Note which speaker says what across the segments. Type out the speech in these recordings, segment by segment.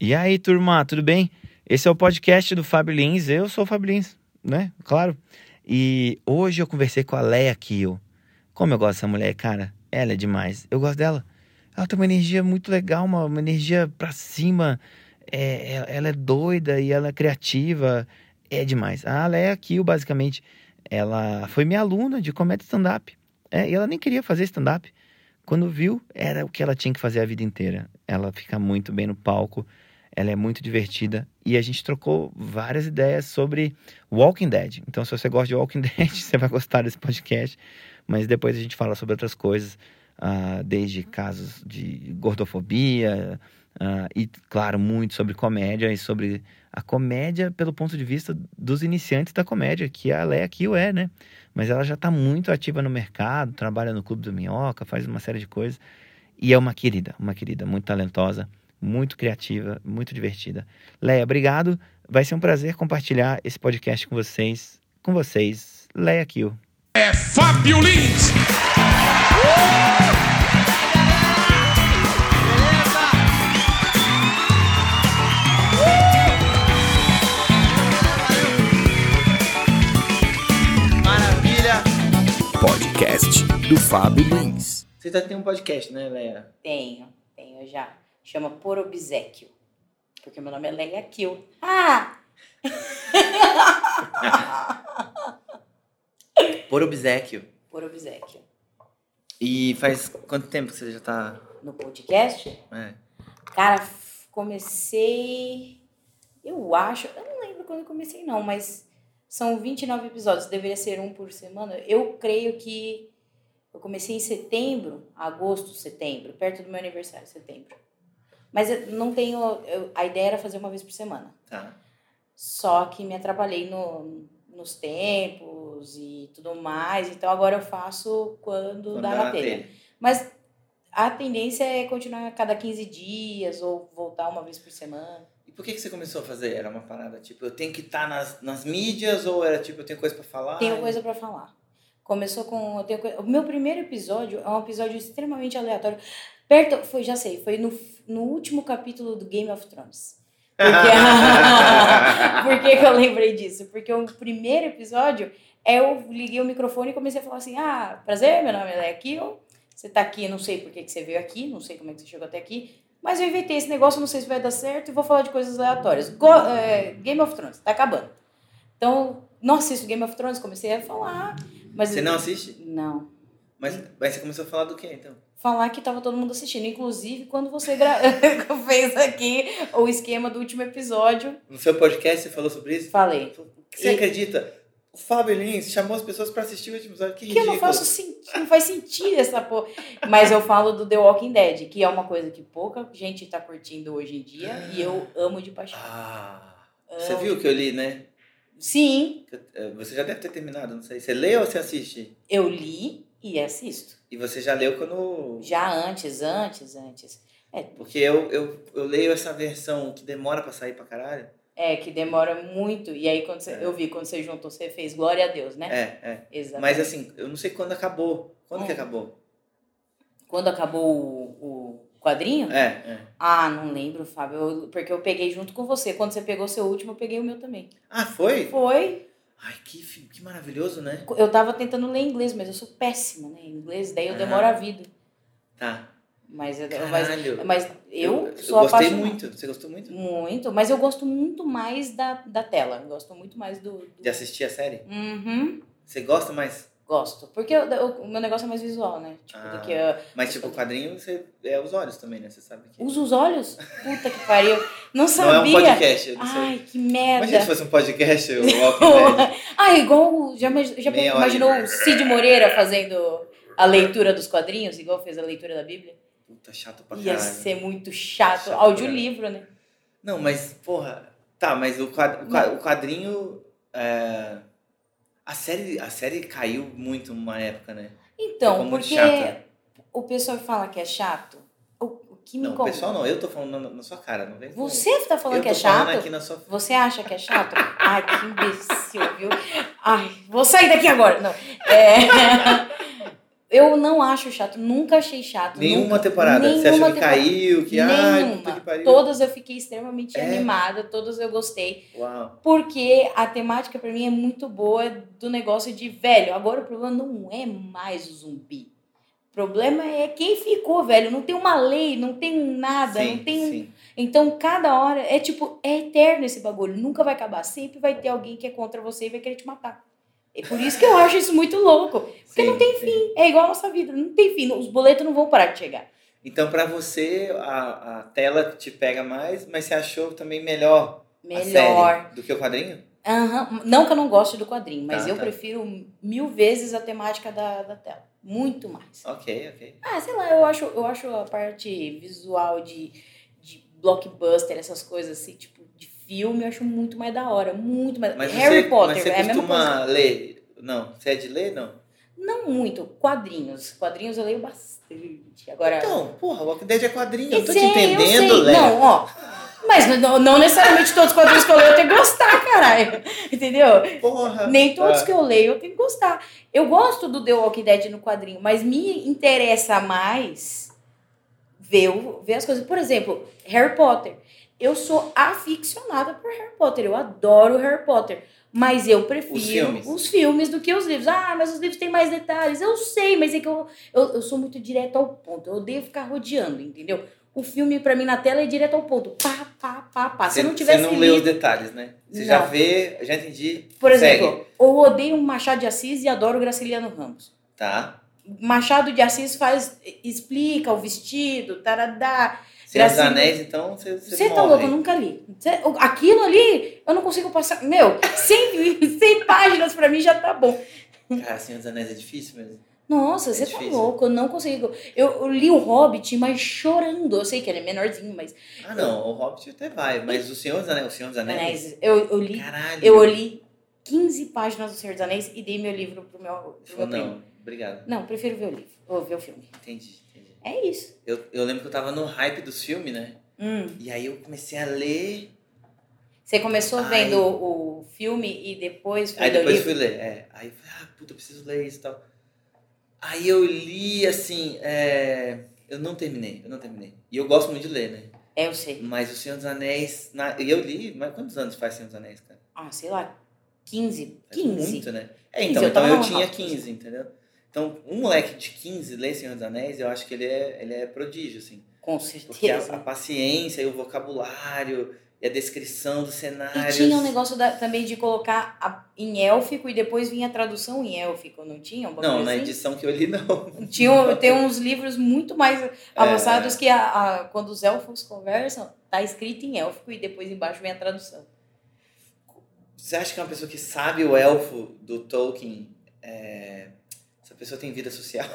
Speaker 1: E aí, turma, tudo bem? Esse é o podcast do Fábio Lins. Eu sou o Fábio Lins, né? Claro. E hoje eu conversei com a Leia Kiel. Como eu gosto dessa mulher, cara. Ela é demais. Eu gosto dela. Ela tem uma energia muito legal, uma, uma energia pra cima. É, é- ela é doida e ela é criativa. É demais. A Leia Kiel, basicamente, ela foi minha aluna de comédia stand-up. É, e ela nem queria fazer stand-up. Quando viu, era o que ela tinha que fazer a vida inteira. Ela fica muito bem no palco ela é muito divertida e a gente trocou várias ideias sobre Walking Dead. Então, se você gosta de Walking Dead, você vai gostar desse podcast. Mas depois a gente fala sobre outras coisas, ah, desde casos de gordofobia ah, e, claro, muito sobre comédia e sobre a comédia pelo ponto de vista dos iniciantes da comédia, que a Leia Kiel é, né? Mas ela já está muito ativa no mercado, trabalha no Clube do Minhoca, faz uma série de coisas. E é uma querida, uma querida, muito talentosa muito criativa, muito divertida. Leia, obrigado. Vai ser um prazer compartilhar esse podcast com vocês. Com vocês, Leia Kiel.
Speaker 2: É Fábio Lins.
Speaker 3: Maravilha!
Speaker 4: Podcast do Fábio Lins.
Speaker 3: Você tá tendo um podcast, né, Leia?
Speaker 5: Tenho, tenho já. Chama Por Obsequio. Porque meu nome é Leia Kill. Ah!
Speaker 3: Por obsequio.
Speaker 5: Por Obsequio.
Speaker 3: E faz quanto tempo que você já tá.
Speaker 5: No podcast,
Speaker 3: É.
Speaker 5: cara, f- comecei. Eu acho. Eu não lembro quando eu comecei, não, mas são 29 episódios. Deveria ser um por semana. Eu creio que. Eu comecei em setembro, agosto, setembro, perto do meu aniversário, setembro. Mas eu não tenho. eu- a ideia era fazer uma vez por semana.
Speaker 3: Tá.
Speaker 5: Só que me atrapalhei no, nos tempos e tudo mais. Então agora eu faço quando, dá na telha. Mas a tendência é continuar a cada 15 dias ou voltar uma vez por semana.
Speaker 3: E por que, que você começou a fazer? Era uma parada tipo, eu tenho que estar nas, nas mídias ou era tipo, eu tenho coisa pra falar?
Speaker 5: Tenho coisa pra falar. Começou com. eu tenho coi- O meu primeiro episódio é um episódio extremamente aleatório. Perto, foi, já sei, foi no, f- no último capítulo do Game of Thrones. Porque, por que, que eu lembrei disso? Porque o primeiro episódio, eu liguei o microfone e comecei a falar assim: ah, prazer, meu nome é Leia Kiel. Você tá aqui, não sei por que, que você veio aqui, não sei como é que você chegou até aqui. Mas eu inventei esse negócio, não sei se vai dar certo e vou falar de coisas aleatórias. Go- é, Game of Thrones, tá acabando. Então, não assisto Game of Thrones, comecei a falar. Mas
Speaker 3: Você não assiste?
Speaker 5: Não.
Speaker 3: Mas, mas você começou a falar do quê então?
Speaker 5: Falar que tava todo mundo assistindo. Inclusive, quando você gra... fez aqui o esquema do último episódio,
Speaker 3: No seu podcast você falou sobre isso?
Speaker 5: falei.
Speaker 3: Você
Speaker 5: E-
Speaker 3: acredita? O Fábio Lins chamou as pessoas pra assistir o último episódio. Que
Speaker 5: que eu
Speaker 3: ridículo.
Speaker 5: não faço sentido, não faz sentido essa porra. Mas eu falo do The Walking Dead, que é uma coisa que pouca gente tá curtindo hoje em dia e eu amo de paixão.
Speaker 3: Ah. Você viu o que eu li, né? É,
Speaker 5: Sim,
Speaker 3: Você já deve ter terminado, não sei. Você lê ou você assiste?
Speaker 5: eu li e assisto.
Speaker 3: E você já leu quando.
Speaker 5: Já antes, antes, antes.
Speaker 3: Porque eu, eu, eu leio essa versão que demora pra sair pra caralho.
Speaker 5: É, que demora muito. E aí, quando você- eu vi, quando você juntou, você fez glória a Deus, né?
Speaker 3: É, é.
Speaker 5: Exato.
Speaker 3: Mas assim, eu não sei quando acabou. Quando
Speaker 5: Hum.
Speaker 3: que acabou?
Speaker 5: Quando acabou o, o quadrinho,
Speaker 3: É, é.
Speaker 5: Ah, não lembro, Fábio. eu- porque eu peguei junto com você. Quando você pegou seu último, eu peguei o meu também.
Speaker 3: Ah, foi?
Speaker 5: Foi.
Speaker 3: Ai, que, fi- que maravilhoso, né?
Speaker 5: Eu tava tentando ler inglês, mas eu sou péssima, né? Em inglês, daí eu
Speaker 3: Ah.
Speaker 5: demoro a vida.
Speaker 3: Tá.
Speaker 5: Mas, eu- mas,
Speaker 3: Caralho.
Speaker 5: mas eu, sou
Speaker 3: eu gostei
Speaker 5: apaixonada.
Speaker 3: muito. Você gostou muito
Speaker 5: Muito, mas eu gosto muito mais da, da tela. Eu gosto muito mais do. do...
Speaker 3: de assistir a série?
Speaker 5: Uhum.
Speaker 3: Você gosta mais?
Speaker 5: Gosto. Porque eu- eu- o meu negócio é mais visual, né? Tipo,
Speaker 3: Ah.
Speaker 5: do que. Eu...
Speaker 3: Mas tipo, o quadrinho você é os olhos também, né? Você sabe que.
Speaker 5: uh, Uso os olhos? Puta que pariu.
Speaker 3: Não é
Speaker 5: Não
Speaker 3: um
Speaker 5: sabia.
Speaker 3: podcast, eu não sei.
Speaker 5: Ai, é que
Speaker 3: Imagina
Speaker 5: merda.
Speaker 3: se fosse um podcast, o Walking Dead.
Speaker 5: Ah, igual. o- Já, imag- já
Speaker 3: Meia
Speaker 5: imaginou
Speaker 3: hora.
Speaker 5: o Cid Moreira fazendo a leitura dos quadrinhos, igual fez a leitura da Bíblia?
Speaker 3: Puta, chato pra
Speaker 5: Ia
Speaker 3: caralho.
Speaker 5: ser muito chato.
Speaker 3: Chato,
Speaker 5: Audiolivro, né?
Speaker 3: Não, mas, porra. Tá, mas o, quad- o qua- o quadrinho. é, A série, a série caiu muito numa época, né? Ficou
Speaker 5: Então,
Speaker 3: muito
Speaker 5: porque
Speaker 3: chata.
Speaker 5: o pessoal fala que é chato. O, o que me
Speaker 3: Não, o
Speaker 5: incomoda-
Speaker 3: pessoal não, eu tô falando na, na sua cara, não vem com-
Speaker 5: Você tá falando
Speaker 3: eu
Speaker 5: que é
Speaker 3: tô falando
Speaker 5: chato?
Speaker 3: aqui na sua.
Speaker 5: Você acha que é chato? Ai, que imbecil, viu? Ai, vou sair daqui agora. Não. É... Eu não acho chato, nunca achei chato.
Speaker 3: Nenhuma
Speaker 5: nunca.
Speaker 3: temporada. Você achou que
Speaker 5: temporada.
Speaker 3: caiu, que ai, puta que
Speaker 5: Nenhuma.
Speaker 3: pariu.
Speaker 5: Todas eu fiquei extremamente
Speaker 3: É.
Speaker 5: animada, todas eu gostei.
Speaker 3: Uau.
Speaker 5: Porque a temática pra mim é muito boa do negócio de velho. Agora o problema não é mais o zumbi. O problema é quem ficou, velho. Não tem uma lei, não tem um nada,
Speaker 3: sim,
Speaker 5: não tem um
Speaker 3: sim.
Speaker 5: então, cada hora é tipo, é eterno esse bagulho, nunca vai acabar. Sempre vai ter alguém que é contra você e vai querer te matar. É por isso que eu acho isso muito louco. Porque
Speaker 3: sim,
Speaker 5: não tem
Speaker 3: sim.
Speaker 5: fim. É igual a nossa vida, não tem fim. Os boletos não vão parar de chegar.
Speaker 3: Então, pra você, a, a tela te pega mais, mas você achou também melhor, a
Speaker 5: Melhor.
Speaker 3: série do que o quadrinho?
Speaker 5: Aham. Não que eu não goste do quadrinho, mas
Speaker 3: Tá,
Speaker 5: eu
Speaker 3: tá.
Speaker 5: prefiro mil vezes a temática da, da tela. Muito mais.
Speaker 3: Ok, ok.
Speaker 5: Ah, sei lá, eu acho, eu acho a parte visual de, de blockbuster, essas coisas assim, tipo, de filme, eu acho muito mais da hora. Muito mais.
Speaker 3: Mas
Speaker 5: Harry
Speaker 3: você,
Speaker 5: Potter,
Speaker 3: mas você
Speaker 5: é a mesma coisa.
Speaker 3: costuma ler? Não, você é de ler, não?
Speaker 5: Não muito, quadrinhos. Quadrinhos eu leio bastante. Agora.
Speaker 3: Então, porra, Walking Dead é quadrinho, eu tô
Speaker 5: Eu
Speaker 3: te
Speaker 5: sei, eu
Speaker 3: entendendo,
Speaker 5: sei.
Speaker 3: Léo.
Speaker 5: Não, ó. Mas não, não necessariamente todos os quadrinhos que eu leio eu tenho que gostar, caralho. Entendeu?
Speaker 3: Porra.
Speaker 5: Nem todos
Speaker 3: Tá.
Speaker 5: que eu leio eu tenho que gostar. Eu gosto do The Walking Dead no quadrinho, mas me interessa mais ver, o- ver as coisas. Por exemplo, Harry Potter. Eu sou aficionada por Harry Potter. Eu adoro Harry Potter. Mas eu prefiro os
Speaker 3: filmes.
Speaker 5: filmes. do que os livros. Ah, mas os livros têm mais detalhes. Eu sei, mas é que eu, eu, eu sou muito direto ao ponto. Eu odeio ficar rodeando, entendeu? O filme, pra mim, na tela é direto ao ponto. Pá, pá, pá, pá. Se eu não tivesse
Speaker 3: Você não
Speaker 5: lido...
Speaker 3: lê os detalhes, né? Você já
Speaker 5: Não.
Speaker 3: vê, já entendi.
Speaker 5: Por
Speaker 3: segue.
Speaker 5: exemplo, eu odeio um Machado de Assis e adoro Graciliano Ramos.
Speaker 3: Tá.
Speaker 5: Machado de Assis faz, explica o vestido, taradá.
Speaker 3: Seus
Speaker 5: Gracinha.
Speaker 3: anéis, então, você Você,
Speaker 5: Você tá
Speaker 3: morre.
Speaker 5: louco, eu nunca li. Cê- o- aquilo ali, eu não consigo passar. Meu, 100, 100 páginas pra mim já tá bom.
Speaker 3: Cara, Senhor dos Anéis é difícil mesmo.
Speaker 5: Nossa,
Speaker 3: É
Speaker 5: você tá
Speaker 3: difícil.
Speaker 5: louco, eu não consigo. Eu, eu li o Hobbit, mas chorando. Eu sei que ele é menorzinho, mas.
Speaker 3: Ah, não, o Hobbit até vai, mas o Senhor dos Anéis, o Senhor dos Anéis.
Speaker 5: Mas eu, eu li.
Speaker 3: é Caralho.
Speaker 5: Eu li 15 páginas do Senhor dos Anéis e dei meu livro pro meu, pro
Speaker 3: Falou,
Speaker 5: meu primo.
Speaker 3: não, obrigado.
Speaker 5: Não, prefiro ver o livro. Ou ver o filme.
Speaker 3: Entendi, entendi.
Speaker 5: É isso.
Speaker 3: Eu, eu lembro que eu tava no hype dos filmes, né?
Speaker 5: Hum.
Speaker 3: E aí eu comecei a ler.
Speaker 5: Você começou
Speaker 3: Ai.
Speaker 5: vendo o o filme e depois foi
Speaker 3: Aí
Speaker 5: ler o
Speaker 3: depois
Speaker 5: livro?
Speaker 3: fui ler. É. Aí eu falei, ah, puta, eu preciso ler isso e tal. Aí eu li, assim, é, eu não terminei, eu não terminei. E eu gosto muito de ler, né?
Speaker 5: É, eu sei.
Speaker 3: Mas o Senhor dos Anéis. na- E eu li, mas quantos anos faz Senhor dos Anéis, cara?
Speaker 5: Ah, sei lá, 15.
Speaker 3: Faz
Speaker 5: 15.
Speaker 3: Muito, É né? É,
Speaker 5: 15,
Speaker 3: então,
Speaker 5: eu
Speaker 3: então
Speaker 5: tava
Speaker 3: eu
Speaker 5: na
Speaker 3: tinha
Speaker 5: Unicamp.
Speaker 3: 15, entendeu? Então, um moleque de 15 ler Senhor dos Anéis, eu acho que ele é, ele é prodígio, assim.
Speaker 5: Com
Speaker 3: Porque a, a
Speaker 5: certeza.
Speaker 3: paciência e o vocabulário e a descrição dos
Speaker 5: E
Speaker 3: cenários.
Speaker 5: tinha um negócio da- também de colocar a- em élfico e depois vinha a tradução em élfico, não tinha? Um
Speaker 3: Não, né,
Speaker 5: bagulho
Speaker 3: na
Speaker 5: assim?
Speaker 3: edição que eu li, não.
Speaker 5: Tinha, um- tem uns livros muito mais
Speaker 3: É.
Speaker 5: avançados que a, a- quando os elfos conversam, tá escrito em élfico e depois embaixo vem a tradução.
Speaker 3: Você acha que é uma pessoa que sabe o elfo do Tolkien, é, essa pessoa tem vida social?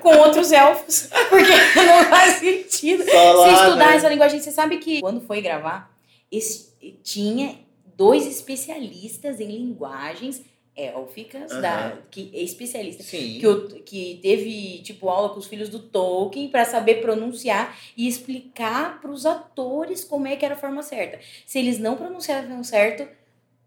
Speaker 5: Com outros elfos, porque não faz sentido.
Speaker 3: Só
Speaker 5: Se
Speaker 3: lá,
Speaker 5: estudar
Speaker 3: né?
Speaker 5: essa linguagem, você sabe que quando foi gravar, es- tinha dois especialistas em linguagens élficas, da,
Speaker 3: Aham.
Speaker 5: que é especialista.
Speaker 3: Sim.
Speaker 5: Que, o- que teve, tipo, aula com os filhos do Tolkien para saber pronunciar e explicar para os atores como é que era a forma certa. Se eles não pronunciavam certo,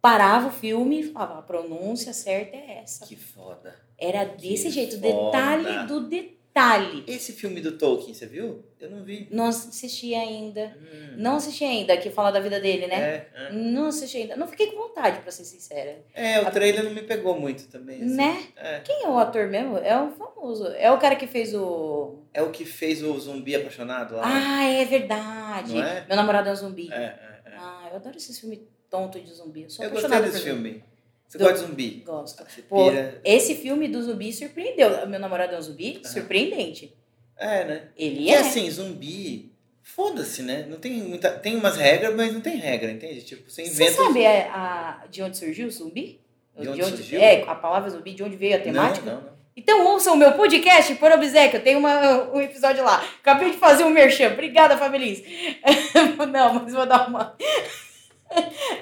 Speaker 5: parava o filme e falava, a pronúncia certa é essa.
Speaker 3: Que foda.
Speaker 5: Era desse
Speaker 3: que
Speaker 5: jeito,
Speaker 3: foda.
Speaker 5: detalhe do detalhe.
Speaker 3: Esse filme do Tolkien, você viu? Eu não vi.
Speaker 5: Não assisti ainda.
Speaker 3: Hum,
Speaker 5: Não assisti ainda, que fala da vida dele, né?
Speaker 3: É, é.
Speaker 5: Não assisti ainda. Não fiquei com vontade, pra ser sincera.
Speaker 3: É, o trailer não me pegou muito também. assim.
Speaker 5: Né?
Speaker 3: É.
Speaker 5: Quem é o ator mesmo? É o famoso. É o cara que fez o.
Speaker 3: É o que fez o zumbi apaixonado lá. né?
Speaker 5: Ah, é verdade.
Speaker 3: Não é?
Speaker 5: Meu namorado é um zumbi.
Speaker 3: É, é, é.
Speaker 5: Ah, eu adoro esses filmes tonto de zumbi. Eu sou
Speaker 3: Eu gostei
Speaker 5: apaixonada
Speaker 3: desse
Speaker 5: por
Speaker 3: filme. é. Você
Speaker 5: Do-
Speaker 3: gosta de zumbi?
Speaker 5: Gosto.
Speaker 3: Você
Speaker 5: Pô,
Speaker 3: pira.
Speaker 5: esse filme do zumbi surpreendeu. Meu namorado é um zumbi? Surpreendente.
Speaker 3: É, né?
Speaker 5: Ele
Speaker 3: E
Speaker 5: é.
Speaker 3: assim, zumbi, foda-se, né? Não tem muita. Tem umas regras, mas não tem regra, entende? Tipo, você
Speaker 5: Você
Speaker 3: inventa.
Speaker 5: sabe a, a- de onde surgiu o zumbi?
Speaker 3: De onde surgiu? Né?
Speaker 5: É, a palavra zumbi, de onde veio a temática?
Speaker 3: Não, não, não.
Speaker 5: Então ouçam o meu podcast por obséquio, tem uma, um episódio lá. Acabei de fazer um merchan, obrigada, Fabeliz. Não, mas vou dar uma...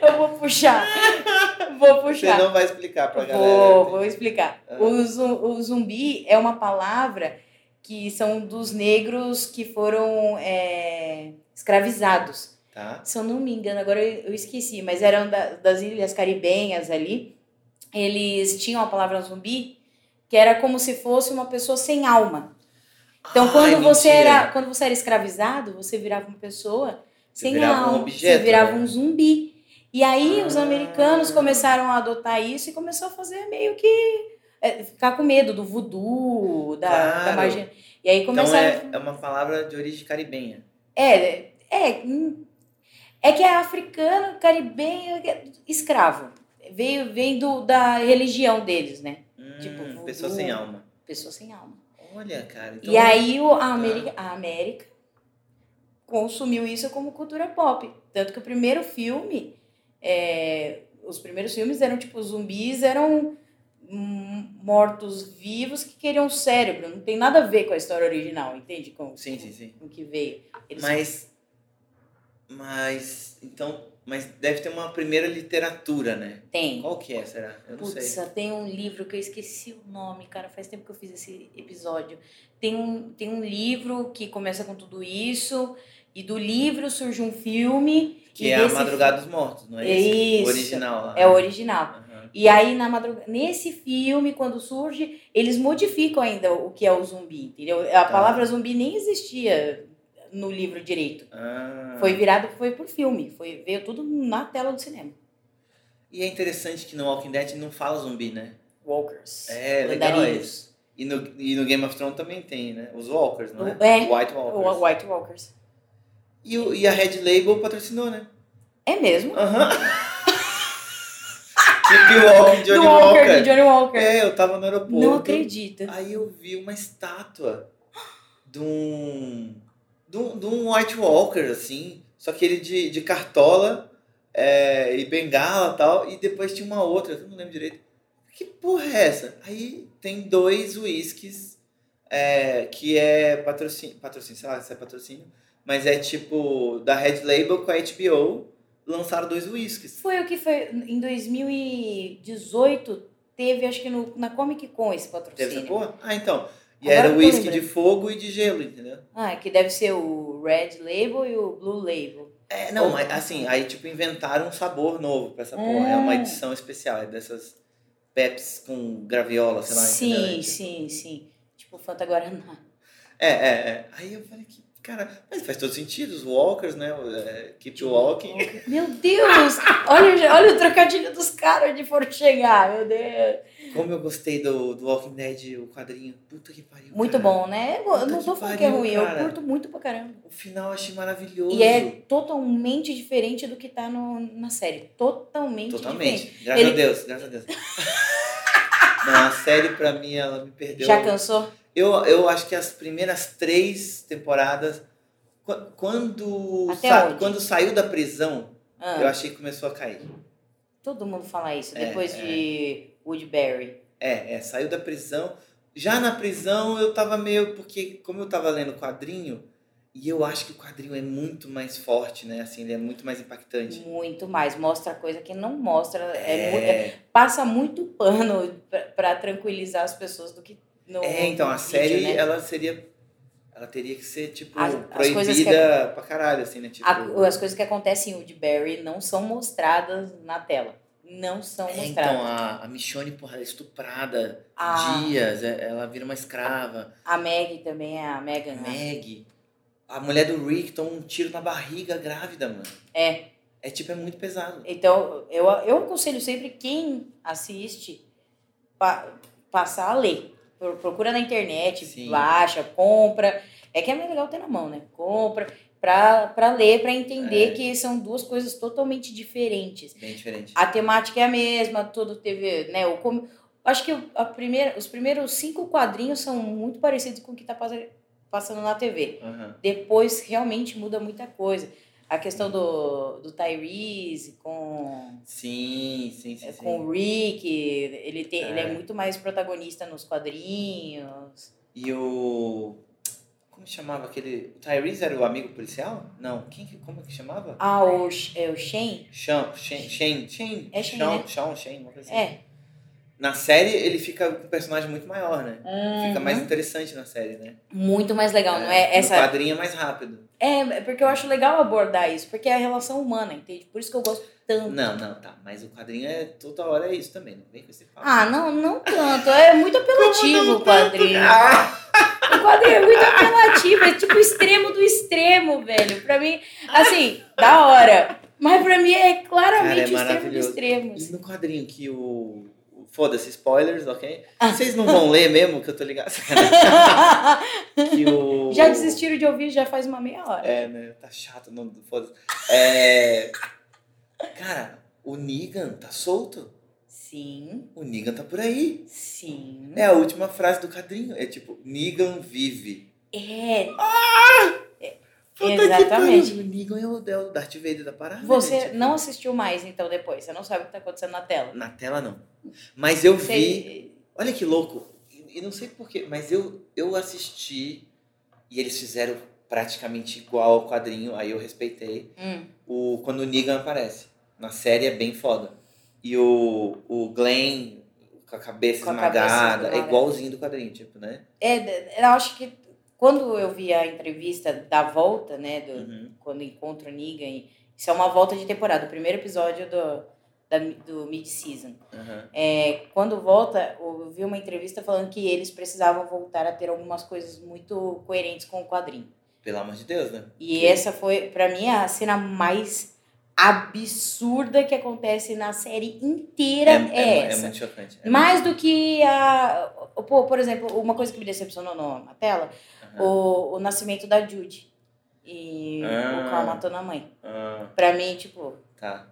Speaker 5: Eu vou puxar, vou
Speaker 3: Você
Speaker 5: puxar.
Speaker 3: não vai explicar pra galera.
Speaker 5: Vou,
Speaker 3: entende?
Speaker 5: vou explicar.
Speaker 3: Ah.
Speaker 5: O, zu- o zumbi é uma palavra que são dos negros que foram é, escravizados
Speaker 3: Tá?
Speaker 5: se eu não me engano, agora eu eu esqueci, mas eram da- das ilhas caribenhas ali. eles tinham a palavra zumbi, que era como se fosse uma pessoa sem alma. Então, quando, você era, quando você era escravizado, você virava uma pessoa
Speaker 3: Você
Speaker 5: sem
Speaker 3: virava um
Speaker 5: alma.
Speaker 3: objeto,
Speaker 5: você virava
Speaker 3: né?
Speaker 5: um zumbi. E aí, os
Speaker 3: Ah.
Speaker 5: americanos começaram a adotar isso e começou a fazer meio que... é, ficar com medo do voodoo, da, da
Speaker 3: Claro.
Speaker 5: magia. E aí
Speaker 3: Então
Speaker 5: começaram...
Speaker 3: é, é uma palavra de origem caribenha.
Speaker 5: É, é, hum, é que é africano, caribenho, é escravo. Veio, vem do, da religião deles, né?
Speaker 3: Hum,
Speaker 5: Tipo,
Speaker 3: pessoa
Speaker 5: voodoo.
Speaker 3: sem alma.
Speaker 5: Pessoa sem alma.
Speaker 3: Olha, cara. Então,
Speaker 5: e aí o, a, América, a América consumiu isso como cultura pop. Tanto que o primeiro filme, é, os primeiros filmes eram tipo zumbis, eram hum, mortos-vivos que queriam cérebro. Não tem nada a ver com a história original, entende? Com,
Speaker 3: Sim, sim, sim.
Speaker 5: com o que veio. Eles
Speaker 3: Mas. Mas. Então. Mas deve ter uma primeira literatura, né?
Speaker 5: têm.
Speaker 3: Qual que é, será? Eu não
Speaker 5: Putz,
Speaker 3: sei.
Speaker 5: tem um livro que eu esqueci o nome, cara. Faz tempo que eu fiz esse episódio. Tem um, tem um livro que começa com tudo isso, e do livro surge um filme.
Speaker 3: Que
Speaker 5: e
Speaker 3: é a
Speaker 5: desse
Speaker 3: Madrugada dos Mortos, não é
Speaker 5: É
Speaker 3: esse? O
Speaker 5: isso.
Speaker 3: original lá.
Speaker 5: fi- É o original.
Speaker 3: Aham.
Speaker 5: E aí, na madrugada, nesse filme, quando surge, eles modificam ainda o que é o zumbi, entendeu? A
Speaker 3: Tá.
Speaker 5: palavra zumbi nem existia no livro direito.
Speaker 3: Ah.
Speaker 5: Foi virado, foi por filme. Foi, veio tudo na tela do cinema.
Speaker 3: E é interessante que no Walking Dead não fala zumbi, né?
Speaker 5: Walkers.
Speaker 3: É, legal
Speaker 5: Andarilhos.
Speaker 3: isso. E no, e no Game of Thrones também tem, né? Os Walkers, não é?
Speaker 5: É.
Speaker 3: White Walkers.
Speaker 5: Wa- White Walkers.
Speaker 3: E, o- e a Red Label patrocinou, né?
Speaker 5: É mesmo?
Speaker 3: Aham. Keep Walking Johnny
Speaker 5: do Walker,
Speaker 3: Tipo Walker.
Speaker 5: do Johnny Walker.
Speaker 3: É, eu tava no aeroporto.
Speaker 5: Não acredito.
Speaker 3: Aí eu vi uma estátua de um, de um, de um White Walker, assim, só que ele de, de cartola é, e bengala e tal, e depois tinha uma outra, eu não lembro direito. Que porra é essa? Aí tem dois uísques é, que é patrocínio, patrocínio, sei lá se é patrocínio, mas é tipo da Red Label com a HBO, lançaram dois uísques.
Speaker 5: Foi o que foi em 2018 teve acho que no- na Comic Con esse
Speaker 3: Teve essa
Speaker 5: patrocínio.
Speaker 3: porra? Ah, então. E
Speaker 5: Agora
Speaker 3: era
Speaker 5: eu tô
Speaker 3: uísque de
Speaker 5: lembrando.
Speaker 3: fogo e de gelo, entendeu?
Speaker 5: Ah, que deve ser o Red Label e o Blue Label.
Speaker 3: É, não,
Speaker 5: Ou-
Speaker 3: mas assim, aí tipo inventaram um sabor novo pra essa
Speaker 5: Hum.
Speaker 3: porra. É uma edição especial, é dessas Peps com graviola, sei lá. entendeu?
Speaker 5: sim, sim, sim. Tipo Fanta Guaraná.
Speaker 3: É, é, é. Aí eu falei que, cara, mas faz todo sentido, os walkers, né? o- É, keep walking.
Speaker 5: Meu Deus! olha, olha o trocadilho dos caras onde foram chegar, meu Deus.
Speaker 3: Como eu gostei do, do Walking Dead, o quadrinho. Puta que pariu.
Speaker 5: Muito
Speaker 3: cara.
Speaker 5: bom, né? Eu
Speaker 3: É. Puta
Speaker 5: não
Speaker 3: que
Speaker 5: tô falando que é
Speaker 3: pariu,
Speaker 5: ruim,
Speaker 3: cara.
Speaker 5: eu curto muito pra caramba.
Speaker 3: O final eu achei maravilhoso.
Speaker 5: E é totalmente diferente do que tá no, na série. Totalmente, diferente.
Speaker 3: Totalmente. Graças
Speaker 5: Ele-
Speaker 3: a Deus, graças a Deus. não, a série pra mim, ela me perdeu.
Speaker 5: Já cansou?
Speaker 3: Eu, eu acho que as primeiras três temporadas, qu- quando,
Speaker 5: Até onde?
Speaker 3: quando saiu da prisão,
Speaker 5: Ah.
Speaker 3: eu achei que começou a cair.
Speaker 5: Todo mundo fala isso,
Speaker 3: É,
Speaker 5: depois
Speaker 3: é.
Speaker 5: de Woodbury.
Speaker 3: É, é, saiu da prisão. Já na prisão eu tava meio. Porque, como eu tava lendo o quadrinho, e eu acho que o quadrinho é muito mais forte, né? Assim, ele é muito mais impactante.
Speaker 5: Muito mais. Mostra coisa que não mostra. É mu- é- passa muito pano pra- pra tranquilizar as pessoas do que no.
Speaker 3: é, então, a
Speaker 5: no vídeo,
Speaker 3: série,
Speaker 5: né?
Speaker 3: ela seria. Ela teria que ser, tipo,
Speaker 5: As- as
Speaker 3: proibida
Speaker 5: coisas que- é
Speaker 3: pra caralho, assim, né? Tipo,
Speaker 5: A- as coisas que acontecem em Woodbury não são mostradas na tela. Não são
Speaker 3: É, então,
Speaker 5: mostradas.
Speaker 3: a, a Michonne, porra, é estuprada
Speaker 5: A-
Speaker 3: dias, é- ela vira uma escrava.
Speaker 5: A Meg também é a
Speaker 3: A
Speaker 5: Megan. né?
Speaker 3: Maggie, a mulher do Rick toma um tiro na barriga grávida, mano.
Speaker 5: É.
Speaker 3: É tipo, é muito pesado.
Speaker 5: Então, eu, eu aconselho sempre quem assiste pa- passar a ler. Pro- Procura na internet,
Speaker 3: Sim.
Speaker 5: baixa, compra. É que é mais legal ter na mão, né? Compra pra, pra ler, pra entender
Speaker 3: É.
Speaker 5: que são duas coisas totalmente diferentes.
Speaker 3: Bem diferente.
Speaker 5: A temática é a mesma, tudo teve, né? O com- Acho que o- a primeira, os primeiros cinco quadrinhos são muito parecidos com o que tá passa- passando na TV
Speaker 3: Aham.
Speaker 5: depois realmente muda muita coisa. A questão do, do Tyrese com, eh,
Speaker 3: Sim, sim, sim. sim.
Speaker 5: É com o Rick, ele, tem, ele
Speaker 3: É.
Speaker 5: é muito mais protagonista nos quadrinhos.
Speaker 3: E o... Como chamava aquele... O Tyrese era o amigo policial? Não. Quem que... Como é que chamava?
Speaker 5: Ah, o, Sh- é o Shane?
Speaker 3: Sean, Shane, Shane, Shane.
Speaker 5: É Shane,
Speaker 3: Sean,
Speaker 5: né?
Speaker 3: Sean, Shane, uma coisa assim.
Speaker 5: É.
Speaker 3: Na série, ele fica com um personagem muito maior, né? Fica mais interessante na série, né?
Speaker 5: Hum, Muito mais legal, não Uhum. é?
Speaker 3: no
Speaker 5: Essa...
Speaker 3: quadrinho é mais rápido.
Speaker 5: É, é porque eu acho legal abordar isso, porque é a relação humana, entende? Por isso que eu gosto tanto.
Speaker 3: Não, não, tá. Mas o quadrinho é toda hora é isso também. Não vem com esse papo.
Speaker 5: Ah, não, não tanto. É muito apelativo o quadrinho.
Speaker 3: Ah,
Speaker 5: O quadrinho é muito apelativo, é tipo o extremo do extremo, velho. Pra mim, assim, da hora. Mas pra mim é
Speaker 3: Cara, é
Speaker 5: claramente o extremo do
Speaker 3: maravilhoso.
Speaker 5: extremo.
Speaker 3: e no quadrinho que o. o- Foda-se, spoilers, ok?
Speaker 5: Ah.
Speaker 3: Vocês não vão ler mesmo, que eu tô ligado. que o...
Speaker 5: já desistiram de ouvir já faz uma meia hora.
Speaker 3: É, né? Tá chato o nome do foda-se. É... Cara, o Negan tá solto.
Speaker 5: Sim,
Speaker 3: O Negan tá por aí.
Speaker 5: sim.
Speaker 3: É a última frase do quadrinho. É tipo, Negan vive.
Speaker 5: É,
Speaker 3: Ah! Puta que
Speaker 5: Exatamente.
Speaker 3: pariu. O Negan é o, é o Darth Vader da parada.
Speaker 5: você
Speaker 3: gente.
Speaker 5: não assistiu mais então depois, você não sabe o que tá acontecendo na tela.
Speaker 3: Na tela não. Mas eu vi.
Speaker 5: Você-
Speaker 3: Olha que louco. E e não sei porquê, mas eu, eu assisti e eles fizeram praticamente igual ao quadrinho. Aí eu respeitei.
Speaker 5: Hum,
Speaker 3: o, quando o Negan aparece. Na série é bem foda. E o, o Glenn com a cabeça
Speaker 5: Com a cabeça
Speaker 3: esmagada, é
Speaker 5: esmagada.
Speaker 3: igualzinho do quadrinho, tipo, né?
Speaker 5: é, eu acho que quando eu vi a entrevista da volta, né, do,
Speaker 3: Uhum.
Speaker 5: quando encontra o Negan. e- Isso é uma volta de temporada, o primeiro episódio do, da- do mid-season.
Speaker 3: Aham.
Speaker 5: É, quando volta, eu vi uma entrevista falando que eles precisavam voltar a ter algumas coisas muito coerentes com o quadrinho.
Speaker 3: Pelo amor de Deus, né?
Speaker 5: E essa foi, pra mim, a cena mais absurda que acontece na série inteira é,
Speaker 3: mu-
Speaker 5: essa.
Speaker 3: muito chocante. É
Speaker 5: Mais do que a. Pô, por exemplo, uma coisa que me decepcionou no- na tela:
Speaker 3: muito- Aham.
Speaker 5: o, o nascimento da Jude. E
Speaker 3: Ah.
Speaker 5: o Carl matando a mãe.
Speaker 3: Ah,
Speaker 5: Pra mim, tipo,
Speaker 3: tá.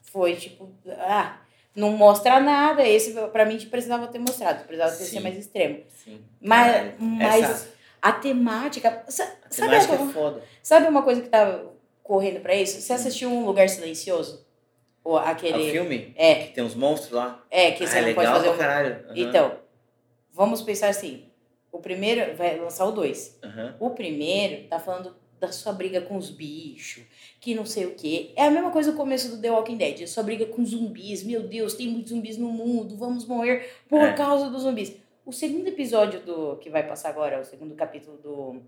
Speaker 5: foi tipo, ah, não mostra nada. Esse pra mim tipo, precisava ter mostrado, precisava ter
Speaker 3: Sim.
Speaker 5: sido mais extremo.
Speaker 3: Sim.
Speaker 5: Mas,
Speaker 3: Caralho.
Speaker 5: mas
Speaker 3: Essa,
Speaker 5: a temática, sa-
Speaker 3: a
Speaker 5: sabe,
Speaker 3: temática
Speaker 5: uma-
Speaker 3: é foda.
Speaker 5: sabe uma coisa que tá correndo pra isso? Você assistiu Um Lugar Silencioso? Ou
Speaker 3: É o
Speaker 5: aquele
Speaker 3: filme?
Speaker 5: É.
Speaker 3: Que tem uns monstros lá.
Speaker 5: é que você
Speaker 3: ah, é
Speaker 5: não
Speaker 3: legal
Speaker 5: pode fazer
Speaker 3: pra
Speaker 5: um...
Speaker 3: caralho. Aham.
Speaker 5: Então, vamos pensar assim, o primeiro vai lançar o dois.
Speaker 3: Aham.
Speaker 5: O primeiro tá falando da sua briga com os bichos, que não sei o quê. É a mesma coisa no começo do The Walking Dead, sua briga com zumbis. Meu Deus, tem muitos zumbis no mundo, vamos morrer por
Speaker 3: É.
Speaker 5: causa dos zumbis. O segundo episódio do que vai passar agora, o segundo capítulo do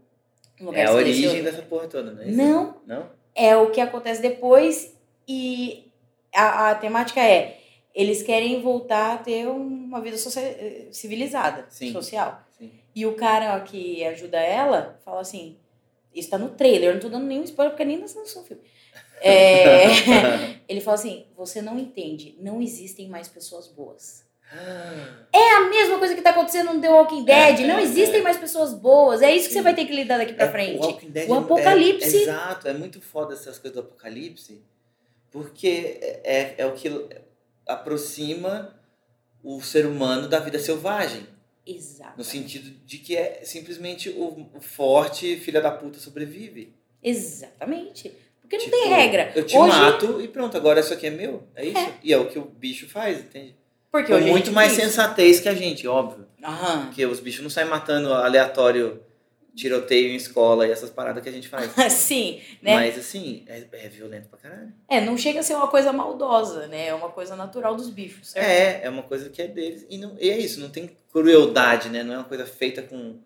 Speaker 3: É a
Speaker 5: Silencioso,
Speaker 3: origem dessa porra toda, né?
Speaker 5: Não.
Speaker 3: Não?
Speaker 5: é o que acontece depois e a, a temática é eles querem voltar a ter uma vida socia- eh, civilizada,
Speaker 3: Sim.
Speaker 5: social.
Speaker 3: Sim.
Speaker 5: E o cara que ajuda ela fala assim: Isso tá no trailer, eu não tô dando nenhum spoiler porque nem lançou o filme. É, ele fala assim: Você não entende, não existem mais pessoas boas. É a mesma coisa que tá acontecendo no The Walking Dead:
Speaker 3: É,
Speaker 5: Não
Speaker 3: é,
Speaker 5: existem
Speaker 3: é.
Speaker 5: mais pessoas boas. É isso que
Speaker 3: Sim.
Speaker 5: você vai ter que lidar daqui pra
Speaker 3: É,
Speaker 5: frente.
Speaker 3: O, Walking Dead
Speaker 5: O
Speaker 3: é- é-
Speaker 5: apocalipse.
Speaker 3: exato, é muito foda essas coisas do apocalipse, porque é, é, é o que aproxima o ser humano da vida selvagem.
Speaker 5: Exato.
Speaker 3: No sentido de que é simplesmente o, o forte filha da puta sobrevive.
Speaker 5: Exatamente. Porque não
Speaker 3: Tipo,
Speaker 5: tem regra.
Speaker 3: Eu te
Speaker 5: Hoje-
Speaker 3: mato e pronto, agora isso aqui é meu. É isso. E é o que o bicho faz, entende?
Speaker 5: Porque
Speaker 3: Com
Speaker 5: hoje a
Speaker 3: muito
Speaker 5: gente
Speaker 3: mais
Speaker 5: tem isso.
Speaker 3: sensatez que a gente, óbvio.
Speaker 5: Aham.
Speaker 3: Porque os bichos não saem matando aleatório, tiroteio em escola e essas paradas que a gente faz.
Speaker 5: Assim, né?
Speaker 3: Mas assim, é, é violento pra caralho.
Speaker 5: É, não chega a ser uma coisa maldosa, né? É uma coisa natural dos bichos, certo?
Speaker 3: É, é uma coisa que é deles. E, não, e é isso, não tem crueldade, né? Não é uma coisa feita com.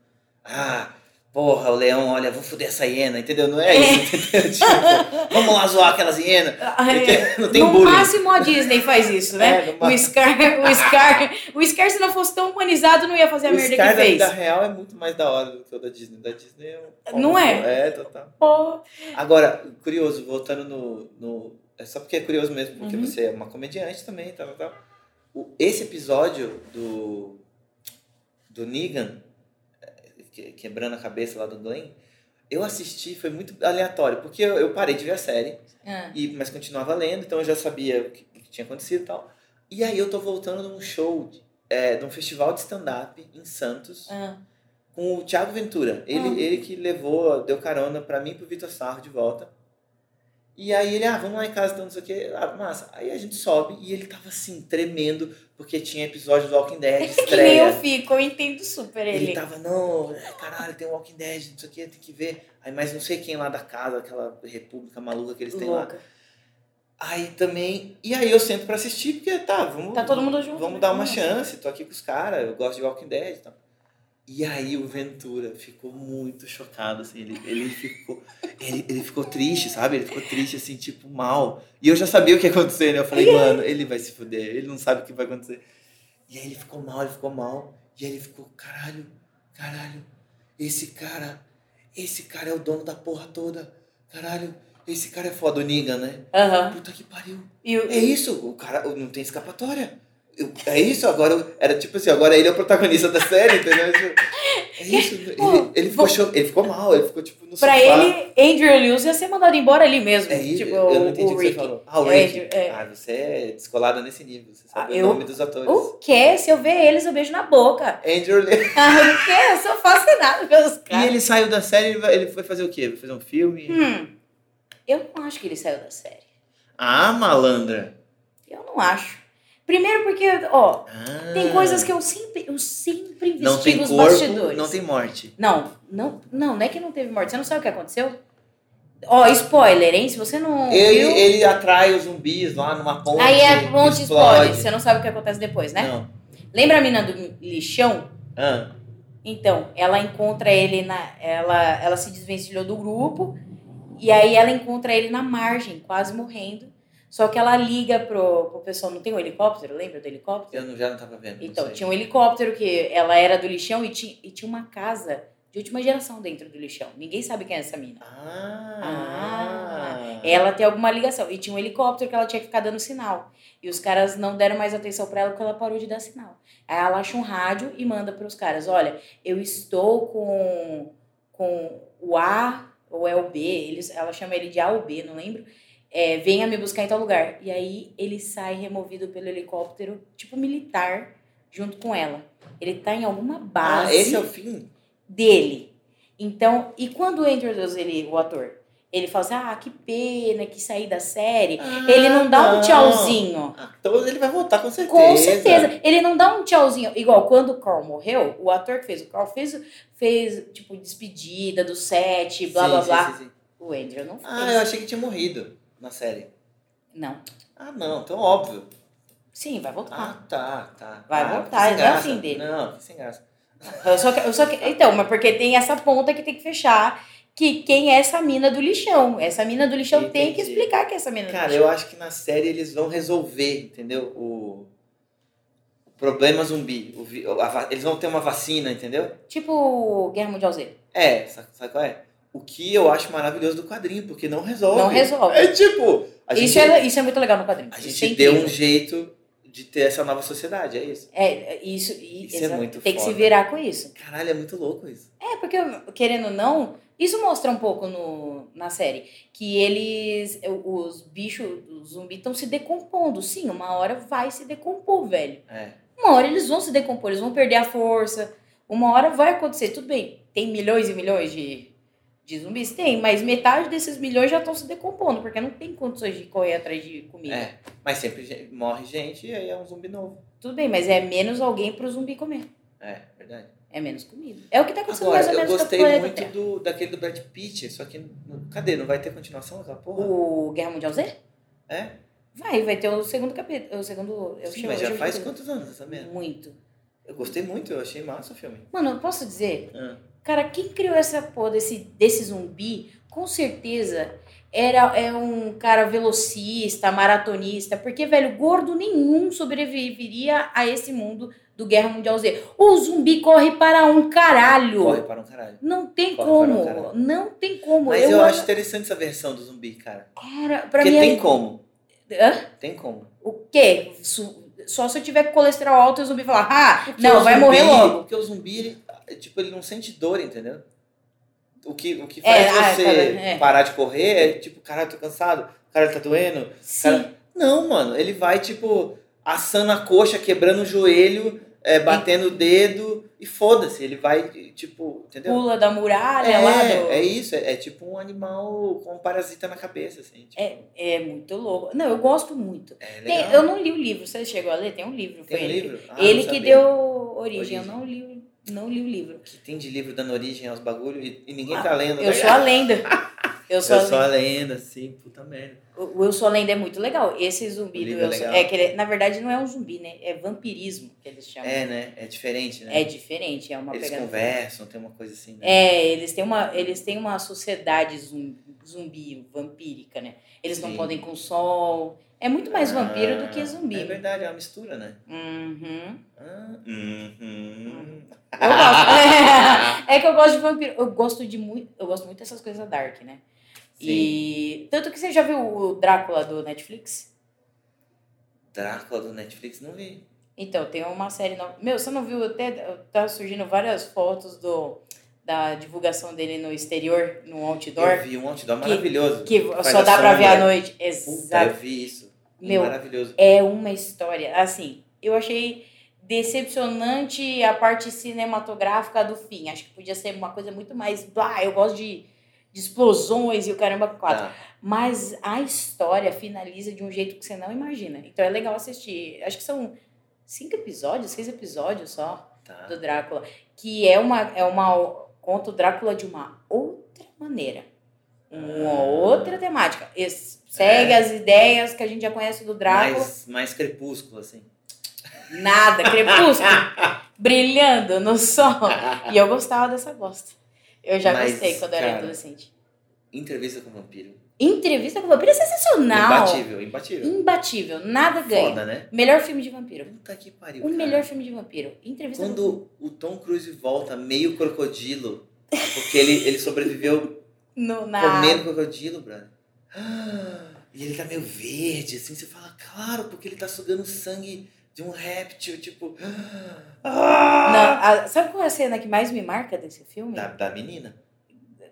Speaker 3: Ah, porra, o leão, olha, vou foder essa hiena, entendeu? Não é isso, entendeu? Tipo, vamos lá zoar aquelas hienas.
Speaker 5: Ah, é.
Speaker 3: Não tem
Speaker 5: no
Speaker 3: bullying.
Speaker 5: máximo a Disney faz isso, né?
Speaker 3: É, no
Speaker 5: o
Speaker 3: máximo.
Speaker 5: Scar, o Scar, o Scar se não fosse tão humanizado não ia fazer a
Speaker 3: o
Speaker 5: merda
Speaker 3: Scar
Speaker 5: que
Speaker 3: da
Speaker 5: fez.
Speaker 3: vida real é muito mais da hora do que o da Disney. Da Disney é um.
Speaker 5: Não é?
Speaker 3: É, total.
Speaker 5: Pô,
Speaker 3: Agora, curioso, voltando no. no é só porque é curioso mesmo, porque
Speaker 5: Uhum.
Speaker 3: você é uma comediante também, tal, tal, tal. O, esse episódio do. do Negan, eh, que- quebrando a cabeça lá do Glenn, eu assisti, foi muito aleatório, porque eu, eu parei de ver a série,
Speaker 5: Ah,
Speaker 3: e, mas continuava lendo, então eu já sabia o que, o que tinha acontecido e tal. E aí eu tô voltando num show, de, eh, de um festival de stand-up em Santos
Speaker 5: ah,
Speaker 3: com o Thiago Ventura. Ele,
Speaker 5: Ah.
Speaker 3: ele que levou, deu carona pra mim e pro Vitor Sarro de volta. E aí ele, ah, vamos lá em casa, então não sei o quê. Ah, massa. Aí a gente sobe e ele tava assim, tremendo, porque tinha episódio do Walking Dead,
Speaker 5: É que nem eu
Speaker 3: É estreia.
Speaker 5: fico, eu entendo super
Speaker 3: ele. tá
Speaker 5: ele.
Speaker 3: tava, não, caralho, tem Walking Dead, não sei o quê, tem que ver. Aí, mas não sei quem lá da casa, aquela república maluca que eles têm lá.
Speaker 5: Louca.
Speaker 3: Aí também. E aí eu sento pra assistir, porque tá, vamos.
Speaker 5: Tá todo mundo junto,
Speaker 3: Vamos
Speaker 5: né?
Speaker 3: dar uma
Speaker 5: Nossa.
Speaker 3: chance, tô aqui com os caras, eu gosto de Walking Dead e tal. E aí o Ventura ficou muito chocado, assim, ele, ele ficou ele, ele ficou triste, sabe? Ele ficou triste, assim, tipo, mal. E eu já sabia o que ia acontecer, né? Eu falei, mano, ele vai se fuder, ele não sabe o que vai acontecer. E aí ele ficou mal, ele ficou mal. E aí ele ficou, caralho, caralho, esse cara, esse cara é o dono da porra toda. Caralho, esse cara é foda, o Negan, né?
Speaker 5: Aham.
Speaker 3: Puta que pariu.
Speaker 5: E o-
Speaker 3: É isso, o cara não tem escapatória. Eu- é isso, agora eu- era tipo assim, agora ele é o protagonista da série, entendeu? Tipo, É isso, ele,
Speaker 5: Pô,
Speaker 3: ele ficou,
Speaker 5: vou-
Speaker 3: cho- ele ficou mal, ele ficou tipo no
Speaker 5: Pra
Speaker 3: sofá.
Speaker 5: ele, Andrew Lewis ia ser mandado embora ali mesmo.
Speaker 3: é isso,
Speaker 5: tipo,
Speaker 3: eu não
Speaker 5: o-
Speaker 3: entendi o,
Speaker 5: o
Speaker 3: que você
Speaker 5: Rick.
Speaker 3: falou. Ah, o
Speaker 5: É,
Speaker 3: Rick.
Speaker 5: é.
Speaker 3: Ah, você é descolada nesse nível, você sabe
Speaker 5: Ah,
Speaker 3: o
Speaker 5: eu-
Speaker 3: nome dos atores.
Speaker 5: O quê? Se eu ver eles, eu beijo na boca.
Speaker 3: Andrew Le...
Speaker 5: Ah, o quê? Eu sou fascinada pelos
Speaker 3: E
Speaker 5: caras.
Speaker 3: ele saiu da série, ele vai- ele foi fazer o quê? Vai fazer um filme?
Speaker 5: Hum, eu não acho que ele saiu da série.
Speaker 3: Ah, malandra.
Speaker 5: Eu não acho. Primeiro porque, ó,
Speaker 3: Ah.
Speaker 5: tem coisas que eu sempre, eu sempre investigo
Speaker 3: não tem
Speaker 5: os
Speaker 3: corpo,
Speaker 5: bastidores.
Speaker 3: não tem morte.
Speaker 5: Não, não, não, não é que não teve morte. Você não sabe o que aconteceu? Ó, spoiler, hein? Se você não
Speaker 3: Ele,
Speaker 5: viu,
Speaker 3: ele atrai os zumbis lá numa ponte.
Speaker 5: aí é um monte de
Speaker 3: explode.
Speaker 5: spoiler. Você não sabe o que acontece depois, né?
Speaker 3: Não.
Speaker 5: Lembra a mina do lixão?
Speaker 3: Ah.
Speaker 5: Então, ela encontra ele na. Ela, ela se desvencilhou do grupo. E aí ela encontra ele na margem, quase morrendo. Só que ela liga pro, pro pessoal. Não tem um helicóptero? Lembra do helicóptero?
Speaker 3: Eu não, já não tava vendo. não
Speaker 5: Então,
Speaker 3: sei.
Speaker 5: tinha um helicóptero que ela era do lixão e tinha, e tinha uma casa de última geração dentro do lixão. Ninguém sabe quem é essa mina.
Speaker 3: Ah!
Speaker 5: Ela tem alguma ligação. E tinha um helicóptero que ela tinha que ficar dando sinal. E os caras não deram mais atenção pra ela porque ela parou de dar sinal. Aí ela acha um rádio e manda pros caras: olha, eu estou com, com o A ou é o B, eles, ela chama ele de A ou B, não lembro. É, venha me buscar em tal lugar. E aí ele sai removido pelo helicóptero, tipo militar, junto com ela. Ele tá em alguma
Speaker 3: Ah,
Speaker 5: base
Speaker 3: esse é o fim?
Speaker 5: dele. Então, e quando o Andrew Doze, ele, o ator, ele fala assim, ah, que pena que saí da série. ele não dá um
Speaker 3: Ah, não.
Speaker 5: tchauzinho.
Speaker 3: Ah, Então ele vai voltar com certeza.
Speaker 5: Com certeza. Ele não dá um tchauzinho. Igual quando o Carl morreu, o ator que fez o Carl fez, fez tipo, despedida do set, blá,
Speaker 3: Sim,
Speaker 5: blá,
Speaker 3: sim,
Speaker 5: blá.
Speaker 3: sim, sim.
Speaker 5: O Andrew não fez.
Speaker 3: Ah, eu achei que tinha morrido na série.
Speaker 5: Não.
Speaker 3: Ah, não, então óbvio.
Speaker 5: Sim, vai
Speaker 3: Ah,
Speaker 5: voltar.
Speaker 3: tá, tá.
Speaker 5: Vai
Speaker 3: Ah,
Speaker 5: voltar,
Speaker 3: sem
Speaker 5: não é o
Speaker 3: graça.
Speaker 5: fim dele.
Speaker 3: Não, sem graça.
Speaker 5: Eu só, que- eu só que- então, mas porque tem essa ponta que tem que fechar, que quem é essa mina do lixão? Essa mina do lixão tem que
Speaker 3: Entendi.
Speaker 5: explicar que é essa mina do
Speaker 3: Cara,
Speaker 5: lixão.
Speaker 3: eu acho que na série eles vão resolver, entendeu? O, o problema zumbi. O vi- a va- Eles vão ter uma vacina, entendeu?
Speaker 5: Tipo Guerra Mundial Z.
Speaker 3: É, sabe, sabe qual é? O que eu acho maravilhoso do quadrinho, porque não resolve.
Speaker 5: Não resolve.
Speaker 3: É tipo, a
Speaker 5: Isso,
Speaker 3: gente,
Speaker 5: é, isso é muito legal no quadrinho.
Speaker 3: a
Speaker 5: isso é
Speaker 3: gente deu um
Speaker 5: incrível.
Speaker 3: jeito de ter essa nova sociedade, é isso.
Speaker 5: É, isso, e-
Speaker 3: Isso é
Speaker 5: exa-
Speaker 3: muito
Speaker 5: Tem que se
Speaker 3: foda.
Speaker 5: virar com isso.
Speaker 3: Caralho, é muito louco isso.
Speaker 5: É, porque, querendo ou não, isso mostra um pouco no, na série. Que eles, os bichos, os zumbis estão se decompondo. Sim, uma hora vai se decompor, velho.
Speaker 3: É.
Speaker 5: Uma hora eles vão se decompor, eles vão perder a força. Uma hora vai acontecer. Tudo bem, tem milhões e milhões de, de zumbis? Tem, mas metade desses milhões já estão se decompondo, porque não tem condições de correr atrás de comida.
Speaker 3: É. Mas sempre ge- morre gente e aí é um zumbi novo.
Speaker 5: Tudo bem, mas é menos alguém pro zumbi comer.
Speaker 3: É, verdade.
Speaker 5: É menos comida. É o que tá acontecendo mais
Speaker 3: Agora,
Speaker 5: ou
Speaker 3: eu
Speaker 5: menos com o
Speaker 3: gostei
Speaker 5: planeta
Speaker 3: muito
Speaker 5: Terra.
Speaker 3: do, daquele do Brad Pitt, só que. não- Cadê? Não vai ter continuação daquela porra?
Speaker 5: O Guerra Mundial Z?
Speaker 3: É?
Speaker 5: Vai, vai ter o segundo capítulo. O segundo. Eu
Speaker 3: Sim,
Speaker 5: chamo-
Speaker 3: mas já
Speaker 5: eu chamo
Speaker 3: faz
Speaker 5: de-
Speaker 3: quantos anos essa merda?
Speaker 5: Muito.
Speaker 3: Eu gostei muito, eu achei massa o filme.
Speaker 5: Mano, eu posso dizer?
Speaker 3: Ah.
Speaker 5: Cara, quem criou essa porra desse, desse zumbi, com certeza era é um cara velocista, maratonista, porque, velho, gordo nenhum sobreviveria a esse mundo do Guerra Mundial Z. O zumbi corre para um caralho.
Speaker 3: Corre para um caralho.
Speaker 5: Não tem
Speaker 3: Corre
Speaker 5: como.
Speaker 3: para um caralho.
Speaker 5: não tem como.
Speaker 3: Mas eu
Speaker 5: amo-
Speaker 3: acho interessante essa versão do zumbi, cara.
Speaker 5: Cara, pra
Speaker 3: Porque
Speaker 5: mim é-
Speaker 3: tem como.
Speaker 5: Hã?
Speaker 3: Tem como.
Speaker 5: O quê? Su- Só se eu tiver com colesterol alto e o zumbi falar, ah,
Speaker 3: Porque
Speaker 5: não,
Speaker 3: o
Speaker 5: vai
Speaker 3: zumbi-
Speaker 5: morrer logo.
Speaker 3: Porque o zumbi, ele, é, tipo, ele não sente dor, entendeu? O que, o que faz
Speaker 5: É, ah,
Speaker 3: você
Speaker 5: cara, é.
Speaker 3: parar de correr é tipo, caralho, tô cansado, caralho, tá doendo.
Speaker 5: Sim.
Speaker 3: Cara, não, mano, ele vai, tipo, assando a coxa, quebrando o joelho, é, batendo o dedo e foda-se, ele vai, tipo, entendeu?
Speaker 5: Pula da muralha
Speaker 3: é,
Speaker 5: lá do...
Speaker 3: é isso, é, é tipo um animal com um parasita na cabeça, assim. Tipo, é,
Speaker 5: É muito louco. Não, eu gosto muito. Tem-
Speaker 3: legal.
Speaker 5: eu não li o livro, você chegou a ler? Tem um livro, foi
Speaker 3: Tem um
Speaker 5: ele.
Speaker 3: livro? Ah,
Speaker 5: ele
Speaker 3: não
Speaker 5: que
Speaker 3: sabia.
Speaker 5: deu origem. Eu
Speaker 3: Origem.
Speaker 5: não li, o- não li o livro.
Speaker 3: Que tem de livro dando origem aos bagulhos e, e ninguém
Speaker 5: Ah,
Speaker 3: tá lendo.
Speaker 5: Eu
Speaker 3: né?
Speaker 5: sou a lenda. Eu
Speaker 3: Eu
Speaker 5: sou,
Speaker 3: sou,
Speaker 5: a
Speaker 3: a
Speaker 5: lenda.
Speaker 3: lenda, assim, puta merda.
Speaker 5: O o Eu Sou a Lenda é muito legal. Esse zumbi do
Speaker 3: Livro é
Speaker 5: Eu Sou...
Speaker 3: legal.
Speaker 5: É que ele- na verdade, não é um zumbi, né? É vampirismo que eles chamam.
Speaker 3: É, né? É diferente, né?
Speaker 5: É diferente, é uma
Speaker 3: Eles
Speaker 5: pegada...
Speaker 3: conversam, tem uma coisa assim, né?
Speaker 5: É, eles têm uma, eles têm uma sociedade zumbi, zumbi vampírica, né? Eles não
Speaker 3: Sim.
Speaker 5: podem com o sol. É muito mais vampiro do que zumbi.
Speaker 3: É verdade, é uma mistura, né?
Speaker 5: Uhum.
Speaker 3: Ah, uhum.
Speaker 5: Eu gosto. É, que eu gosto de vampiro. Eu gosto de muito. Eu gosto muito dessas coisas dark, né?
Speaker 3: Sim.
Speaker 5: E. Tanto que você já viu o Drácula do Netflix?
Speaker 3: Drácula do Netflix, não vi.
Speaker 5: Então, tem uma série nova. Meu, você não viu? Até tá surgindo várias fotos do, da divulgação dele no exterior, no outdoor.
Speaker 3: Eu vi um outdoor
Speaker 5: Que-
Speaker 3: maravilhoso.
Speaker 5: Que
Speaker 3: faz
Speaker 5: só
Speaker 3: a
Speaker 5: dá pra ver à
Speaker 3: sombra.
Speaker 5: noite.
Speaker 3: Puta, eu
Speaker 5: Exato.
Speaker 3: vi isso.
Speaker 5: Meu,
Speaker 3: Maravilhoso.
Speaker 5: é uma história. Assim, eu achei decepcionante a parte cinematográfica do fim. Acho que podia ser uma coisa muito mais. Blá, eu gosto de, de explosões e o caramba, quatro.
Speaker 3: Tá.
Speaker 5: Mas a história finaliza de um jeito que você não imagina. Então é legal assistir. Acho que são cinco episódios, seis episódios só
Speaker 3: Tá.
Speaker 5: do Drácula, que é uma é uma conta o Drácula de uma outra maneira, uma outra temática. Es- segue
Speaker 3: Ah. É.
Speaker 5: as ideias que a gente já conhece do Drácula.
Speaker 3: Mais, mais crepúsculo, assim.
Speaker 5: Nada, crepúsculo brilhando no sol. E eu gostava dessa bosta. Eu já
Speaker 3: Mas,
Speaker 5: gostei quando eu era
Speaker 3: cara,
Speaker 5: adolescente.
Speaker 3: Entrevista com o vampiro.
Speaker 5: Entrevista com o vampiro é sensacional.
Speaker 3: Imbatível, imbatível.
Speaker 5: Imbatível, nada ganha.
Speaker 3: Foda, né?
Speaker 5: Melhor filme de vampiro.
Speaker 3: Puta que pariu.
Speaker 5: O
Speaker 3: cara.
Speaker 5: melhor filme de vampiro. Entrevista com
Speaker 3: Quando o Tom Cruise volta meio crocodilo, porque ele, ele sobreviveu
Speaker 5: no, na...
Speaker 3: comendo crocodilo, brother. Ah, E ele tá meio verde, assim, você fala, claro, porque ele tá sugando sangue de um réptil, tipo. ah,
Speaker 5: Na- a- sabe qual é a cena que mais me marca desse filme?
Speaker 3: Da, da menina.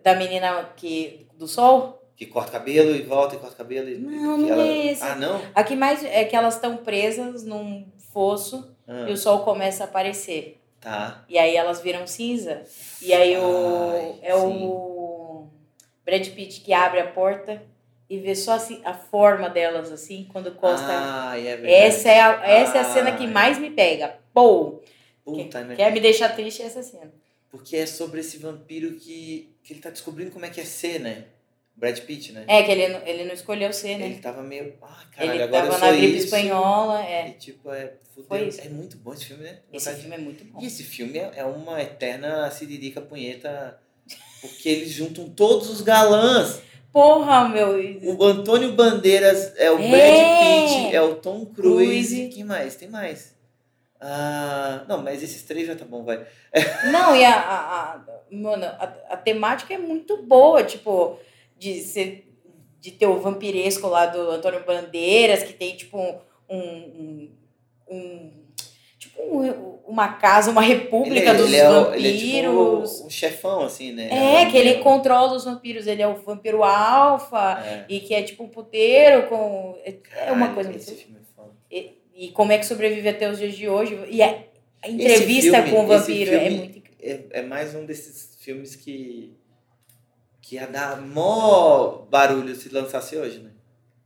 Speaker 5: Da menina que do sol?
Speaker 3: Que corta cabelo e volta e corta cabelo e.
Speaker 5: Não,
Speaker 3: e
Speaker 5: não
Speaker 3: ela...
Speaker 5: é esse.
Speaker 3: Ah, não?
Speaker 5: A que mais é que elas estão presas num fosso
Speaker 3: Ah,
Speaker 5: e o sol começa a aparecer.
Speaker 3: Tá.
Speaker 5: E aí elas viram cinza. E aí o.
Speaker 3: Ai,
Speaker 5: é
Speaker 3: sim.
Speaker 5: o Brad Pitt que abre a porta e vê só assim, a forma delas, assim, quando Costa.
Speaker 3: Ah, é verdade.
Speaker 5: essa é a, essa é a cena que
Speaker 3: Ai.
Speaker 5: mais me pega. Pô!
Speaker 3: Puta, né?
Speaker 5: Quer me deixar triste é essa cena.
Speaker 3: Porque é sobre esse vampiro que, que ele tá descobrindo como é que é ser, né? Brad Pitt, né?
Speaker 5: É que ele, não- ele não escolheu ser, né?
Speaker 3: Ele tava meio. Ah, caralho,
Speaker 5: Ele
Speaker 3: agora
Speaker 5: tava
Speaker 3: eu sou
Speaker 5: na gripe
Speaker 3: isso.
Speaker 5: espanhola, é.
Speaker 3: E tipo, é. fudeu.
Speaker 5: Foi isso.
Speaker 3: É muito bom esse filme, né?
Speaker 5: Esse
Speaker 3: Vontade de-
Speaker 5: filme é muito bom.
Speaker 3: E esse filme é é uma eterna Sidirica punheta. Porque eles juntam todos os galãs.
Speaker 5: Porra, meu.
Speaker 3: O Antônio Bandeiras é o
Speaker 5: É.
Speaker 3: Brad Pitt, é o Tom Cruise.
Speaker 5: Cruise.
Speaker 3: Quem mais? Tem mais. Ah, não, mas esses três já tá bom, vai.
Speaker 5: Não, e a, a, a- mano, a, a temática é muito boa, tipo, de ser de ter o vampiresco lá do Antônio Bandeiras, que tem tipo um, um, um- tipo um- uma casa, uma república dos
Speaker 3: é o-
Speaker 5: vampiros.
Speaker 3: ele é tipo um chefão, assim, né?
Speaker 5: é, que ele
Speaker 3: um-
Speaker 5: controla os vampiros, ele é o vampiro alfa
Speaker 3: É.
Speaker 5: e que é tipo um puteiro com é uma
Speaker 3: Caralho,
Speaker 5: coisa
Speaker 3: esse
Speaker 5: muito
Speaker 3: filme é foda.
Speaker 5: E, e como é que sobrevive até os dias de hoje. E a a entrevista
Speaker 3: filme-
Speaker 5: com o
Speaker 3: esse
Speaker 5: vampiro é
Speaker 3: filme-
Speaker 5: muito incrível.
Speaker 3: é, é mais um desses filmes que. que ia dar mó barulho se lançasse hoje, né?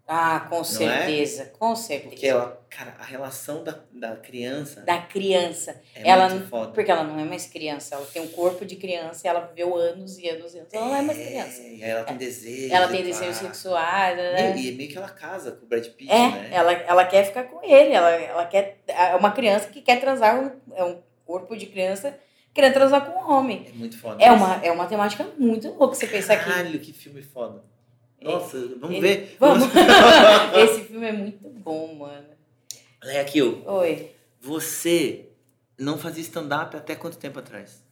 Speaker 5: Ah, com
Speaker 3: Não é?
Speaker 5: certeza, com certeza.
Speaker 3: Porque, ela, cara, a relação da, da criança
Speaker 5: Da criança.
Speaker 3: é
Speaker 5: ela
Speaker 3: muito foda.
Speaker 5: Porque ela não é mais criança, ela tem um corpo de criança, ela viveu anos e anos e anos. Ela não é mais criança.
Speaker 3: É, e aí ela tem desejos.
Speaker 5: Ela tem
Speaker 3: e pá.
Speaker 5: desejos sexuais. né?
Speaker 3: E, e meio que ela casa com o Brad Pitt,
Speaker 5: É,
Speaker 3: É né?
Speaker 5: ela, ela quer ficar com ele, ela, ela quer. É uma criança que quer transar, um- é um corpo de criança querendo transar com um homem.
Speaker 3: É muito foda.
Speaker 5: É uma, é uma temática muito louca você pensar que.
Speaker 3: Caralho, que filme foda. Nossa, vamos
Speaker 5: Ele-
Speaker 3: ver.
Speaker 5: Vamos! Esse filme é muito bom, mano.
Speaker 3: Leia Kill,
Speaker 5: Oi.
Speaker 3: você não fazia stand-up até quanto tempo atrás?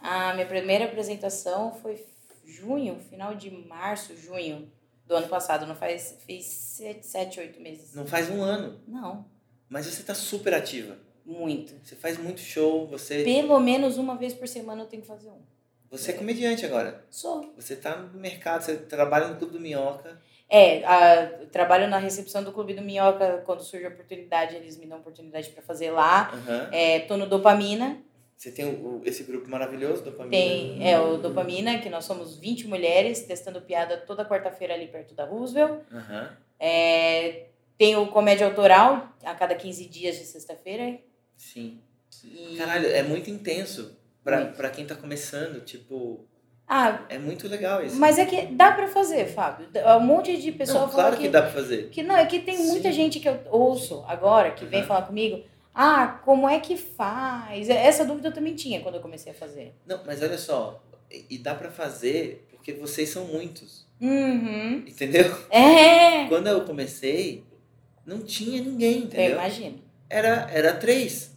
Speaker 5: A minha primeira apresentação foi junho, final de março, junho do ano passado. Não faz. Fiz sete, sete oito meses.
Speaker 3: Não faz um ano.
Speaker 5: Não,
Speaker 3: Mas você tá super ativa.
Speaker 5: muito.
Speaker 3: Você faz muito show, você.
Speaker 5: Pelo menos uma vez por semana eu tenho que fazer um.
Speaker 3: Você é comediante agora.
Speaker 5: Sou.
Speaker 3: Você tá no mercado, você trabalha no Clube do Minhoca.
Speaker 5: É, a, eu trabalho na recepção do Clube do Minhoca. Quando surge a oportunidade, eles me dão oportunidade pra fazer lá.
Speaker 3: Aham.
Speaker 5: É, tô no Dopamina,
Speaker 3: Você tem o- o- esse grupo maravilhoso, Dopamina.
Speaker 5: Tem é, o Dopamina, que nós somos 20 mulheres testando piada toda quarta-feira ali perto da Roosevelt.
Speaker 3: Aham.
Speaker 5: É, tem o Comédia Autoral, a cada 15 dias de sexta-feira.
Speaker 3: Sim.
Speaker 5: que-
Speaker 3: Caralho, é muito intenso pra,
Speaker 5: Muito.
Speaker 3: pra quem tá começando. Tipo,
Speaker 5: Ah,
Speaker 3: É muito legal isso.
Speaker 5: mas é que dá pra fazer, Fábio. Um monte de pessoa
Speaker 3: não,
Speaker 5: fala
Speaker 3: claro que... dá pra fazer.
Speaker 5: Que não, é que tem muita
Speaker 3: Sim.
Speaker 5: gente que eu ouço agora, que vem
Speaker 3: Uhum.
Speaker 5: falar comigo, ah, como é que faz? Essa dúvida eu também tinha quando eu comecei a fazer.
Speaker 3: Não, mas olha só, e e dá pra fazer porque vocês são muitos,
Speaker 5: Uhum.
Speaker 3: entendeu?
Speaker 5: É!
Speaker 3: Quando eu comecei, não tinha ninguém,
Speaker 5: Eu
Speaker 3: entendeu?
Speaker 5: imagino.
Speaker 3: Era, era três.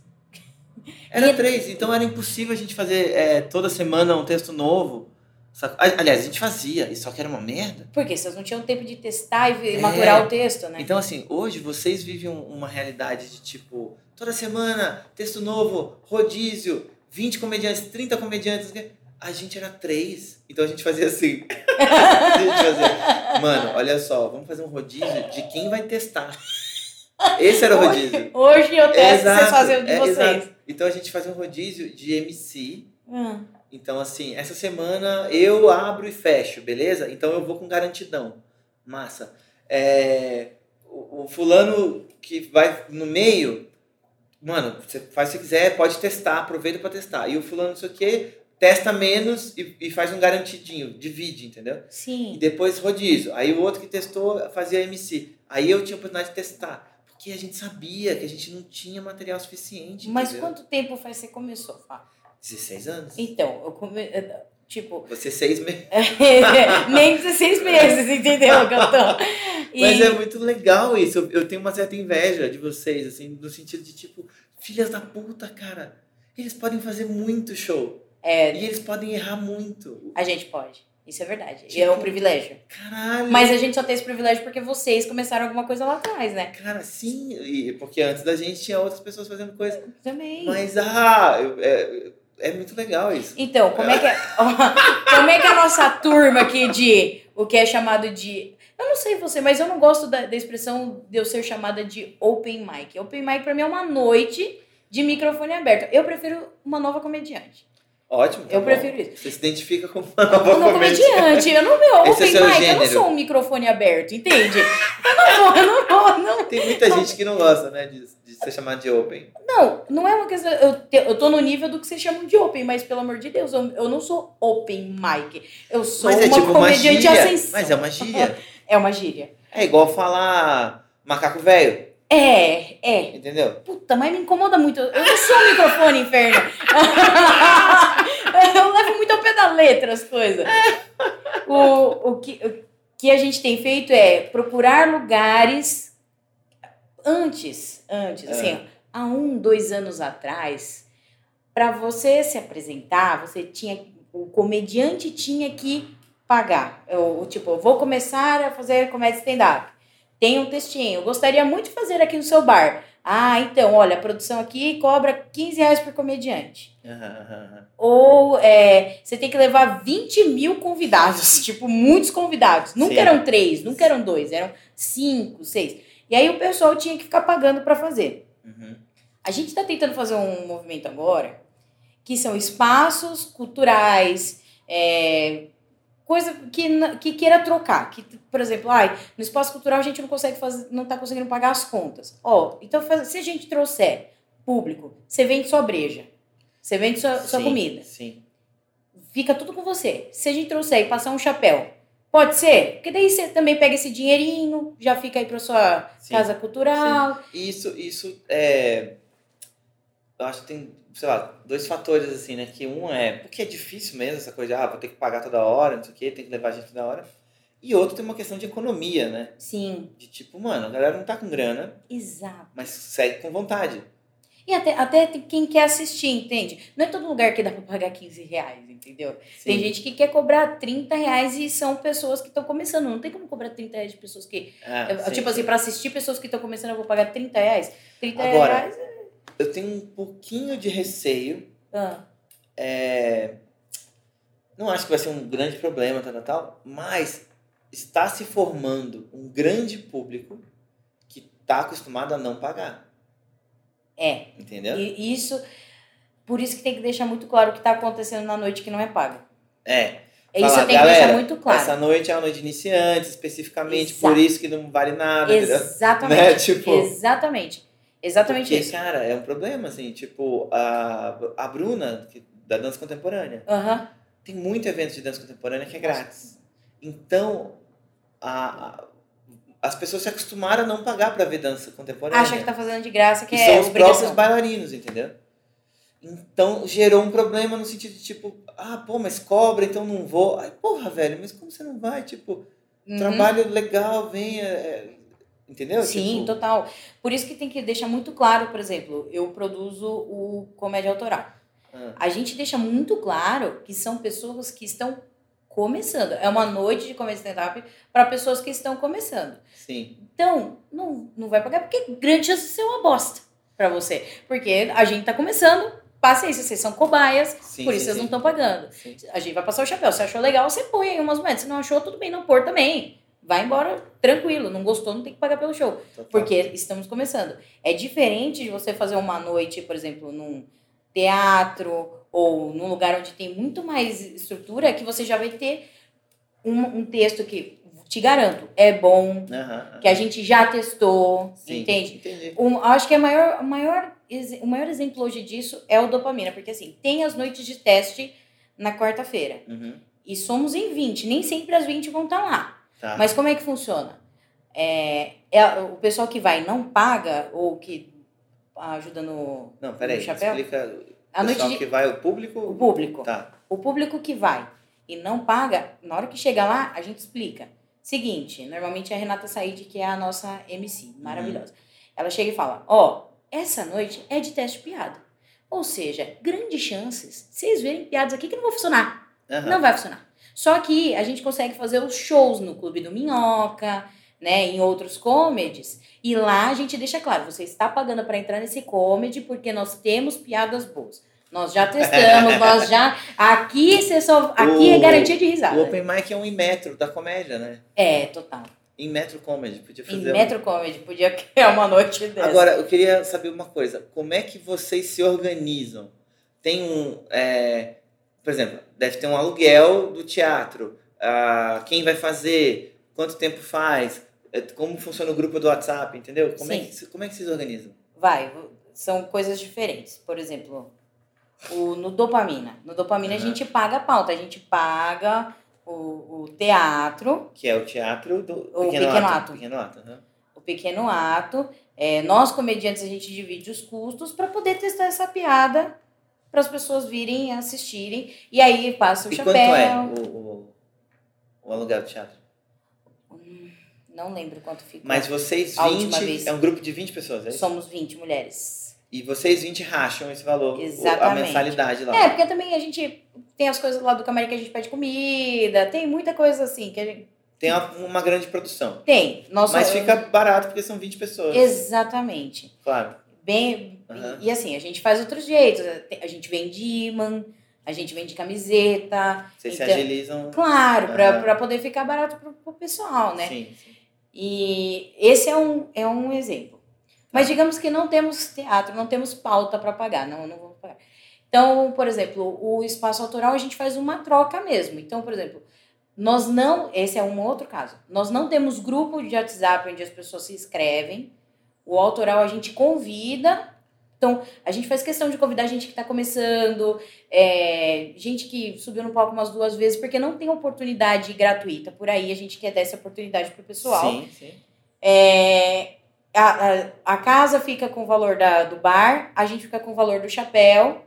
Speaker 3: Era
Speaker 5: E-
Speaker 3: três, então era impossível a gente fazer é, toda semana um texto novo. Saca? A- Aliás, a gente fazia, e só que era uma merda.
Speaker 5: Porque vocês não tinham tempo de testar e ver-
Speaker 3: É.
Speaker 5: maturar o texto, né?
Speaker 3: Então, assim, hoje vocês vivem um- uma realidade de tipo, toda semana, texto novo, rodízio, 20 comediantes, 30 comediantes. não sei o quê. A gente era três, então a gente fazia assim. a gente fazia, mano, olha só, vamos fazer um rodízio de quem vai testar. Esse era o rodízio.
Speaker 5: Hoje eu testo vocês
Speaker 3: Exato,
Speaker 5: fazerem o de
Speaker 3: é,
Speaker 5: vocês.
Speaker 3: exato. Então a gente fazia um rodízio de MC.
Speaker 5: Hum.
Speaker 3: Então, assim, essa semana eu abro e fecho, beleza? Então eu vou com garantidão. Massa. É, o, o fulano que vai no meio, mano, você faz o que quiser, pode testar, aproveita pra testar. E o fulano não sei o quê, testa menos e, e faz um garantidinho, divide, entendeu? E
Speaker 5: Sim.
Speaker 3: depois rodízio. Aí o outro que testou fazia MC. Aí eu tinha a oportunidade de testar. Porque a gente sabia que a gente não tinha material suficiente.
Speaker 5: Mas
Speaker 3: entendeu?
Speaker 5: quanto tempo faz que você começou, Fábio?
Speaker 3: 16 anos.
Speaker 5: Então, eu come... eh, Tipo,
Speaker 3: Você é seis meses.
Speaker 5: nem 16 meses, entendeu, Cantão? E...
Speaker 3: Mas é muito legal isso. Eu- Eu tenho uma certa inveja de vocês, assim, no sentido de tipo, filhas da puta, cara. Eles podem fazer muito show.
Speaker 5: é,
Speaker 3: E eles podem errar muito.
Speaker 5: A gente pode. Isso é verdade. E
Speaker 3: Tipo- é
Speaker 5: é um privilégio.
Speaker 3: Caralho.
Speaker 5: Mas a gente só tem esse privilégio porque vocês começaram alguma coisa lá atrás, né?
Speaker 3: Cara, sim. E, porque antes da gente tinha outras pessoas fazendo coisa.
Speaker 5: Também.
Speaker 3: Mas, ah, eu- é, é muito legal isso.
Speaker 5: Então, como é que é, como é que a nossa turma aqui de o que é chamado de eu não sei você, mas eu não gosto da, da expressão de eu ser chamada de open mic. Open mic pra mim é uma noite de microfone aberto. Eu prefiro uma nova comediante.
Speaker 3: Ótimo. tá
Speaker 5: eu
Speaker 3: bom.
Speaker 5: prefiro isso.
Speaker 3: Você se identifica como uma nova
Speaker 5: Eu não
Speaker 3: comédia.
Speaker 5: comediante. Eu não meu
Speaker 3: Esse é seu
Speaker 5: open mic, eu não
Speaker 3: gênero.
Speaker 5: sou um microfone aberto, entende? Eu não vou, eu não vou, não
Speaker 3: Tem muita gente que não gosta, né, de, de ser chamado de open.
Speaker 5: Não, não é uma questão. Eu, te- eu tô no nível do que vocês chamam de open, mas pelo amor de Deus, eu, eu não sou open mic. Eu sou
Speaker 3: Mas é
Speaker 5: uma
Speaker 3: tipo uma
Speaker 5: comediante
Speaker 3: gíria.
Speaker 5: ascensão.
Speaker 3: Mas é uma gíria.
Speaker 5: É uma gíria.
Speaker 3: É igual falar macaco velho,
Speaker 5: É, é.
Speaker 3: entendeu?
Speaker 5: Puta, mas me incomoda muito. Eu não sou um microfone, inferno. eu levo muito ao pé da letra as coisas. O, o, que, o que a gente tem feito é procurar lugares antes, antes,
Speaker 3: É.
Speaker 5: assim, há um, dois anos atrás, para você se apresentar, você tinha, o comediante tinha que pagar. Eu, tipo, eu vou começar a fazer comédia stand-up. Tem um textinho, eu gostaria muito de fazer aqui no seu bar. Ah, então, olha, a produção aqui cobra 15 reais por comediante.
Speaker 3: Aham, aham, aham.
Speaker 5: Ou é, você tem que levar 20 mil convidados, tipo, muitos convidados. Nunca
Speaker 3: Sim.
Speaker 5: eram três, nunca eram dois, eram cinco, seis. E aí o pessoal tinha que ficar pagando pra fazer.
Speaker 3: Uhum.
Speaker 5: A gente tá tentando fazer um movimento agora, que são espaços culturais, é, coisa que, n- que queira trocar. Que, por exemplo, ai, no espaço cultural a gente não consegue fazer, não tá conseguindo pagar as contas. Ó, então faz- se a gente trouxer público, você vende sua breja, você vende sua, sua
Speaker 3: Sim,
Speaker 5: comida
Speaker 3: Sim.
Speaker 5: fica tudo com você. Se a gente trouxer e passar um chapéu, pode ser? Porque daí você também pega esse dinheirinho, já fica aí pra sua
Speaker 3: Sim.
Speaker 5: casa cultural.
Speaker 3: E Isso, isso é. Eu acho que tem, sei lá, dois fatores assim, né? Que um é porque é difícil mesmo essa coisa, ah, vou ter que pagar toda hora, não sei o quê, tem que levar gente toda hora. E outro tem uma questão de economia, né?
Speaker 5: Sim,
Speaker 3: De tipo, mano, a galera não tá com grana,
Speaker 5: exato.
Speaker 3: mas segue com vontade.
Speaker 5: E até, até tem quem quer assistir, entende? Não é todo lugar que dá pra pagar 15 reais, entendeu? Tem
Speaker 3: Sim.
Speaker 5: gente que quer cobrar 30 reais e são pessoas que estão começando. Não tem como cobrar 30 reais de pessoas que.
Speaker 3: Ah,
Speaker 5: eu-
Speaker 3: sim.
Speaker 5: tipo assim, pra assistir pessoas que estão começando, eu vou pagar 30 reais. 30
Speaker 3: Agora-
Speaker 5: reais. é-
Speaker 3: Eu tenho um pouquinho de receio
Speaker 5: Ah,
Speaker 3: É, não acho que vai ser um grande problema, tal, tal, tal, mas está se formando um grande público que está acostumado a não pagar,
Speaker 5: é.
Speaker 3: entendeu?
Speaker 5: E isso. Por isso que tem que deixar muito claro o que tá acontecendo na noite que não é pago.
Speaker 3: É.
Speaker 5: É Isso
Speaker 3: Falar,
Speaker 5: eu tenho que
Speaker 3: "Galera,
Speaker 5: deixar muito claro.
Speaker 3: Essa noite é uma noite de iniciantes, especificamente,
Speaker 5: Exato.
Speaker 3: por isso que não vale nada, entendeu?
Speaker 5: Exatamente.
Speaker 3: Né? Tipo-
Speaker 5: Exatamente. Exatamente
Speaker 3: Porque,
Speaker 5: isso.
Speaker 3: cara, é um problema, assim, tipo, a, a Bruna, que- da dança é contemporânea,
Speaker 5: Aham.
Speaker 3: Tem muito evento de dança contemporânea que é grátis. Então, a- a- as pessoas se acostumaram a não pagar para ver dança contemporânea.
Speaker 5: Acha que tá fazendo de graça, que
Speaker 3: é E
Speaker 5: é
Speaker 3: são os próprios
Speaker 5: obrigação.
Speaker 3: bailarinos, entendeu? Então gerou um problema no sentido de tipo, ah, pô, mas cobra, então não vou. Ai, porra, velho, mas como você não vai? Tipo,
Speaker 5: Uhum.
Speaker 3: trabalho legal, venha. é, Entendeu?
Speaker 5: Sim,
Speaker 3: Tipo,
Speaker 5: total. Por isso que tem que deixar muito claro, por exemplo, eu produzo o comédia autoral.
Speaker 3: ah,
Speaker 5: A gente deixa muito claro que são pessoas que estão começando. É uma noite de comédia stand-up para pessoas que estão começando.
Speaker 3: sim.
Speaker 5: Então, não, não vai pagar, porque grande chance de ser uma bosta pra você. Porque a gente tá começando, paciência, vocês são cobaias,
Speaker 3: sim,
Speaker 5: por
Speaker 3: sim,
Speaker 5: isso vocês
Speaker 3: sim.
Speaker 5: não estão pagando.
Speaker 3: Sim.
Speaker 5: A gente vai passar o chapéu. Se achou legal, você põe aí umas moedas. Se não achou, tudo bem, não pôr também. Vai embora tranquilo, não gostou, não tem que pagar pelo show.
Speaker 3: Total.
Speaker 5: Porque estamos começando. É diferente de você fazer uma noite, por exemplo, num teatro ou num lugar onde tem muito mais estrutura, que você já vai ter um, um texto que, te garanto, é bom,
Speaker 3: Aham,
Speaker 5: que a gente já testou,
Speaker 3: sim,
Speaker 5: entende?
Speaker 3: Entendi.
Speaker 5: Um, acho que a maior, a maior, exe- o maior exemplo hoje disso é o dopamina, porque assim, tem as noites de teste na quarta-feira.
Speaker 3: Uhum,
Speaker 5: E somos em 20, nem sempre as 20 vão estar lá.
Speaker 3: tá.
Speaker 5: Mas como é que funciona? É, é- o pessoal que vai e não paga, ou que ajuda no,
Speaker 3: não, peraí,
Speaker 5: no chapéu?
Speaker 3: explica
Speaker 5: A
Speaker 3: o
Speaker 5: noite
Speaker 3: pessoal
Speaker 5: de-
Speaker 3: que vai, o público?
Speaker 5: o público.
Speaker 3: Tá,
Speaker 5: O público que vai e não paga, na hora que chega lá, a gente explica. Seguinte, normalmente é a Renata Said, que é a nossa MC,
Speaker 3: Uhum.
Speaker 5: maravilhosa. Ela chega e fala: Ó, essa noite é de teste de piada. Ou seja, grandes chances de vocês verem piadas aqui que não vão funcionar.
Speaker 3: aham,
Speaker 5: Não vai funcionar. Só que a gente consegue fazer os shows no Clube do Minhoca, né, em outros comedies, e lá a gente deixa claro, você está pagando para entrar nesse comedy porque nós temos piadas boas. Nós já testamos, nós já aqui você só aqui é
Speaker 3: O-
Speaker 5: garantia de
Speaker 3: O
Speaker 5: risada.
Speaker 3: Open Mic é um em metro da comédia, né?
Speaker 5: É, total.
Speaker 3: Em metro comedy, podia
Speaker 5: Em
Speaker 3: fazer um-
Speaker 5: Metro Comedy podia criar uma noite dessa.
Speaker 3: Agora, eu queria saber uma coisa. Como é que vocês se organizam? Tem um... é, por exemplo, deve ter um aluguel do teatro. ah, quem vai fazer? Quanto tempo faz? é, Como funciona o grupo do WhatsApp, entendeu? Como, é
Speaker 5: Sim.
Speaker 3: que, como é que vocês organizam?
Speaker 5: Vai, vo- são coisas diferentes. Por exemplo, o, no dopamina. No dopamina a
Speaker 3: Aham.
Speaker 5: gente paga a pauta, a gente paga o, o teatro,
Speaker 3: Que é o teatro do
Speaker 5: O Pequeno Ato.
Speaker 3: Pequeno ato, aham.
Speaker 5: o pequeno ato. É, nós, comediantes, a gente divide os custos para poder testar essa piada para as pessoas virem assistirem. E aí passa o
Speaker 3: E
Speaker 5: chapéu.
Speaker 3: quanto é o, o, o aluguel do teatro?
Speaker 5: Hum, Não lembro quanto ficou.
Speaker 3: Mas vocês,
Speaker 5: Né? A última vez.
Speaker 3: 20... É um grupo de 20 pessoas, é isso?
Speaker 5: Somos 20 mulheres.
Speaker 3: E vocês, 20, racham esse valor. o- A
Speaker 5: Exatamente.
Speaker 3: mensalidade lá.
Speaker 5: É, porque também a gente tem as coisas lá do camarim que a gente pede comida, tem muita coisa assim que a gente.
Speaker 3: Tem uma, uma grande produção.
Speaker 5: Tem. Nós
Speaker 3: Mas
Speaker 5: só-
Speaker 3: fica barato porque são 20 pessoas.
Speaker 5: Exatamente.
Speaker 3: Claro.
Speaker 5: bem
Speaker 3: Aham.
Speaker 5: e assim a gente faz outros jeitos a gente vende imã a gente vende camiseta
Speaker 3: Vocês se
Speaker 5: Então,
Speaker 3: agilizam.
Speaker 5: claro
Speaker 3: Aham.
Speaker 5: pra para poder ficar barato pro, pro pessoal né
Speaker 3: Sim, sim.
Speaker 5: e esse é um é um exemplo mas digamos que não temos teatro não temos pauta para pagar não não vamos pagar então por exemplo o espaço autoral a gente faz uma troca mesmo então por exemplo nós não esse é um outro caso nós não temos grupo de WhatsApp onde as pessoas se inscrevem o autoral a gente convida. Então, a gente faz questão de convidar gente que está começando, é, gente que subiu no palco umas duas vezes, porque não tem oportunidade gratuita por aí, a gente quer dar essa oportunidade pro pessoal.
Speaker 3: Sim, sim.
Speaker 5: É, a, a, a casa fica com o valor da, do bar, a gente fica com o valor do chapéu.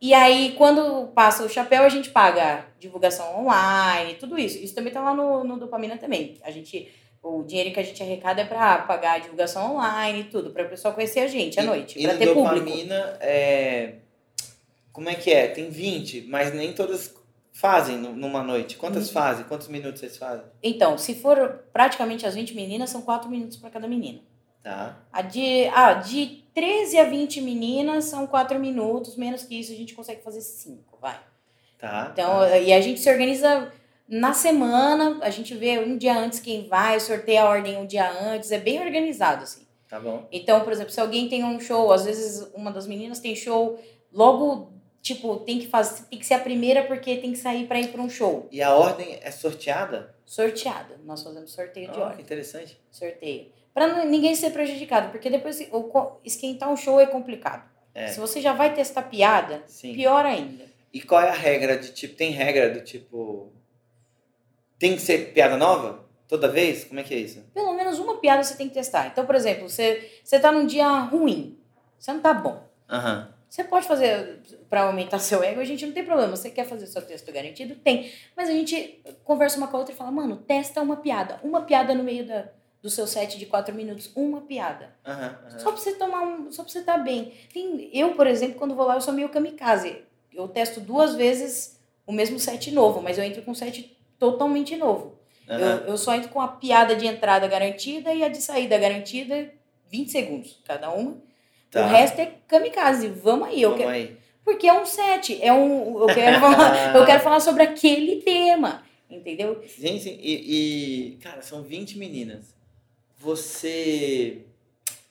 Speaker 5: E aí, quando passa o chapéu, a gente paga divulgação online, tudo isso. Isso também tá lá no, no Dopamina também. A gente, o dinheiro que a gente arrecada é para pagar a divulgação online e tudo, para o pessoal conhecer a gente à noite,
Speaker 3: E
Speaker 5: para
Speaker 3: no
Speaker 5: tipo, ter público.
Speaker 3: dopamina, é... como é que é? Tem 20, mas nem todas fazem nu- numa noite.
Speaker 5: Uhum.
Speaker 3: Quantas fazem? Quantos minutos vocês fazem?
Speaker 5: Então, se for praticamente as 20 meninas, são 4 minutos para cada menina.
Speaker 3: Tá.
Speaker 5: A de, ah, de 13 a 20 meninas são 4 minutos, menos que isso a gente consegue fazer 5, vai.
Speaker 3: Tá.
Speaker 5: Então,
Speaker 3: tá.
Speaker 5: e a gente se organiza na semana, a gente vê um dia antes quem vai, sorteia a ordem um dia antes, é bem organizado, assim.
Speaker 3: Tá bom.
Speaker 5: Então, por exemplo, se alguém tem um show, às vezes uma das meninas tem show logo, tipo, tem que fazer, tem que ser a primeira porque tem que sair pra ir pra um show.
Speaker 3: E a ordem é sorteada?
Speaker 5: Sorteado. Nós fazemos sorteio de
Speaker 3: Olha
Speaker 5: ordem
Speaker 3: que interessante.
Speaker 5: sorteio. Para ninguém ser prejudicado, porque depois o co- esquentar um show é complicado.
Speaker 3: É.
Speaker 5: Se você já vai testar piada,
Speaker 3: Sim.
Speaker 5: pior ainda.
Speaker 3: E qual é a regra de tipo? Tem regra do tipo. Tem que ser piada nova? Toda vez? Como é que é isso?
Speaker 5: Pelo menos uma piada você tem que testar. Então, por exemplo, você, você tá num dia ruim, você não tá bom.
Speaker 3: Aham.
Speaker 5: Você pode fazer para aumentar seu ego, a gente não tem problema. Você quer fazer seu texto garantido? Tem. Mas a gente conversa uma com a outra e fala, mano, testa uma piada. Uma piada no meio da, do seu set de quatro minutos. Uma piada.
Speaker 3: Aham. aham.
Speaker 5: Só pra você tomar um. Só pra você estar bem. Tem, eu, por exemplo, quando vou lá, eu sou meio kamikaze. Eu testo duas vezes o mesmo set novo, mas eu entro com um set totalmente novo.
Speaker 3: Aham.
Speaker 5: Eu, eu só entro com a piada de entrada garantida e a de saída garantida, 20 segundos cada uma.
Speaker 3: Tá.
Speaker 5: O resto é kamikaze. Vamos aí. Eu
Speaker 3: Vamos
Speaker 5: quero,
Speaker 3: aí.
Speaker 5: Porque é um set. É um, eu, quero falar, eu quero falar sobre aquele tema. Entendeu?
Speaker 3: Sim, sim. E, e, cara, são 20 meninas. Você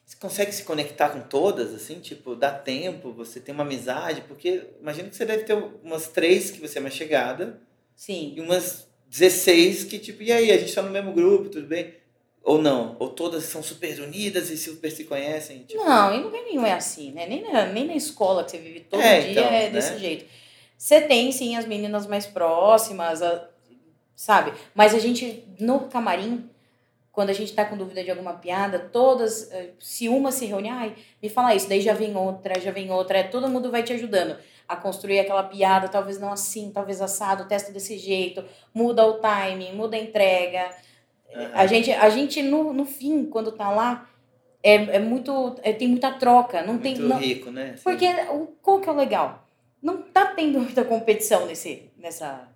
Speaker 3: você consegue se conectar com todas, assim? Tipo, dá tempo, você tem uma amizade? Porque imagino que você deve ter umas três que você é mais chegada
Speaker 5: Sim.
Speaker 3: e umas 16 que, tipo, e aí, a gente tá no mesmo grupo, tudo bem? Ou não? Ou todas são super unidas e super se conhecem? Tipo,
Speaker 5: Não, em lugar nenhum é assim, né? Nem na, nem na escola que você vive todo
Speaker 3: É,
Speaker 5: dia
Speaker 3: então,
Speaker 5: é
Speaker 3: né?
Speaker 5: desse jeito. Você tem, sim, as meninas mais próximas, a- sabe? Mas a gente, no camarim, quando a gente tá com dúvida de alguma piada, todas, eh, se uma se reúne, ai, me fala isso, daí já vem outra, já vem outra, é, todo mundo vai te ajudando a construir aquela piada, talvez não assim, talvez assado, testa desse jeito, muda o timing, muda a entrega, É,
Speaker 3: ah,
Speaker 5: a gente, a gente no, no fim, quando tá lá, é, é muito. é- tem muita troca. Não tem.
Speaker 3: muito
Speaker 5: não-
Speaker 3: rico, né? Assim.
Speaker 5: porque o, qual que é o legal? Não tá tendo muita competição nesse, nessa,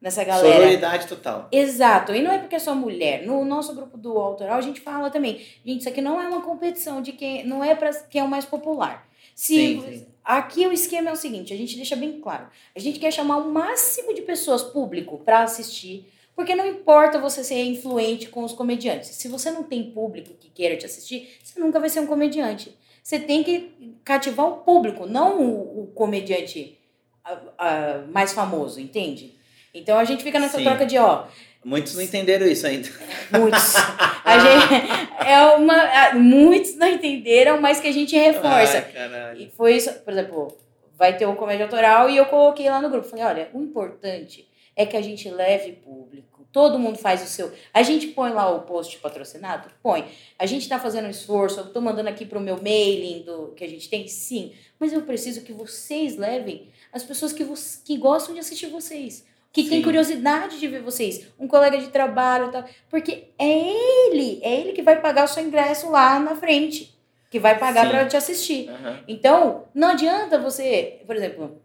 Speaker 5: nessa galera.
Speaker 3: Sororidade total.
Speaker 5: Exato. E não é porque é só mulher. No nosso grupo do autoral, a gente fala também. Gente, isso aqui não é uma competição de quem. Não é para quem é o mais popular. Se,
Speaker 3: Sim, sim.
Speaker 5: Aqui o esquema é o seguinte: a gente deixa bem claro. A gente quer chamar o máximo de pessoas público para assistir. Porque não importa você ser influente com os comediantes. Se você não tem público que queira te assistir, você nunca vai ser um comediante. Você tem que cativar o público, não o, o comediante ah, ah, mais famoso, entende? Então a gente fica nessa
Speaker 3: Sim.
Speaker 5: troca de, ó,
Speaker 3: Muitos não entenderam isso ainda.
Speaker 5: Muitos. A gente, é uma, a- muitos não entenderam, mas que a gente
Speaker 3: É.
Speaker 5: reforça.
Speaker 3: Ai, caralho.
Speaker 5: E foi isso, por exemplo, vai ter o comédia autoral e eu coloquei lá no grupo. Falei, olha, o importante é que a gente leve público. Todo mundo faz o seu. A gente põe lá o post patrocinado? Põe. A gente tá fazendo um esforço, eu tô mandando aqui pro meu mailing do que a gente tem? Sim. Mas eu preciso que vocês levem as pessoas que, vos, que gostam de assistir vocês. Que tem
Speaker 3: Sim.
Speaker 5: curiosidade de ver vocês. Um colega de trabalho e tal. Porque é ele, é ele que vai pagar o seu ingresso lá na frente. Que vai pagar
Speaker 3: Sim.
Speaker 5: pra te assistir.
Speaker 3: Aham.
Speaker 5: Então, não adianta você, por exemplo,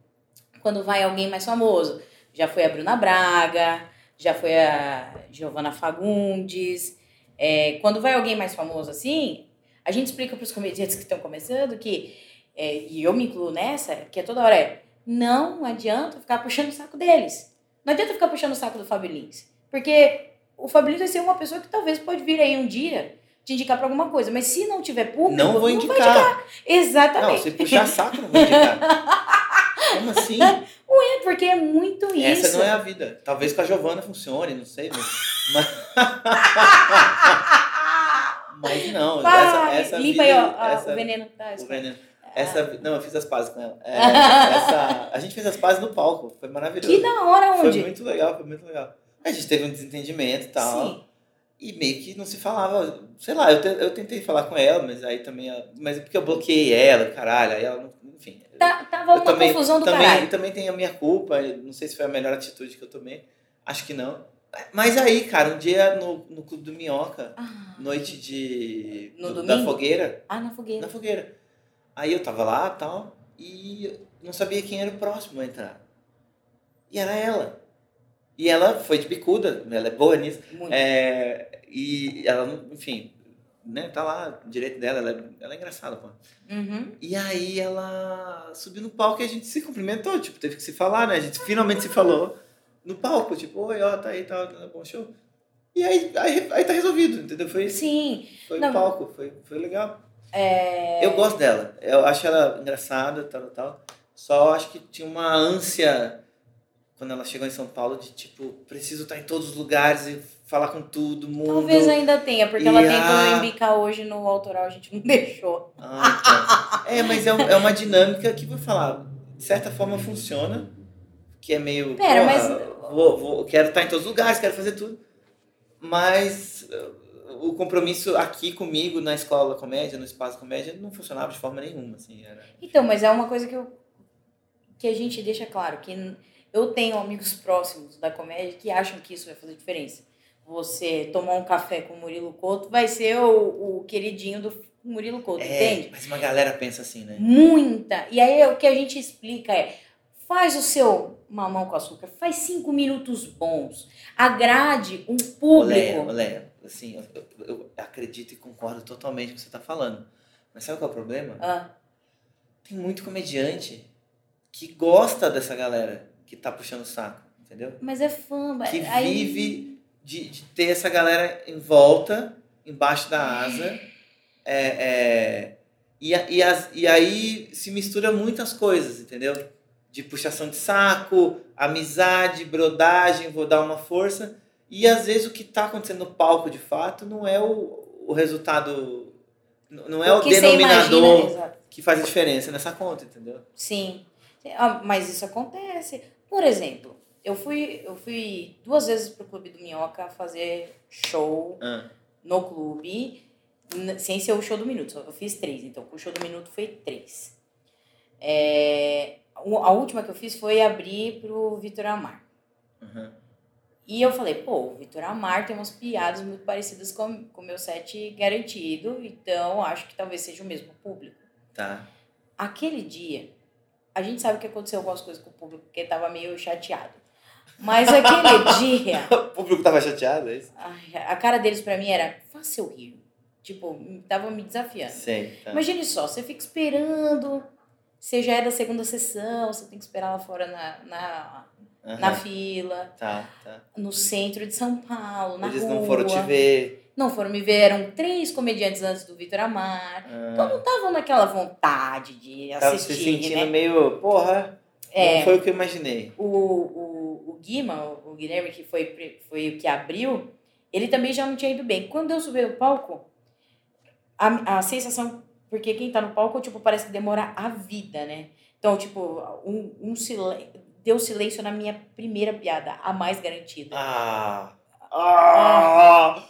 Speaker 5: quando vai alguém mais famoso, já foi a Bruna Braga, já foi a Giovanna Fagundes. é, quando vai alguém mais famoso assim, a gente explica para os comediantes que estão começando que, é, e eu me incluo nessa, que é toda hora é, não adianta ficar puxando o saco deles. Não adianta ficar puxando o saco do Fábio Lins. Porque o Fábio Lins vai ser uma pessoa que talvez pode vir aí um dia te indicar para alguma coisa. Mas se não tiver público,
Speaker 3: Não vou
Speaker 5: vai
Speaker 3: indicar.
Speaker 5: Exatamente.
Speaker 3: Não, se puxar saco, não vou indicar. Como assim?
Speaker 5: É porque é muito isso.
Speaker 3: Essa não é a vida. Talvez com a Giovana funcione, não sei. Mas, mas, mas não,
Speaker 5: Vai,
Speaker 3: essa, essa é vida.
Speaker 5: limpa aí, ó, a-
Speaker 3: essa,
Speaker 5: o veneno. Tá,
Speaker 3: o
Speaker 5: isso.
Speaker 3: veneno. Essa, vi- não, eu fiz as pazes com ela. É, essa- a gente fez as pazes no palco, foi maravilhoso.
Speaker 5: Que da hora
Speaker 3: foi
Speaker 5: onde?
Speaker 3: muito legal, foi muito legal. A gente teve um desentendimento e tal.
Speaker 5: Sim.
Speaker 3: E meio que não se falava. Sei lá, eu, te- eu tentei falar com ela, mas aí também. Ela, mas é porque eu bloqueei ela, caralho. Aí ela, não- enfim.
Speaker 5: Tá- tava
Speaker 3: Eu
Speaker 5: uma
Speaker 3: também-
Speaker 5: confusão do
Speaker 3: também,
Speaker 5: caralho.
Speaker 3: também tem a minha culpa, não sei se foi a melhor atitude que eu tomei, acho que não. Mas aí, cara, um dia no, no Clube do Minhoca,
Speaker 5: Ah,
Speaker 3: noite de.
Speaker 5: No
Speaker 3: do- da
Speaker 5: domingo?
Speaker 3: fogueira.
Speaker 5: ah, na fogueira.
Speaker 3: Na fogueira. Aí eu tava lá e tal, e eu não sabia quem era o próximo a entrar. E era ela. E ela foi de bicuda, ela é boa nisso.
Speaker 5: Muito.
Speaker 3: É, e ela, não- enfim, né, tá lá, direito dela, ela é, ela é engraçada, pô.
Speaker 5: Uhum.
Speaker 3: E aí ela subiu no palco e a gente se cumprimentou, tipo, teve que se falar, né? A gente finalmente se falou no palco, tipo, oi, ó, tá aí, tá, tá bom show. E aí, aí, aí tá resolvido, entendeu? Foi,
Speaker 5: Sim.
Speaker 3: foi
Speaker 5: não.
Speaker 3: o palco, foi, foi legal.
Speaker 5: É...
Speaker 3: Eu gosto dela, eu acho ela engraçada, tal, tal. Só acho que tinha uma ânsia quando ela chegou em São Paulo de, tipo, preciso estar em todos os lugares e falar com todo mundo.
Speaker 5: Talvez ainda tenha, porque ela
Speaker 3: E
Speaker 5: tentou
Speaker 3: a-
Speaker 5: embicar hoje no autoral, a gente não deixou.
Speaker 3: Ah, então. É, mas é, um- é uma dinâmica que, vou falar, de certa forma funciona, que é meio.
Speaker 5: Pera,
Speaker 3: "Porra,
Speaker 5: mas-
Speaker 3: Vou, vou- quero estar em todos os lugares, quero fazer tudo. Mas uh, o compromisso aqui comigo, na escola comédia, no espaço comédia, não funcionava de forma nenhuma. Assim, era...
Speaker 5: Então, mas é uma coisa que, eu, que a gente deixa claro, que n- eu tenho amigos próximos da comédia que acham que isso vai fazer diferença. Você tomar um café com o Murilo Couto vai ser o, o queridinho do Murilo Couto,
Speaker 3: É,
Speaker 5: entende?
Speaker 3: mas uma galera pensa assim, né?
Speaker 5: Muita! E aí o que a gente explica é, faz o seu mamão com açúcar, faz cinco minutos bons, agrade um
Speaker 3: Olé,
Speaker 5: público.
Speaker 3: olé, assim, eu, eu- eu acredito e concordo totalmente com o que você está falando. Mas sabe qual é o problema?
Speaker 5: Ah,
Speaker 3: Tem muito comediante que gosta dessa galera que tá puxando o saco, entendeu?
Speaker 5: mas é fã. mas
Speaker 3: que
Speaker 5: aí-
Speaker 3: vive de, de ter essa galera em volta, embaixo da asa. É, é, e, a- e, as- e aí se mistura muitas coisas, entendeu? De puxação de saco, amizade, brodagem, vou dar uma força. E às vezes o que tá acontecendo no palco de fato não é o, o resultado, n- não é o,
Speaker 5: que você
Speaker 3: denominador
Speaker 5: imagina, exato.
Speaker 3: que faz a diferença nessa conta, entendeu?
Speaker 5: Sim. Ah, Mas isso acontece. Por exemplo, eu fui, eu fui duas vezes pro Clube do Minhoca fazer show
Speaker 3: Ah,
Speaker 5: no clube, n- sem ser o show do minuto. só- Eu fiz três, então o show do minuto foi três. É, o- a última que eu fiz foi abrir pro Vitor Amar.
Speaker 3: aham.
Speaker 5: E eu falei, pô, o Vitor Amar tem umas piadas muito parecidas com com o meu set garantido, então acho que talvez seja o mesmo público.
Speaker 3: Tá.
Speaker 5: Aquele dia, a gente sabe que aconteceu algumas coisas com o público, porque tava meio chateado. Mas aquele dia,
Speaker 3: O público tava chateado, é isso?
Speaker 5: ai, a cara deles pra mim era, faça eu rir. Tipo, m- tava me desafiando.
Speaker 3: Sim, tá.
Speaker 5: Imagine só, você fica esperando, você já é da segunda sessão, você tem que esperar lá fora na, na, na
Speaker 3: Aham.
Speaker 5: fila,
Speaker 3: Tá, tá.
Speaker 5: no centro de São Paulo, na
Speaker 3: Eles
Speaker 5: rua.
Speaker 3: não foram te ver.
Speaker 5: Não foram me ver, eram três comediantes antes do Vitor Amar. Então
Speaker 3: Ah,
Speaker 5: não estavam naquela vontade de
Speaker 3: tava se
Speaker 5: assistir,
Speaker 3: sentindo
Speaker 5: né? É.
Speaker 3: meio, porra, não foi o que eu imaginei.
Speaker 5: o, o, o Guima, o Guilherme, que foi, pri- foi o que abriu, ele também já não tinha ido bem. Quando eu subi no palco, a, a sensação. Porque quem tá no palco, tipo, parece que demora a vida, né? Então, tipo, um, um silêncio. Deu silêncio na minha primeira piada, a mais garantida.
Speaker 3: Ah! Ah!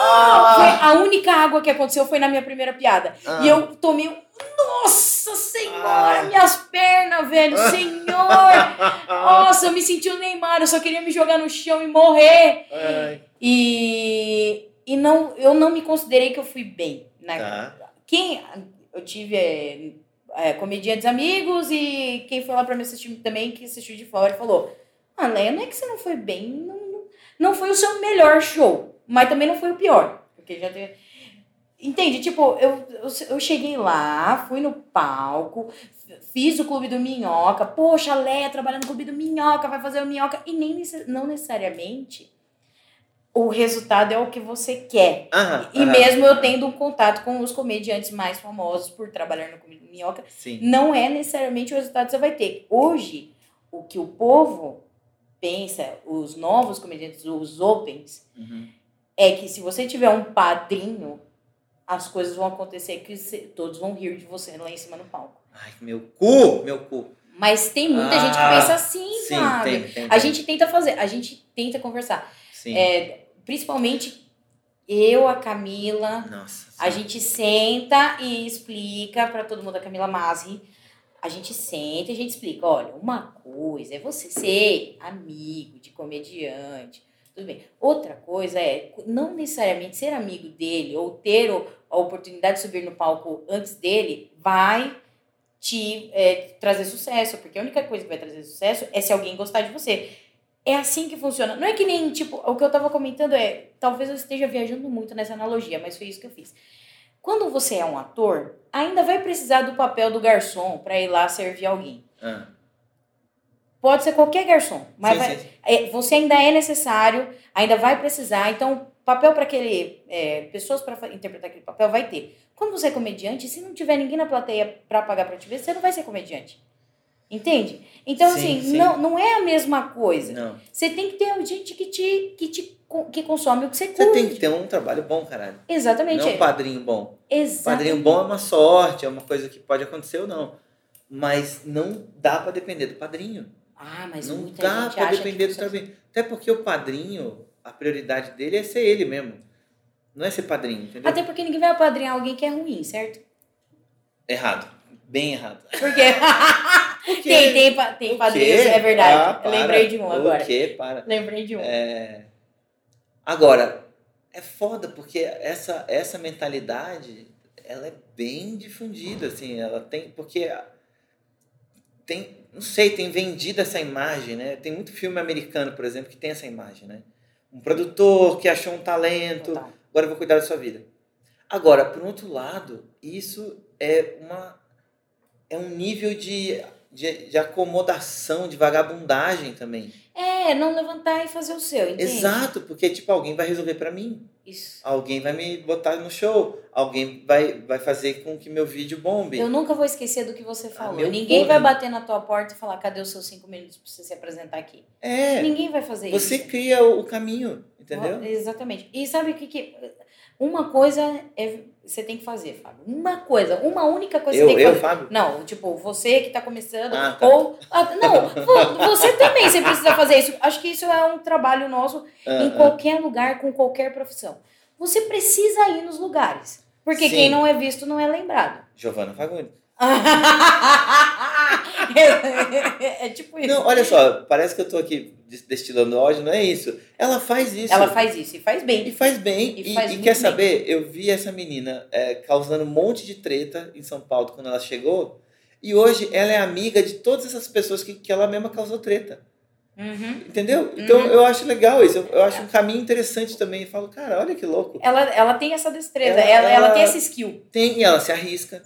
Speaker 3: Ah!
Speaker 5: Foi a única água que aconteceu foi na minha primeira piada.
Speaker 3: Ah.
Speaker 5: E eu tomei. um, Nossa Senhora,
Speaker 3: Ah.
Speaker 5: minhas pernas, velho! Senhor! Nossa, eu me senti o Neymar, eu só queria me jogar no chão e morrer.
Speaker 3: Ai,
Speaker 5: E, e não, eu não me considerei que eu fui bem. Né?
Speaker 3: Tá.
Speaker 5: Quem eu tive é, é, comediantes amigos e quem foi lá pra me assistir também, que assistiu de fora, falou: Ah, Leia, não é que você não foi bem, não, não, não foi o seu melhor show, mas também não foi o pior. Porque já teve. Entende? Tipo, eu, eu, eu cheguei lá, fui no palco, fiz o Clube do Minhoca. Poxa, Leia trabalhando no Clube do Minhoca, vai fazer o Minhoca. E nem nece- não necessariamente o resultado é o que você quer.
Speaker 3: Aham,
Speaker 5: E
Speaker 3: aham.
Speaker 5: mesmo eu tendo um contato com os comediantes mais famosos por trabalhar no Comida Minhoca,
Speaker 3: Sim.
Speaker 5: não é necessariamente o resultado que você vai ter. Hoje, o que o povo pensa, os novos comediantes, os opens,
Speaker 3: Uhum.
Speaker 5: é que se você tiver um padrinho, as coisas vão acontecer que você- todos vão rir de você lá em cima no palco.
Speaker 3: Ai, meu cu! Meu cu.
Speaker 5: Mas tem muita
Speaker 3: Ah,
Speaker 5: gente que pensa assim,
Speaker 3: Sim,
Speaker 5: sabe?
Speaker 3: tem, tem.
Speaker 5: A
Speaker 3: tem.
Speaker 5: gente é, tenta fazer, a gente tenta conversar.
Speaker 3: Sim.
Speaker 5: Principalmente eu, a Camila,
Speaker 3: Nossa.
Speaker 5: A gente senta e explica pra todo mundo, a Camila Masri. A gente senta e a gente explica: olha, uma coisa é você ser amigo de comediante, tudo bem. Outra coisa é não necessariamente ser amigo dele ou ter o- a oportunidade de subir no palco antes dele vai te é, trazer sucesso, porque a única coisa que vai trazer sucesso é se alguém gostar de você. É assim que funciona. Não é que nem, tipo, o que eu tava comentando é, talvez eu esteja viajando muito nessa analogia, mas foi isso que eu fiz. Quando você é um ator, ainda vai precisar do papel do garçom pra ir lá servir alguém.
Speaker 3: Ah,
Speaker 5: Pode ser qualquer garçom, mas
Speaker 3: sim,
Speaker 5: vai,
Speaker 3: sim.
Speaker 5: é, você ainda é necessário, ainda vai precisar, então papel para aquele, é, pessoas para interpretar aquele papel vai ter. Quando você é comediante, se não tiver ninguém na plateia para pagar para te ver, você não vai ser comediante. Entende? Então,
Speaker 3: Sim,
Speaker 5: assim,
Speaker 3: sim.
Speaker 5: Não, não é a mesma coisa.
Speaker 3: Não.
Speaker 5: Você tem que ter gente que te, que te co- que consome o que você curte.
Speaker 3: Você tem que ter um trabalho bom, caralho.
Speaker 5: Exatamente.
Speaker 3: Não um padrinho bom.
Speaker 5: Exatamente.
Speaker 3: Padrinho bom é uma sorte, é uma coisa que pode acontecer ou não. Mas não dá pra depender do padrinho.
Speaker 5: Ah, mas
Speaker 3: não
Speaker 5: muita
Speaker 3: dá
Speaker 5: gente
Speaker 3: pra
Speaker 5: acha
Speaker 3: depender
Speaker 5: que
Speaker 3: do trabalho. Até porque o padrinho, a prioridade dele é ser ele mesmo. Não é ser padrinho, entendeu?
Speaker 5: Até porque ninguém vai apadrinhar alguém que é ruim, certo?
Speaker 3: Errado. Bem errado.
Speaker 5: Porque
Speaker 3: Porque...
Speaker 5: tem, tem, pa- tem padrinhos, é verdade. Eu lembrei de um agora.
Speaker 3: Ah, O quê? Para.
Speaker 5: Lembrei de um.
Speaker 3: É... Agora, é foda porque essa, essa mentalidade, ela é bem difundida, assim, ela tem, porque tem, não sei, tem vendido essa imagem, né? Tem muito filme americano, por exemplo, que tem essa imagem, né? Um produtor que achou um talento,
Speaker 5: Total.
Speaker 3: agora eu vou cuidar da sua vida. Agora, por outro lado, isso é uma é um nível de, de, de acomodação, de vagabundagem também.
Speaker 5: É, não levantar e fazer o seu, entende?
Speaker 3: Exato, porque tipo alguém vai resolver pra mim,
Speaker 5: Isso.
Speaker 3: alguém vai me botar no show, alguém vai, vai fazer com que meu vídeo bombe.
Speaker 5: Eu nunca vou esquecer do que você falou.
Speaker 3: Ah, meu
Speaker 5: Ninguém
Speaker 3: povo.
Speaker 5: vai bater na tua porta e falar, cadê os seus cinco minutos pra você se apresentar aqui?
Speaker 3: É,
Speaker 5: Ninguém vai fazer isso.
Speaker 3: você cria o o caminho, entendeu?
Speaker 5: Exatamente. E sabe o que que... Uma coisa é, você tem que fazer, Fábio. Uma coisa, uma única coisa
Speaker 3: Eu,
Speaker 5: é, você tem que
Speaker 3: eu,
Speaker 5: fazer.
Speaker 3: Fábio.
Speaker 5: Não, tipo, você que tá começando,
Speaker 3: Ah, tá.
Speaker 5: ou... ah, não, vo- você também, você precisa fazer isso. Acho que isso é um trabalho nosso
Speaker 3: Ah,
Speaker 5: em
Speaker 3: ah.
Speaker 5: qualquer lugar, com qualquer profissão. Você precisa ir nos lugares. Porque
Speaker 3: Sim.
Speaker 5: quem não é visto não é lembrado.
Speaker 3: Giovana ah, Fagundes.
Speaker 5: é tipo isso.
Speaker 3: Não, olha só, parece que eu tô aqui des- destilando ódio, não é isso. Ela faz isso.
Speaker 5: Ela faz isso e faz
Speaker 3: E
Speaker 5: bem.
Speaker 3: faz bem.
Speaker 5: E
Speaker 3: E,
Speaker 5: faz
Speaker 3: e
Speaker 5: muito
Speaker 3: quer
Speaker 5: bem.
Speaker 3: saber? Eu vi essa menina é, causando um monte de treta em São Paulo quando ela chegou. E hoje ela é amiga de todas essas pessoas que, que ela mesma causou treta.
Speaker 5: Uhum.
Speaker 3: Entendeu? Então
Speaker 5: Uhum.
Speaker 3: eu acho legal isso. Eu, eu acho um caminho interessante também. Eu falo, cara, olha que louco.
Speaker 5: Ela, ela tem essa destreza,
Speaker 3: Ela-
Speaker 5: ela, ela,
Speaker 3: ela-
Speaker 5: tem essa skill.
Speaker 3: Tem, e ela se arrisca,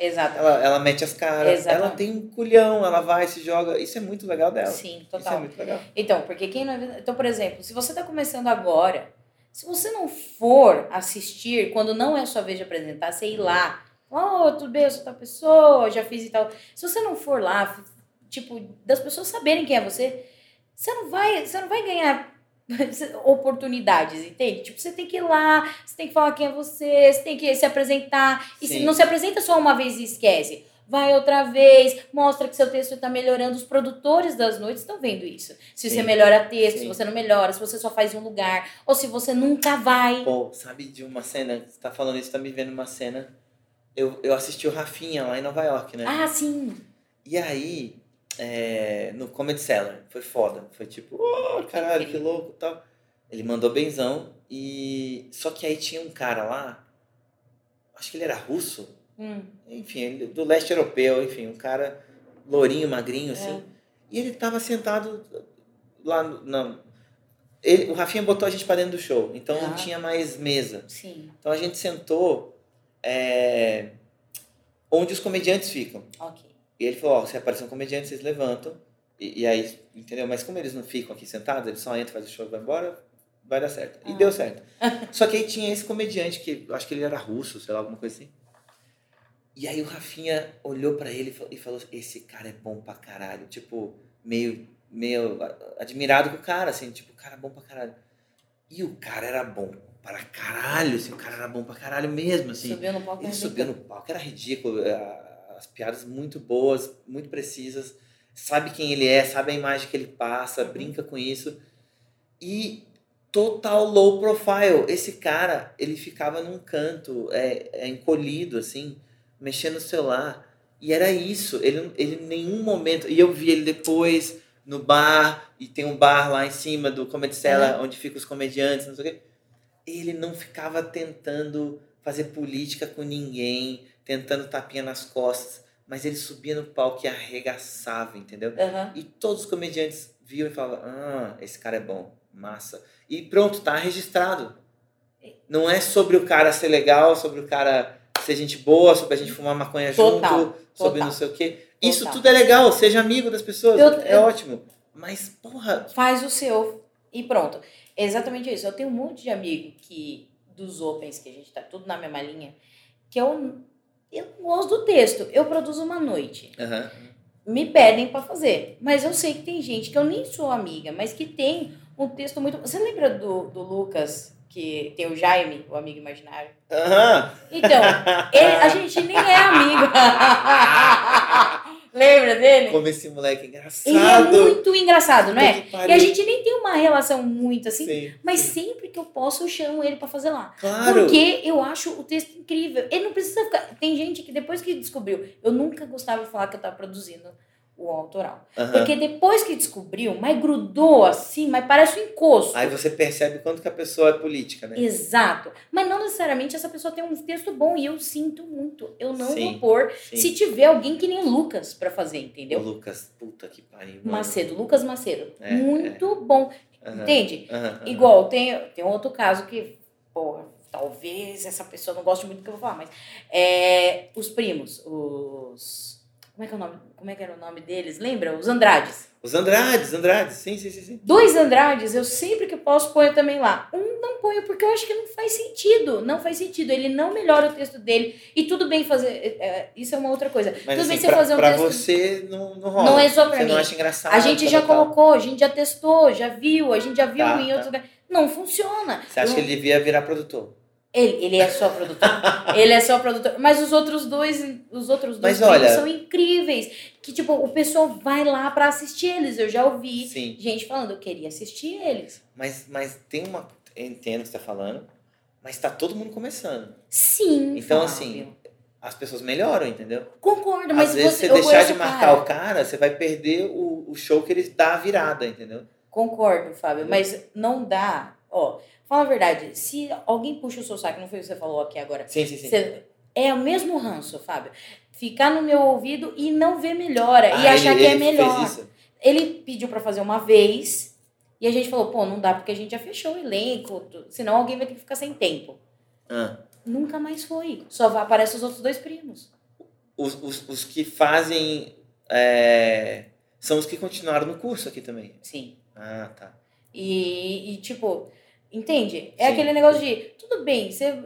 Speaker 5: Exato.
Speaker 3: ela, ela mete as caras,
Speaker 5: Exatamente.
Speaker 3: ela tem um culhão, ela vai, se joga. Isso é muito legal dela.
Speaker 5: Sim,
Speaker 3: Isso é
Speaker 5: total.
Speaker 3: muito legal.
Speaker 5: Então, porque quem não é... Então, por exemplo, se você está começando agora, se você não for assistir, quando não é a sua vez de apresentar, você ir lá, oh, tudo bem, eu sou tal pessoa, já fiz e tal. Se você não for lá, f- tipo, das pessoas saberem quem é você, você não vai, você não vai ganhar oportunidades, entende? Tipo, você tem que ir lá, você tem que falar quem é você, você tem que se apresentar. E se-
Speaker 3: Sim.
Speaker 5: não se apresenta só uma vez e esquece. Vai outra vez, mostra que seu texto está melhorando. Os produtores das noites estão vendo isso. Se você
Speaker 3: Sim.
Speaker 5: melhora texto, se
Speaker 3: Sim.
Speaker 5: você não melhora, se você só faz em um lugar, ou se você nunca vai.
Speaker 3: Pô, sabe de uma cena? Você tá falando isso, tá me vendo uma cena. Eu, eu assisti o Rafinha lá em Nova York, né?
Speaker 5: Ah, sim.
Speaker 3: E aí, é, no Comedy Cellar, foi foda. Foi tipo, oh, caralho, que louco e tal. Ele mandou benzão e. Só que aí tinha um cara lá, acho que ele era russo,
Speaker 5: Hum,
Speaker 3: enfim, ele- do leste europeu, enfim, um cara lourinho, magrinho, assim. E ele tava sentado lá no. na- ele- o Rafinha botou a gente pra dentro do show, então não
Speaker 5: Ah.
Speaker 3: tinha mais mesa.
Speaker 5: sim.
Speaker 3: Então a gente sentou é, onde os comediantes ficam.
Speaker 5: Ok.
Speaker 3: E ele falou, ó, se aparecer um comediante, vocês levantam. E, e aí, entendeu? Mas como eles não ficam aqui sentados, eles só entram, faz o show e vai embora, vai dar certo. E
Speaker 5: Ah.
Speaker 3: deu certo. só que aí tinha esse comediante, que eu acho que ele era russo, sei lá, alguma coisa assim. E aí o Rafinha olhou pra ele e falou, e falou, esse cara é bom pra caralho. Tipo, meio, meio a- admirado com o cara, assim, tipo, o cara é bom pra caralho. E o cara era bom pra caralho, assim, o cara era bom pra caralho mesmo, assim.
Speaker 5: Subiu no palco. né?
Speaker 3: Ele
Speaker 5: arrebentou.
Speaker 3: subiu no palco, era ridículo. eh, a- As piadas muito boas, muito precisas. Sabe quem ele é, sabe a imagem que ele passa, brinca com isso. E total low profile. Esse cara, ele ficava num canto, é, é, encolhido, assim, mexendo no celular. E era isso. Ele, ele em nenhum momento. E eu vi ele depois no bar, e tem um bar lá em cima do Comedy Cellar, onde ficam os comediantes, não sei o quê. Ele não ficava tentando fazer política com ninguém, tentando tapinha nas costas, mas ele subia no palco e arregaçava, entendeu?
Speaker 5: Aham.
Speaker 3: E todos os comediantes viam e falavam: Ah, esse cara é bom, massa. E pronto, tá registrado. Não é sobre o cara ser legal, sobre o cara ser gente boa, sobre a gente fumar maconha
Speaker 5: Total,
Speaker 3: junto, sobre
Speaker 5: total.
Speaker 3: não sei o quê. Isso
Speaker 5: Total.
Speaker 3: tudo é legal, seja amigo das pessoas,
Speaker 5: Eu-
Speaker 3: é
Speaker 5: eu-
Speaker 3: ótimo. Mas, porra,
Speaker 5: Faz o seu e pronto. É exatamente isso. Eu tenho um monte de amigo que dos opens que a gente tá tudo na mesma linha, que eu eu não gosto do texto. Eu produzo uma noite.
Speaker 3: aham,
Speaker 5: me pedem pra fazer. Mas eu sei que tem gente que eu nem sou amiga, mas que tem um texto muito. Você lembra do, do Lucas, que tem o Jaime, o amigo imaginário?
Speaker 3: aham,
Speaker 5: Então, ele- a gente nem é amigo. Lembra dele?
Speaker 3: Como esse moleque é
Speaker 5: Ele é
Speaker 3: engraçado.
Speaker 5: muito engraçado, não é?
Speaker 3: Puta que
Speaker 5: E
Speaker 3: pariu.
Speaker 5: a gente nem tem uma relação muito assim,
Speaker 3: Sim,
Speaker 5: mas
Speaker 3: sim.
Speaker 5: sempre que eu posso, eu chamo ele pra fazer lá.
Speaker 3: Claro.
Speaker 5: Porque eu acho o texto incrível. Ele não precisa ficar. Tem gente que depois que descobriu, eu nunca gostava de falar que eu tava produzindo o autoral.
Speaker 3: Aham.
Speaker 5: Porque depois que descobriu, mas grudou assim, mas parece um encosto.
Speaker 3: Aí você percebe quanto que a pessoa é política, né?
Speaker 5: Exato. Mas não necessariamente essa pessoa tem um texto bom e eu sinto muito. Eu não
Speaker 3: Sim,
Speaker 5: vou pôr.
Speaker 3: Sim.
Speaker 5: Se tiver alguém que nem o Lucas pra fazer,
Speaker 3: O
Speaker 5: entendeu?
Speaker 3: Lucas, puta que pariu. mano.
Speaker 5: Macedo, Lucas Macedo.
Speaker 3: Uhum. É,
Speaker 5: muito bom.
Speaker 3: Aham,
Speaker 5: Entende?
Speaker 3: aham, aham.
Speaker 5: Igual, tem, tem outro caso que, porra, talvez essa pessoa não goste muito do que eu vou falar, mas. é, os primos, os. Como é, que é o nome, como é que era o nome deles? Lembra? Os Andrades.
Speaker 3: Os Andrades, Andrades, sim, sim, sim. sim.
Speaker 5: Dois Andrades, eu sempre que posso ponho também lá. Um não ponho porque eu acho que não faz sentido. Não faz sentido. Ele não melhora o texto dele. E tudo bem fazer. é, é, isso é uma outra coisa.
Speaker 3: Mas
Speaker 5: tudo
Speaker 3: assim,
Speaker 5: bem
Speaker 3: pra,
Speaker 5: fazer um
Speaker 3: pra
Speaker 5: texto.
Speaker 3: você não, não rola.
Speaker 5: Não é só pra
Speaker 3: você não
Speaker 5: mim.
Speaker 3: acha engraçado.
Speaker 5: A gente
Speaker 3: tal,
Speaker 5: já
Speaker 3: tal.
Speaker 5: colocou, a gente já testou, já viu, a gente já viu
Speaker 3: Tá,
Speaker 5: em
Speaker 3: tá.
Speaker 5: outros lugares. Não funciona.
Speaker 3: Você acha
Speaker 5: Eu-
Speaker 3: que ele devia virar produtor?
Speaker 5: Ele, ele é só produtor. ele é só produtor. Mas os outros dois, os outros dois
Speaker 3: Mas olha-
Speaker 5: filmes são incríveis. Que, tipo, o pessoal vai lá pra assistir eles. Eu já ouvi
Speaker 3: Sim.
Speaker 5: gente falando, eu queria assistir eles.
Speaker 3: Mas, mas tem uma. eu Entendo o que você tá falando, mas tá todo mundo começando.
Speaker 5: Sim.
Speaker 3: Então,
Speaker 5: Fábio.
Speaker 3: assim, As pessoas melhoram, entendeu?
Speaker 5: Concordo, mas
Speaker 3: Às vezes
Speaker 5: você,
Speaker 3: você
Speaker 5: eu
Speaker 3: deixar
Speaker 5: conheço
Speaker 3: de
Speaker 5: o
Speaker 3: marcar
Speaker 5: cara.
Speaker 3: o cara, você vai perder o, o show que ele dá a virada, entendeu?
Speaker 5: Concordo, Fábio,
Speaker 3: Uhum.
Speaker 5: mas não dá. Ó, fala a verdade. Se alguém puxa o seu saco, não foi o que você falou aqui agora.
Speaker 3: Sim, sim, sim.
Speaker 5: Você- é o mesmo ranço, Fábio. Ficar no meu ouvido e não ver melhora. e
Speaker 3: Ah,
Speaker 5: achar
Speaker 3: ele-
Speaker 5: que é
Speaker 3: ele
Speaker 5: melhor.
Speaker 3: Fez isso?
Speaker 5: Ele pediu pra fazer uma vez e a gente falou, pô, não dá porque a gente já fechou o elenco, tu- senão alguém vai ter que ficar sem tempo.
Speaker 3: Ah.
Speaker 5: Nunca mais foi. Só vai- aparecem os outros dois primos.
Speaker 3: Os, os, os que fazem. é, são os que continuaram no curso aqui também.
Speaker 5: Sim.
Speaker 3: Ah, tá.
Speaker 5: E, e, tipo, entende? É
Speaker 3: Sim.
Speaker 5: aquele negócio de, tudo bem, você.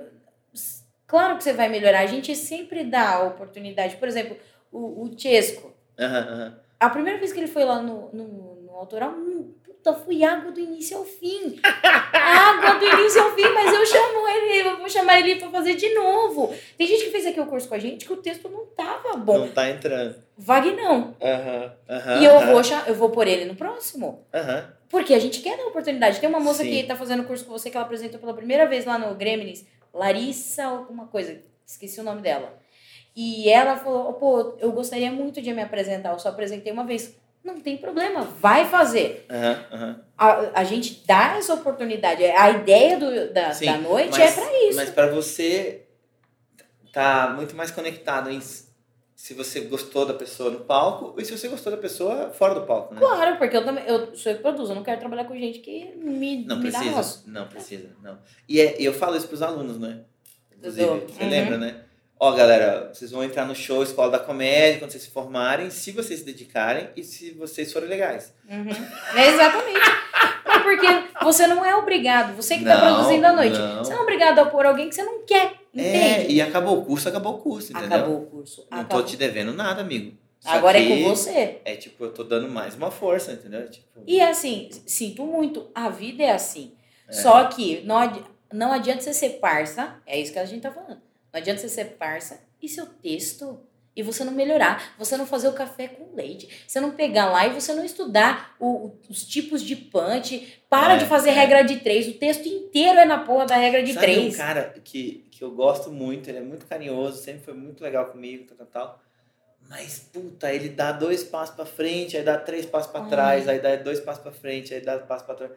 Speaker 5: s- Claro que você vai melhorar. A gente sempre dá a oportunidade. Por exemplo, o, o Chesco.
Speaker 3: Aham, aham.
Speaker 5: A primeira vez que ele foi lá no, no, no autoral, hum, puta, fui água do início ao fim. água do início ao fim, mas eu chamo ele, eu vou chamar ele pra fazer de novo. Tem gente que fez aqui o curso com a gente que o texto não tava bom.
Speaker 3: Não tá entrando.
Speaker 5: Vagnão.
Speaker 3: Aham, aham.
Speaker 5: e eu
Speaker 3: aham,
Speaker 5: vou, cha- eu vou por ele no próximo.
Speaker 3: Aham.
Speaker 5: Porque a gente quer dar oportunidade. Tem uma moça
Speaker 3: Sim.
Speaker 5: que tá fazendo curso com você que ela apresentou pela primeira vez lá no Gremlins, Larissa alguma coisa, esqueci o nome dela. E ela falou, pô, eu gostaria muito de me apresentar, eu só apresentei uma vez. Não tem problema, vai fazer.
Speaker 3: Aham, aham.
Speaker 5: a, a gente dá essa oportunidade. A ideia do, da,
Speaker 3: Sim,
Speaker 5: da noite
Speaker 3: mas-
Speaker 5: é pra isso.
Speaker 3: Mas pra você tá muito mais conectado em s- se você gostou da pessoa no palco e se você gostou da pessoa fora do palco, né?
Speaker 5: Claro, porque eu também eu sou eu que produzo, eu não quero trabalhar com gente que me,
Speaker 3: Não
Speaker 5: me dá nosso.
Speaker 3: precisa, não precisa, não. E é- e eu falo isso pros alunos, né? Inclusive,
Speaker 5: Dudu,
Speaker 3: você
Speaker 5: uhum.
Speaker 3: lembra, né? Ó, galera, vocês vão entrar no show Escola da Comédia quando vocês se formarem, se vocês se dedicarem e se vocês forem legais.
Speaker 5: Uhum. É exatamente. Mas porque você não é obrigado, você que tá
Speaker 3: Não,
Speaker 5: produzindo à noite.
Speaker 3: não.
Speaker 5: Você não é obrigado a pôr alguém que você não quer,
Speaker 3: É,
Speaker 5: entende?
Speaker 3: e acabou o curso, acabou o curso, entendeu? Então, tipo,
Speaker 5: acabou o curso.
Speaker 3: Não
Speaker 5: acabou.
Speaker 3: tô te devendo nada, amigo. Só
Speaker 5: Agora é
Speaker 3: que
Speaker 5: com você.
Speaker 3: É tipo, eu tô dando mais uma força, entendeu? Tipo,
Speaker 5: E assim, sinto muito, a vida é assim.
Speaker 3: É.
Speaker 5: Só que não, adi- não adianta você ser parça, é isso que a gente tá falando. Não adianta você ser parça e seu texto. E você não melhorar, você não fazer o café com leite, você não pegar lá e você não estudar o- o- os tipos de punch, para
Speaker 3: É,
Speaker 5: de fazer
Speaker 3: é.
Speaker 5: regra de três, o texto inteiro é na porra da regra de
Speaker 3: Sabe
Speaker 5: três.
Speaker 3: um cara que, que eu gosto muito, ele é muito carinhoso, sempre foi muito legal comigo, tal, tal, tal. Mas, puta, ele dá dois passos pra frente, aí dá três passos pra
Speaker 5: Ai.
Speaker 3: trás, aí dá dois passos pra frente, aí dá um passo pra trás.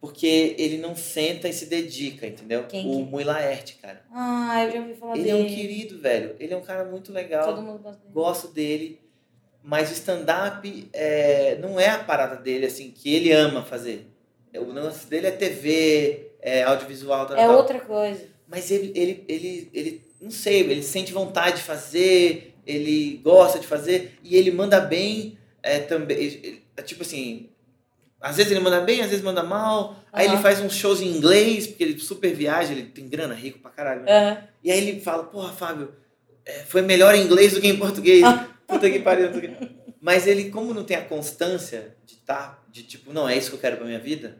Speaker 3: Porque ele não senta e se dedica, entendeu?
Speaker 5: Quem
Speaker 3: o
Speaker 5: que-
Speaker 3: Mui Laerte, cara.
Speaker 5: Ah, eu já ouvi falar
Speaker 3: Ele é
Speaker 5: dele.
Speaker 3: um querido, velho. Ele é um cara muito legal.
Speaker 5: Todo mundo gosta dele.
Speaker 3: gosto dele, mas o stand-up é, não é a parada dele, assim, que ele ama fazer. O lance dele é TV, é audiovisual, tal,
Speaker 5: É
Speaker 3: tal.
Speaker 5: outra coisa.
Speaker 3: Mas ele, ele, ele, ele, não sei, ele sente vontade de fazer, ele gosta de fazer, e ele manda bem é, também. ele- ele- é tipo assim, às vezes ele manda bem, às vezes manda mal. Aí ele
Speaker 5: Aham.
Speaker 3: faz uns shows em inglês, porque ele super viaja, ele tem grana rico pra caralho. né?
Speaker 5: Aham.
Speaker 3: E aí ele fala, porra, Fábio, é, foi melhor em inglês do que em português. Puta que pariu. não sei o quê. Mas ele, como não tem a constância de tá, de tipo, não, é isso que eu quero pra minha vida,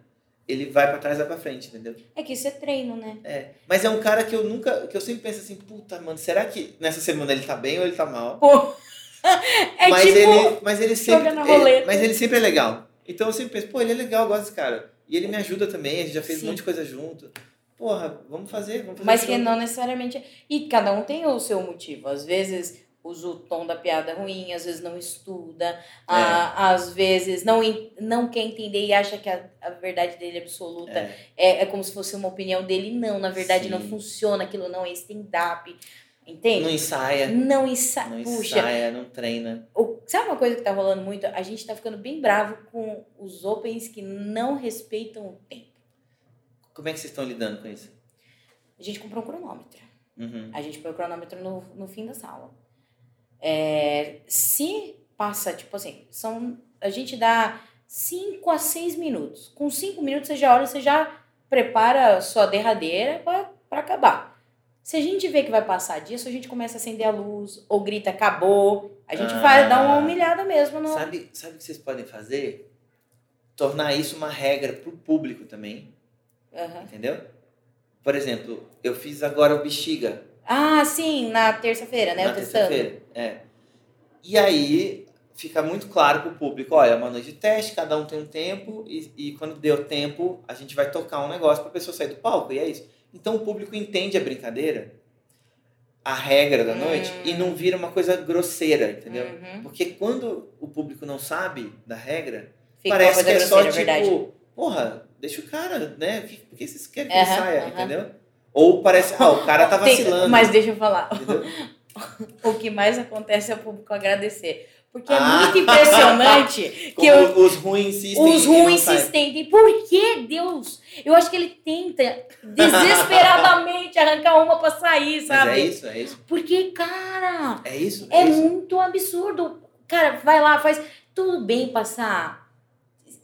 Speaker 3: ele vai pra trás e vai pra frente, entendeu?
Speaker 5: É que isso é treino, né?
Speaker 3: É. Mas é um cara que eu nunca, que eu sempre penso assim, puta, mano, será que nessa semana ele tá bem ou ele tá mal?
Speaker 5: Pô. É
Speaker 3: mas,
Speaker 5: tipo.
Speaker 3: ele, mas ele sempre.
Speaker 5: na
Speaker 3: ele-
Speaker 5: roleta.
Speaker 3: mas ele sempre é legal. Então eu sempre penso, pô, ele é legal, eu gosto desse cara. E ele me ajuda também, a gente já fez
Speaker 5: Sim.
Speaker 3: um monte de coisa junto. Porra, vamos fazer, vamos fazer.
Speaker 5: Mas
Speaker 3: junto.
Speaker 5: que não necessariamente. E cada um tem o seu motivo. Às vezes usa o tom da piada ruim, às vezes não estuda,
Speaker 3: É.
Speaker 5: a- às vezes não, en- não quer entender e acha que a, a verdade dele é absoluta. É.
Speaker 3: É,
Speaker 5: é como se fosse uma opinião dele. Não, na verdade
Speaker 3: Sim.
Speaker 5: não funciona, aquilo não é stand-up. Entende?
Speaker 3: não ensaia.
Speaker 5: Não ensa...
Speaker 3: Não
Speaker 5: Puxa,
Speaker 3: ensaia, não treina.
Speaker 5: o- sabe uma coisa que tá rolando muito? A gente tá ficando bem bravo com os opens que não respeitam o tempo.
Speaker 3: Como é que vocês estão lidando com isso?
Speaker 5: A gente comprou um cronômetro.
Speaker 3: Uhum.
Speaker 5: A gente põe o cronômetro no, no fim da sala. É, se passa, tipo assim, são, a gente dá 5 a 6 minutos. Com 5 minutos você já olha, você já prepara a sua derradeira para acabar. Se a gente vê que vai passar disso, a gente começa a acender a luz, ou grita acabou. A gente
Speaker 3: Ah.
Speaker 5: vai dar uma humilhada mesmo. No...
Speaker 3: Sabe, sabe o que vocês podem fazer? Tornar isso uma regra pro público também,
Speaker 5: Aham.
Speaker 3: entendeu? Por exemplo, eu fiz agora o bexiga
Speaker 5: Ah, sim, na terça-feira, né?
Speaker 3: na
Speaker 5: eu testando.
Speaker 3: terça-feira. É. E aí fica muito claro pro público, olha, é uma noite de teste, cada um tem um tempo, e, e quando deu tempo, a gente vai tocar um negócio pra pessoa sair do palco, e é isso. Então o público entende a brincadeira, a regra da noite,
Speaker 5: Hum.
Speaker 3: e não vira uma coisa grosseira, entendeu?
Speaker 5: Uhum.
Speaker 3: Porque quando o público não sabe da regra,
Speaker 5: Fica uma
Speaker 3: Parece
Speaker 5: coisa
Speaker 3: que é só
Speaker 5: grosseira,
Speaker 3: tipo,
Speaker 5: verdade.
Speaker 3: porra, deixa o cara, né? Por que- Por que vocês querem que ele
Speaker 5: Aham,
Speaker 3: saia,
Speaker 5: aham.
Speaker 3: entendeu? Ou parece, ah, o cara tá
Speaker 5: Tem-
Speaker 3: vacilando.
Speaker 5: mas deixa eu falar.
Speaker 3: entendeu?
Speaker 5: o que mais acontece é o público agradecer. Porque
Speaker 3: Ah.
Speaker 5: é muito impressionante
Speaker 3: Como
Speaker 5: que eu-
Speaker 3: os ruins insistem.
Speaker 5: os
Speaker 3: e não
Speaker 5: ruins se
Speaker 3: saem.
Speaker 5: estendem. Por que Deus? Eu acho que ele tenta desesperadamente arrancar uma pra sair,
Speaker 3: Mas
Speaker 5: sabe?
Speaker 3: é isso, é isso.
Speaker 5: Porque, cara,
Speaker 3: É isso,
Speaker 5: é
Speaker 3: é isso.
Speaker 5: muito absurdo. Cara, vai lá, faz. Tudo bem passar.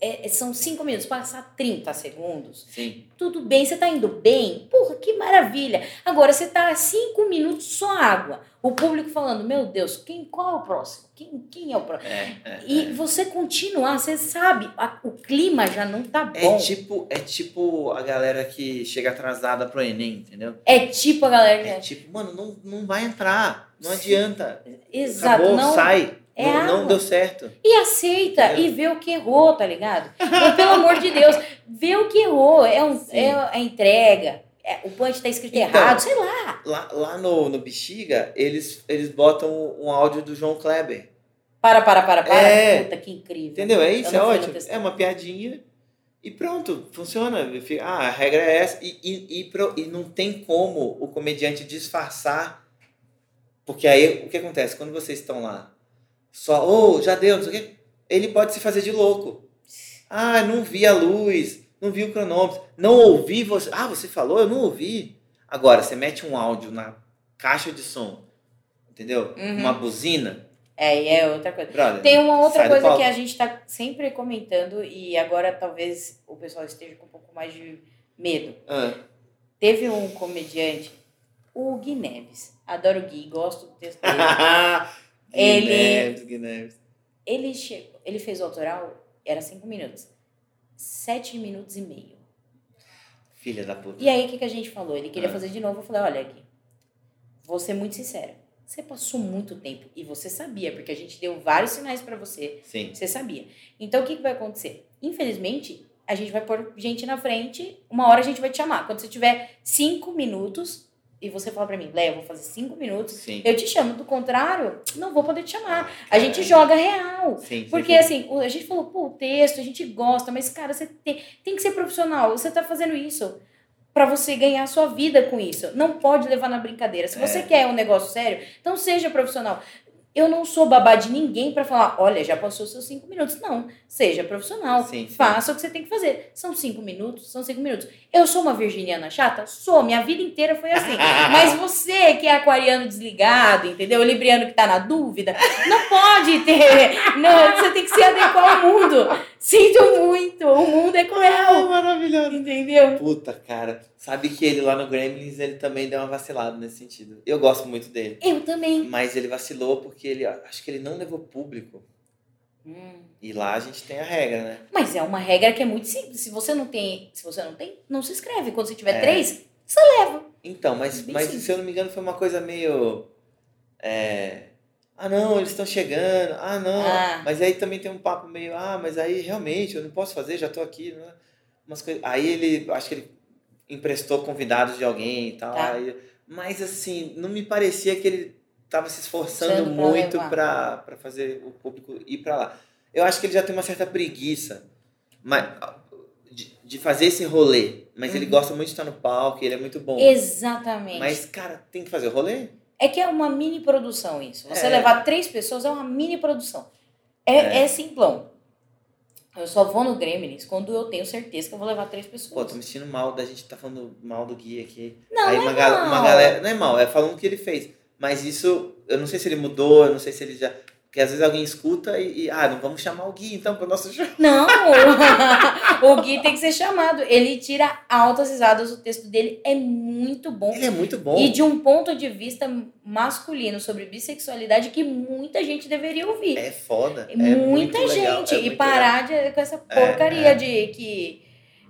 Speaker 5: é- é- são cinco minutos, passar 30 segundos.
Speaker 3: Sim.
Speaker 5: Tudo bem, você tá indo bem? Porra, que maravilha. Agora, você tá cinco minutos só água. O público falando, meu Deus, quem, qual é o próximo? Quem, quem é o próximo?
Speaker 3: É, é,
Speaker 5: E você continuar, você sabe, a- o clima já não tá
Speaker 3: é.
Speaker 5: bom.
Speaker 3: É tipo, é tipo a galera que chega atrasada pro Enem, entendeu?
Speaker 5: É tipo a galera que...
Speaker 3: É tipo, mano, não, não vai entrar, não
Speaker 5: Sim.
Speaker 3: adianta.
Speaker 5: é, Exato.
Speaker 3: Acabou,
Speaker 5: não...
Speaker 3: sai.
Speaker 5: É
Speaker 3: não, não
Speaker 5: água.
Speaker 3: deu certo.
Speaker 5: E aceita,
Speaker 3: É.
Speaker 5: e vê o que errou, tá ligado? Mas, pelo amor de Deus, vê o que errou. É, um,
Speaker 3: Sim.
Speaker 5: é a entrega, é- o punch tá escrito
Speaker 3: Então,
Speaker 5: errado, sei lá.
Speaker 3: Lá, lá no, no Bexiga, eles, eles botam um áudio do João Kleber.
Speaker 5: Para, para, para, para.
Speaker 3: É.
Speaker 5: Puta, que incrível.
Speaker 3: Entendeu? É
Speaker 5: Eu
Speaker 3: isso,
Speaker 5: não
Speaker 3: é
Speaker 5: fui no
Speaker 3: ótimo.
Speaker 5: testão.
Speaker 3: É uma piadinha e pronto, funciona. Fica, Ah, a regra é essa. E, e, e, pro- e não tem como o comediante disfarçar. Porque aí o que acontece? Quando vocês estão lá, só, ô, já deu, não sei o quê, ele pode se fazer de louco. Ah, não vi a luz, não vi o cronômetro, não ouvi você. Ah, você falou, eu não ouvi. Agora, você mete um áudio na caixa de som, entendeu?
Speaker 5: Uhum.
Speaker 3: Uma buzina.
Speaker 5: É, e é outra coisa.
Speaker 3: Brother,
Speaker 5: Tem uma outra
Speaker 3: Sai do
Speaker 5: coisa
Speaker 3: palco.
Speaker 5: que a gente tá sempre comentando e agora talvez o pessoal esteja com um pouco mais de medo.
Speaker 3: ah,
Speaker 5: Teve um comediante, o Gui Neves. Adoro o Gui, gosto do texto dele. Ele-
Speaker 3: Guineves, Guineves.
Speaker 5: ele, chegou, ele fez o autoral, era cinco minutos. sete minutos e meio.
Speaker 3: Filha da puta.
Speaker 5: E aí, o que, que a gente falou? Ele queria
Speaker 3: Ah.
Speaker 5: fazer de novo. Eu falei, olha aqui, vou ser muito sincera. Você passou muito tempo e você sabia, porque a gente deu vários sinais pra você.
Speaker 3: Sim.
Speaker 5: Você sabia. Então, o que, que vai acontecer? Infelizmente, a gente vai pôr gente na frente, uma hora a gente vai te chamar. Quando você tiver cinco minutos, e você fala pra mim, Léo, eu vou fazer cinco minutos,
Speaker 3: Sim.
Speaker 5: eu te chamo. Do contrário, não vou poder te chamar. A
Speaker 3: É.
Speaker 5: gente joga real.
Speaker 3: Sim, sim,
Speaker 5: Porque,
Speaker 3: sim.
Speaker 5: assim, o- a gente falou, pô, o texto, a gente gosta, mas, cara, você tem, tem que ser profissional. Você tá fazendo isso pra você ganhar a sua vida com isso. Não pode levar na brincadeira. Se
Speaker 3: É.
Speaker 5: você quer um negócio sério, então seja profissional. Eu não sou babá de ninguém pra falar, olha, já passou seus cinco minutos. Não, seja profissional.
Speaker 3: Sim, sim.
Speaker 5: Faça o que você tem que fazer. São cinco minutos, são cinco minutos. Eu sou uma virginiana chata? Sou, minha vida inteira foi assim. Mas você que é aquariano desligado, entendeu? Libriano que tá na dúvida, não pode ter. Não, você tem que se adequar ao mundo. Sinto muito, o mundo é
Speaker 3: Ah,
Speaker 5: cruel.
Speaker 3: maravilhoso.
Speaker 5: Entendeu?
Speaker 3: Puta, cara. Sabe que ele lá no Gremlins, ele também deu uma vacilada nesse sentido. Eu gosto muito dele.
Speaker 5: Eu também.
Speaker 3: Mas ele vacilou porque ele, acho que ele não levou público.
Speaker 5: Hum.
Speaker 3: E lá a gente tem a regra, né?
Speaker 5: Mas é uma regra que é muito simples. Se você não tem, se você não tem, não se inscreve. Quando você tiver
Speaker 3: É.
Speaker 5: três,
Speaker 3: Então, mas,
Speaker 5: Bem
Speaker 3: mas
Speaker 5: simples.
Speaker 3: se eu não me engano, foi uma coisa meio. É. Ah, não, eles estão chegando. Ah, não.
Speaker 5: Ah.
Speaker 3: Mas aí também tem um papo meio, ah, mas aí realmente eu não posso fazer, já tô aqui. Né? Umas coisas. Aí ele, acho que ele emprestou convidados de alguém e tal.
Speaker 5: Tá.
Speaker 3: aí- mas assim, não me parecia que ele tava se esforçando
Speaker 5: Sendo pra
Speaker 3: muito
Speaker 5: levar.
Speaker 3: pra, pra fazer o público ir pra lá. Eu acho que ele já tem uma certa preguiça mas, de, de fazer esse rolê. Mas ele
Speaker 5: Uhum.
Speaker 3: gosta muito de estar no palco, ele é muito bom.
Speaker 5: Exatamente.
Speaker 3: Mas, cara, tem que fazer o rolê?
Speaker 5: É que é uma mini produção isso. Você
Speaker 3: É.
Speaker 5: levar três pessoas é uma mini produção. É, é. simplão. Eu só vou no Gremlins quando eu tenho certeza que eu vou levar três
Speaker 3: Pô,
Speaker 5: pessoas.
Speaker 3: tô me sentindo mal da gente tá falando mal do Gui aqui.
Speaker 5: Não,
Speaker 3: Aí
Speaker 5: não
Speaker 3: uma,
Speaker 5: é
Speaker 3: gal-
Speaker 5: mal.
Speaker 3: uma galera. Não é mal, é falando o que ele fez. Mas isso, eu não sei se ele mudou, eu não sei se ele já. Porque às vezes alguém escuta e, e, ah, não vamos chamar o Gui então pro nosso show.
Speaker 5: Não! o Gui tem que ser chamado. Ele tira altas risadas, o texto dele é muito bom.
Speaker 3: Ele é muito bom.
Speaker 5: E de um ponto de vista masculino sobre bissexualidade que muita gente deveria ouvir.
Speaker 3: É foda. é muito
Speaker 5: um muita gente.
Speaker 3: legal, é
Speaker 5: e
Speaker 3: muito
Speaker 5: parar de- com essa
Speaker 3: É,
Speaker 5: porcaria
Speaker 3: é.
Speaker 5: de que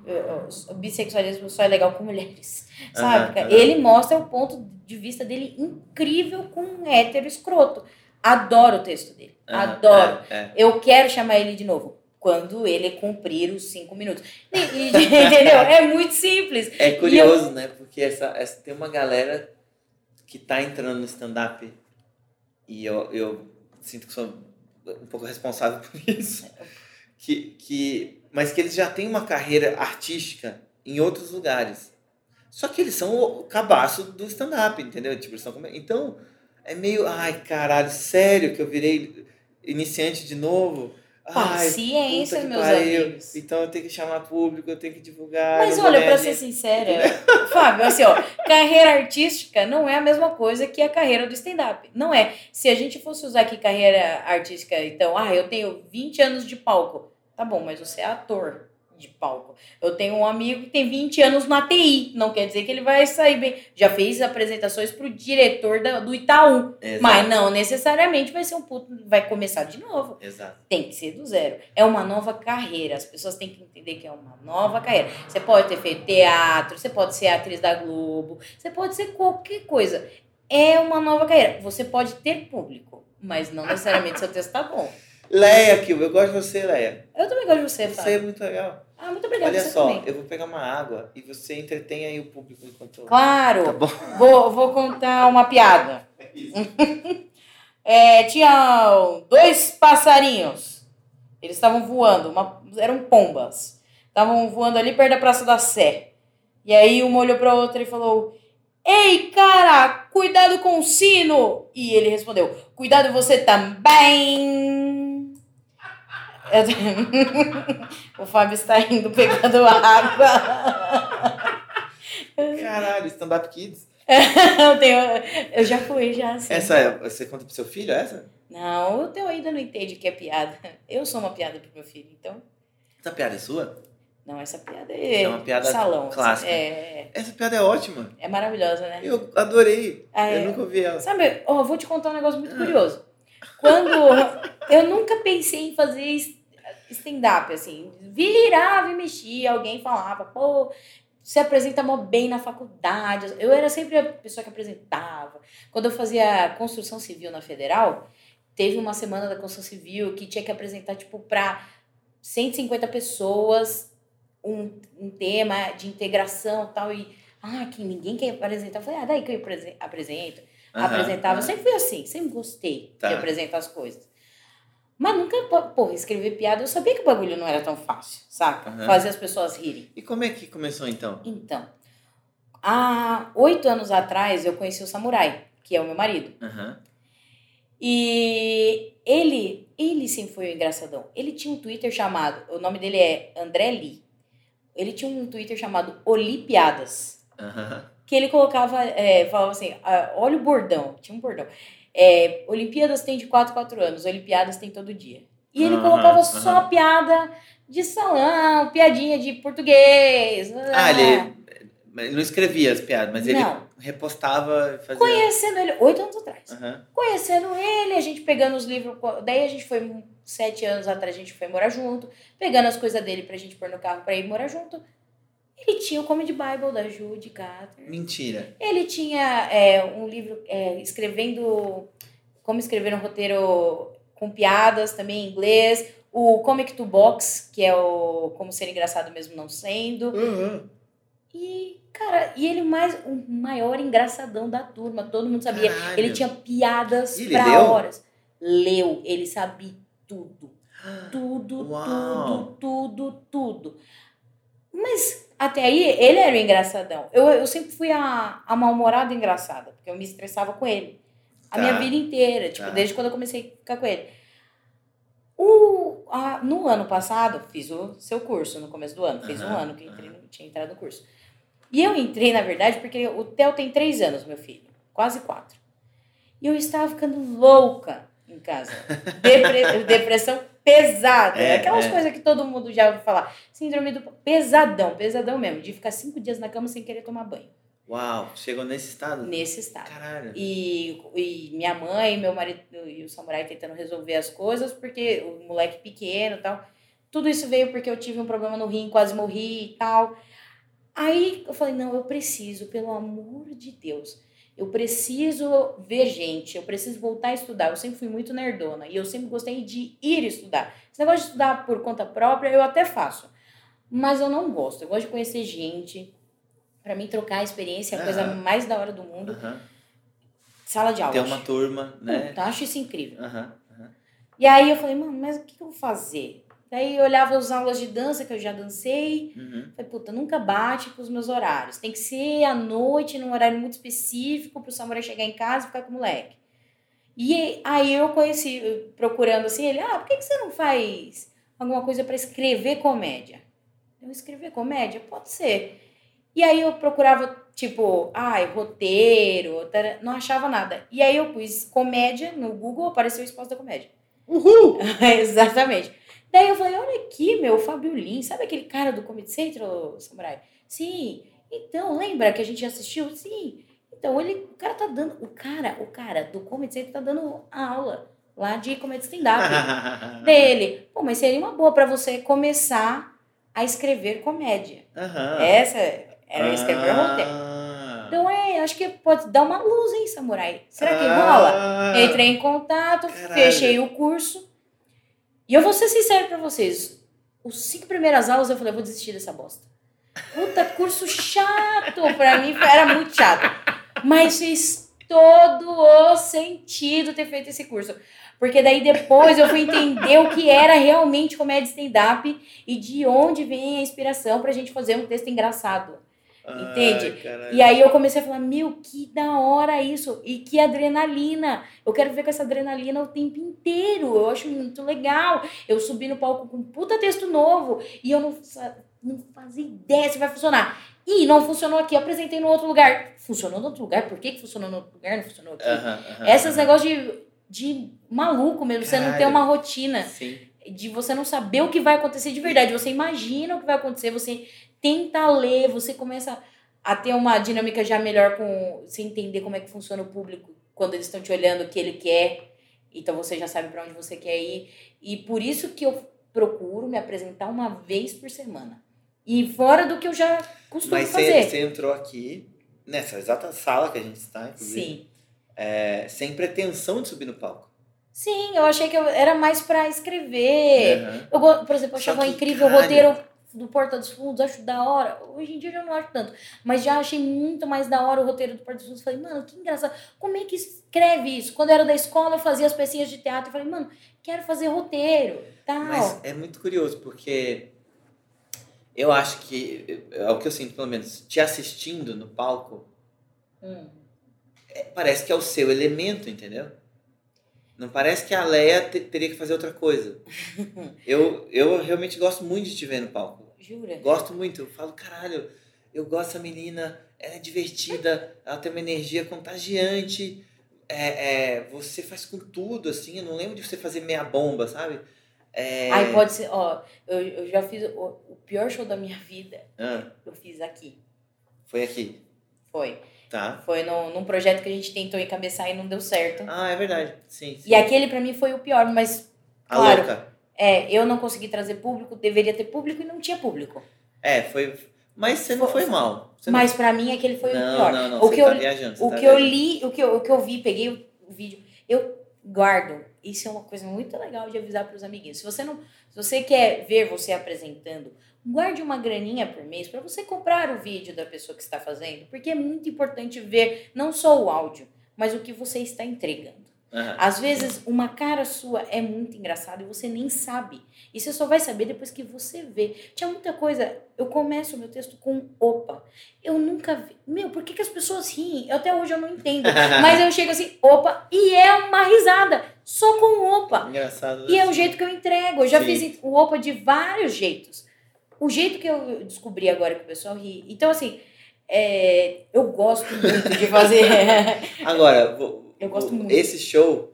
Speaker 5: eh, o bissexualismo só é legal com mulheres. Sabe?
Speaker 3: Aham,
Speaker 5: cara?
Speaker 3: aham.
Speaker 5: Ele mostra o ponto de vista dele incrível com um hétero escroto. Adoro o texto dele.
Speaker 3: legal. Aham,
Speaker 5: adoro.
Speaker 3: É, é.
Speaker 5: Eu quero chamar ele de novo. Quando ele cumprir os cinco minutos. E- e- entendeu? É muito simples.
Speaker 3: É curioso, né? Porque essa, essa- tem uma galera que tá entrando no stand-up e eu, eu sinto que sou um pouco responsável por isso. Que, que, mas que eles já têm uma carreira artística em outros lugares. Só que eles são o cabaço do stand-up, entendeu? Tipo, eles são come- Então, é meio. Ai, caralho, sério que eu virei iniciante de novo? Ai,
Speaker 5: Paciência,
Speaker 3: puta que
Speaker 5: meus
Speaker 3: pariu.
Speaker 5: amigos.
Speaker 3: Então eu tenho que chamar público, eu tenho que divulgar.
Speaker 5: Mas
Speaker 3: eu vou
Speaker 5: olha,
Speaker 3: ganhar
Speaker 5: pra ser sincera, Fábio, assim, ó, carreira artística não é a mesma coisa que a carreira do stand-up. Não é. Se a gente fosse usar aqui carreira artística, então, ah, eu tenho 20 anos de palco. Tá bom, mas você é ator de palco. Eu tenho um amigo que tem 20 anos na TI. Não quer dizer que ele vai sair bem. Já fez apresentações pro diretor da- do Itaú.
Speaker 3: Exato.
Speaker 5: Mas não necessariamente vai ser um puto. Vai começar de novo.
Speaker 3: Exato.
Speaker 5: Tem que ser do zero. É uma nova carreira. As pessoas têm que entender que é uma nova carreira. Você pode ter feito teatro, você pode ser atriz da Globo, você pode ser qualquer coisa. É uma nova carreira. Você pode ter público, mas não necessariamente seu texto tá bom.
Speaker 3: Leia, Kill, eu gosto de você, Leia.
Speaker 5: Eu também gosto de você,
Speaker 3: Você é
Speaker 5: Fábio.
Speaker 3: muito legal.
Speaker 5: Ah, muito obrigada.
Speaker 3: Olha
Speaker 5: você
Speaker 3: só,
Speaker 5: também.
Speaker 3: eu vou pegar uma água e você entretém aí o público enquanto eu.
Speaker 5: Claro.
Speaker 3: Tá bom.
Speaker 5: Vou, vou contar uma piada.
Speaker 3: É isso.
Speaker 5: É, tinha dois passarinhos. Eles estavam voando, uma- eram pombas. Estavam voando ali perto da Praça da Sé. E aí uma olhou pra outra e falou: Ei, cara, cuidado com o sino! E ele respondeu: Cuidado você também! Eu tô- o Fábio está indo pegando água.
Speaker 3: Caralho, stand-up kids.
Speaker 5: eu, tenho, eu já fui, já assim.
Speaker 3: Essa é- você conta pro seu filho, essa?
Speaker 5: Não, eu tenho- ainda não entendi o que é piada. Eu sou uma piada pro meu filho, então.
Speaker 3: Essa piada é sua?
Speaker 5: Não, essa piada é,
Speaker 3: É uma piada
Speaker 5: salão.
Speaker 3: clássica.
Speaker 5: É,
Speaker 3: Essa piada é ótima.
Speaker 5: é maravilhosa, né?
Speaker 3: Eu adorei.
Speaker 5: Ah, é.
Speaker 3: Eu nunca ouvi ela.
Speaker 5: Sabe, ó, vou te contar um negócio muito curioso. Quando eu nunca pensei em fazer es- stand-up, assim, virava e mexia, alguém falava, pô, você apresenta mó bem na faculdade. Eu era sempre a pessoa que apresentava. Quando eu fazia construção civil na federal, teve uma semana da construção civil que tinha que apresentar, tipo, pra 150 pessoas um, um tema de integração e tal. E, ah, que ninguém quer apresentar. Eu falei, ah, daí que eu apresen- apresento
Speaker 3: Aham,
Speaker 5: apresentava. Eu
Speaker 3: aham.
Speaker 5: sempre fui assim, sempre gostei
Speaker 3: Tá.
Speaker 5: de apresentar as coisas. Mas nunca, po- porra, escrever piada, eu sabia que o bagulho não era tão fácil, saca?
Speaker 3: Aham.
Speaker 5: Fazer as pessoas rirem.
Speaker 3: E como é que começou então?
Speaker 5: Então, há oito anos atrás eu conheci o Samurai, que é o meu marido.
Speaker 3: Aham.
Speaker 5: E ele, ele sim foi o engraçadão. Ele tinha um Twitter chamado, o nome dele é André Lee. Ele tinha um Twitter chamado Olipiadas
Speaker 3: Aham.
Speaker 5: que ele colocava, é, falava assim, ah, olha o bordão, tinha um bordão. É, Olimpíadas tem de 4 4 anos, Olimpíadas tem todo dia. E ele
Speaker 3: Aham,
Speaker 5: colocava só
Speaker 3: aham.
Speaker 5: piada de salão, piadinha de português. né?
Speaker 3: Ah, ele. mas Ele não escrevia as piadas, mas ele
Speaker 5: Não.
Speaker 3: repostava e fazia.
Speaker 5: Conhecendo ele, oito anos atrás.
Speaker 3: Aham.
Speaker 5: Conhecendo ele, a gente pegando os livros. Daí a gente foi, sete anos atrás, a gente foi morar junto, pegando as coisas dele pra gente pôr no carro pra ir morar junto. Ele tinha o Comedy Bible da Judy Carter.
Speaker 3: Mentira.
Speaker 5: Ele tinha é, um livro é, escrevendo. Como Escrever um Roteiro com Piadas, também em inglês. O Comic to Box, que é o Como Ser Engraçado Mesmo Não Sendo.
Speaker 3: Uhum.
Speaker 5: E, cara, e ele mais o maior engraçadão da turma, todo mundo sabia.
Speaker 3: Caralho.
Speaker 5: Ele tinha piadas
Speaker 3: E ele
Speaker 5: pra
Speaker 3: leu?
Speaker 5: horas. Leu, ele sabia tudo. Tudo,
Speaker 3: Uau.
Speaker 5: tudo, tudo, tudo. Mas até aí ele era o engraçadão. Eu, eu sempre fui a, a mal-humorada engraçada, porque eu me estressava com ele. A
Speaker 3: Tá.
Speaker 5: minha vida inteira, tipo,
Speaker 3: Tá.
Speaker 5: desde quando eu comecei a ficar com ele. O, a- no ano passado, fiz o seu curso, no começo do ano. Fiz um
Speaker 3: Aham,
Speaker 5: ano que eu entrei, no- tinha entrado no curso. E eu entrei, na verdade, porque o Theo tem três anos, meu filho. Quase quatro. E eu estava ficando louca em casa. Depre- depressão pesada.
Speaker 3: É,
Speaker 5: aquelas
Speaker 3: é.
Speaker 5: coisas que todo mundo já ouviu falar. Síndrome do... Pesadão, pesadão mesmo. De ficar cinco dias na cama sem querer tomar banho.
Speaker 3: Uau, chegou nesse estado?
Speaker 5: Nesse estado.
Speaker 3: Caralho.
Speaker 5: E, e minha mãe, meu marido e o samurai tentando resolver as coisas, porque o moleque pequeno e tal. Tudo isso veio porque eu tive um problema no rim, quase morri e tal. Aí eu falei, não, eu preciso, pelo amor de Deus. Eu preciso ver gente, eu preciso voltar a estudar. Eu sempre fui muito nerdona e eu sempre gostei de ir estudar. Esse negócio de estudar por conta própria eu até faço, mas eu não gosto. Eu gosto de conhecer gente. Pra mim, trocar a experiência é a coisa
Speaker 3: Aham.
Speaker 5: mais da hora do mundo.
Speaker 3: Aham.
Speaker 5: Sala de aula.
Speaker 3: Tem uma turma, né?
Speaker 5: Puta, acho isso incrível.
Speaker 3: Aham. aham.
Speaker 5: E aí eu falei, mano, mas o que que eu vou fazer? Daí eu olhava as aulas de dança que eu já dancei.
Speaker 3: Uhum.
Speaker 5: Falei, puta, nunca bate com os meus horários. Tem que ser à noite, num horário muito específico, pro Samurai chegar em casa e ficar com o moleque. E aí eu conheci, eu procurando assim, ele, ah, por que, que você não faz alguma coisa pra escrever comédia? Eu escrever comédia? Pode ser. E aí eu procurava, tipo, ai, roteiro, tara- não achava nada. E aí eu pus comédia no Google, apareceu o espaço da comédia. Uhul! Exatamente. Daí eu falei, olha aqui, meu, o Fábio Lins, sabe aquele cara do Comedy Central, Samurai? Sim. Então, lembra que a gente assistiu? Sim. Então, ele, o cara tá dando, o cara, o cara do Comedy Central tá dando a aula lá de comédia stand-up dele. Pô, mas seria uma boa pra você começar a escrever comédia.
Speaker 3: Aham.
Speaker 5: Essa Uhum. É, era escrever
Speaker 3: Ah.
Speaker 5: roteiro. Então é, acho que pode dar uma luz, hein, samurai? Será que rola?
Speaker 3: Ah.
Speaker 5: Entrei em contato,
Speaker 3: Caralho.
Speaker 5: fechei o curso. E eu vou ser sincero pra vocês. Os cinco primeiras aulas eu falei, eu vou desistir dessa bosta. Puta, curso chato. Pra mim era muito chato. Mas fez todo o sentido ter feito esse curso. Porque daí depois eu fui entender o que era realmente comédia stand-up e de onde vem a inspiração pra gente fazer um texto engraçado. Entende?
Speaker 3: Ai, caralho.
Speaker 5: E aí eu comecei a falar, meu, que da hora isso, e que adrenalina. Eu quero ver com essa adrenalina o tempo inteiro. Eu acho muito legal. Eu subi no palco com um puta texto novo e eu não, sa- não fazia ideia se vai funcionar. E não funcionou aqui, apresentei no outro lugar. Funcionou no outro lugar? Por que, que funcionou no outro lugar? Não funcionou aqui.
Speaker 3: Aham, aham.
Speaker 5: Esses negócios de, de maluco mesmo, você não
Speaker 3: Caralho.
Speaker 5: ter uma rotina
Speaker 3: Sim.
Speaker 5: de você né? não saber o que vai acontecer de verdade. Você imagina o que vai acontecer, você tenta ler, você começa a ter uma dinâmica já melhor com você entender como é que funciona o público quando eles estão te olhando, o que ele quer. Então você já sabe pra onde você quer ir. E por isso que eu procuro me apresentar uma vez por semana. E fora do que eu já costumo
Speaker 3: Mas
Speaker 5: fazer.
Speaker 3: você, você entrou aqui, nessa exata sala que a gente está, inclusive,
Speaker 5: Sim.
Speaker 3: é, sem pretensão de subir no palco.
Speaker 5: Sim, eu achei que eu era mais pra escrever.
Speaker 3: Aham.
Speaker 5: Eu, go- por exemplo, eu
Speaker 3: Só
Speaker 5: achava
Speaker 3: que,
Speaker 5: incrível o
Speaker 3: caralho.
Speaker 5: roteiro do Porta dos Fundos, acho da hora. Hoje em dia eu já não acho tanto, mas já achei muito mais da hora o roteiro do Porta dos Fundos. Falei, mano, que engraçado. Como é que escreve isso? Quando eu era da escola, eu fazia as pecinhas de teatro. Eu falei, mano, quero fazer roteiro, tal.
Speaker 3: Mas é muito curioso, porque eu acho que, é o que eu sinto pelo menos, te assistindo no palco,
Speaker 5: Hum.
Speaker 3: é- parece que é o seu elemento, entendeu? Não parece que a Leia te- teria que fazer outra coisa. eu, eu realmente gosto muito de te ver no palco.
Speaker 5: Jura?
Speaker 3: Gosto muito. Eu falo, caralho, eu gosto dessa menina, ela é divertida, ela tem uma energia contagiante. É, é, você faz com tudo, assim. Eu não lembro de você fazer meia bomba, sabe? É...
Speaker 5: Aí pode ser, ó, eu, eu já fiz o, o pior show da minha vida,
Speaker 3: Ah,
Speaker 5: eu fiz aqui.
Speaker 3: foi aqui,
Speaker 5: Foi.
Speaker 3: tá?
Speaker 5: Foi no, num projeto que a gente tentou encabeçar e não deu certo.
Speaker 3: Ah, é verdade. Sim. sim.
Speaker 5: E aquele pra mim foi o pior, mas
Speaker 3: A
Speaker 5: claro.
Speaker 3: louca.
Speaker 5: É, eu não consegui trazer público, deveria ter público e não tinha público.
Speaker 3: É, foi. Mas você não
Speaker 5: Foi-
Speaker 3: foi mal. Você não-
Speaker 5: Mas pra mim aquele foi
Speaker 3: não,
Speaker 5: o pior.
Speaker 3: Não, não,
Speaker 5: o
Speaker 3: você
Speaker 5: que
Speaker 3: tá
Speaker 5: eu
Speaker 3: viajando. você
Speaker 5: o
Speaker 3: tá
Speaker 5: que eu
Speaker 3: viajando.
Speaker 5: li, o que eu, o que eu vi, peguei o vídeo. Eu guardo. Isso é uma coisa muito legal de avisar para os amiguinhos. Se você não, se você quer ver você apresentando, guarde uma graninha por mês para você comprar o vídeo da pessoa que está fazendo, porque é muito importante ver não só o áudio, mas o que você está entregando.
Speaker 3: Aham.
Speaker 5: Às vezes, uma cara sua é muito engraçada e você nem sabe. E você só vai saber depois que você vê. Tinha muita coisa. Eu começo o meu texto com opa. Eu nunca vi. Meu, por que, que as pessoas riem? Eu, até hoje eu não entendo. Mas eu chego assim, opa, e é uma risada. Só com opa.
Speaker 3: Engraçado. né?
Speaker 5: E é o jeito que eu entrego. Eu já
Speaker 3: Sim.
Speaker 5: fiz o opa de vários jeitos. O jeito que eu descobri agora que o pessoal ri. Então, assim, é, eu gosto muito de fazer.
Speaker 3: Agora, vou-
Speaker 5: Eu gosto
Speaker 3: vou-
Speaker 5: muito.
Speaker 3: esse show.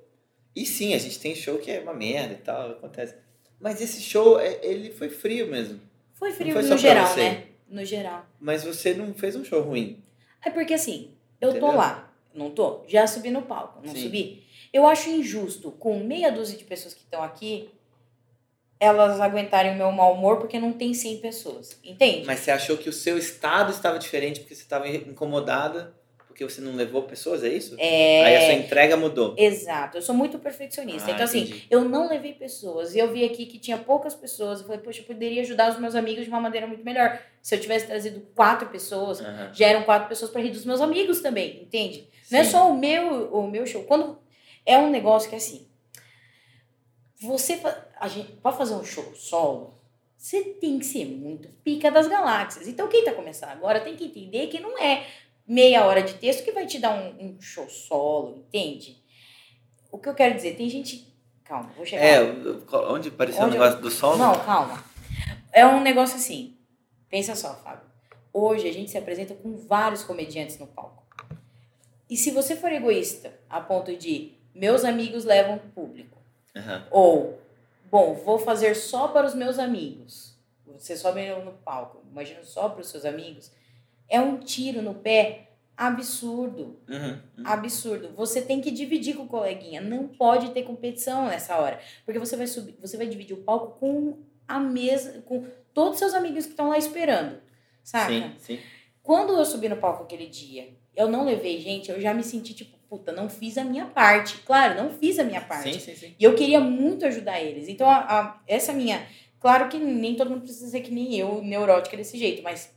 Speaker 3: E sim, a gente tem show que é uma merda e tal, acontece. Mas esse show, é- ele foi frio mesmo.
Speaker 5: Foi frio
Speaker 3: foi só
Speaker 5: no
Speaker 3: pra
Speaker 5: geral,
Speaker 3: você.
Speaker 5: né? No geral.
Speaker 3: Mas você não fez um show ruim.
Speaker 5: É porque assim, eu tô
Speaker 3: Entendeu?
Speaker 5: lá, não tô? Já subi no palco, não
Speaker 3: Sim.
Speaker 5: subi? Eu acho injusto com meia dúzia de pessoas que estão aqui elas aguentarem o meu mau humor porque não tem 100 pessoas, entende?
Speaker 3: Mas você achou que o seu estado estava diferente porque você estava incomodada, porque você não levou pessoas, é isso?
Speaker 5: é...
Speaker 3: Aí a sua entrega mudou.
Speaker 5: Exato, eu sou muito perfeccionista.
Speaker 3: Ah,
Speaker 5: então, assim,
Speaker 3: entendi.
Speaker 5: eu não levei pessoas. E eu vi aqui que tinha poucas pessoas. Eu falei, poxa, eu poderia ajudar os meus amigos de uma maneira muito melhor. Se eu tivesse trazido quatro pessoas,
Speaker 3: Aham.
Speaker 5: já eram quatro pessoas para rir dos meus amigos também, entende? Não é
Speaker 3: Sim.
Speaker 5: só o meu, o meu show. Quando é um negócio que é assim, você fa- a gente para fazer um show solo, você tem que ser muito pica das galáxias. Então quem tá começando agora tem que entender que não é meia hora de texto que vai te dar um, um show solo, entende? O que eu quero dizer, tem gente, calma, vou chegar.
Speaker 3: É, onde apareceu
Speaker 5: Onde
Speaker 3: o
Speaker 5: eu-
Speaker 3: negócio do sol?
Speaker 5: Não, calma. É um negócio assim. Pensa só, Fábio. Hoje a gente se apresenta com vários comediantes no palco. E se você for egoísta, a ponto de meus amigos levam público,
Speaker 3: Aham.
Speaker 5: ou bom, vou fazer só para os meus amigos. Você sobe no palco, imagina só para os seus amigos. É um tiro no pé absurdo.
Speaker 3: Uhum. Uhum.
Speaker 5: Absurdo. Você tem que dividir com o coleguinha. Não pode ter competição nessa hora. Porque você vai subir, você vai dividir o palco com a mesa, com todos os seus amigos que estão lá esperando. Saca?
Speaker 3: Sim, sim.
Speaker 5: Quando eu subi no palco aquele dia, eu não levei gente, eu já me senti tipo, puta, não fiz a minha parte. Claro, não fiz a minha parte.
Speaker 3: Sim, sim, sim.
Speaker 5: E eu queria muito ajudar eles. Então, a, a- essa minha. Claro que nem todo mundo precisa ser que nem eu, neurótica desse jeito, mas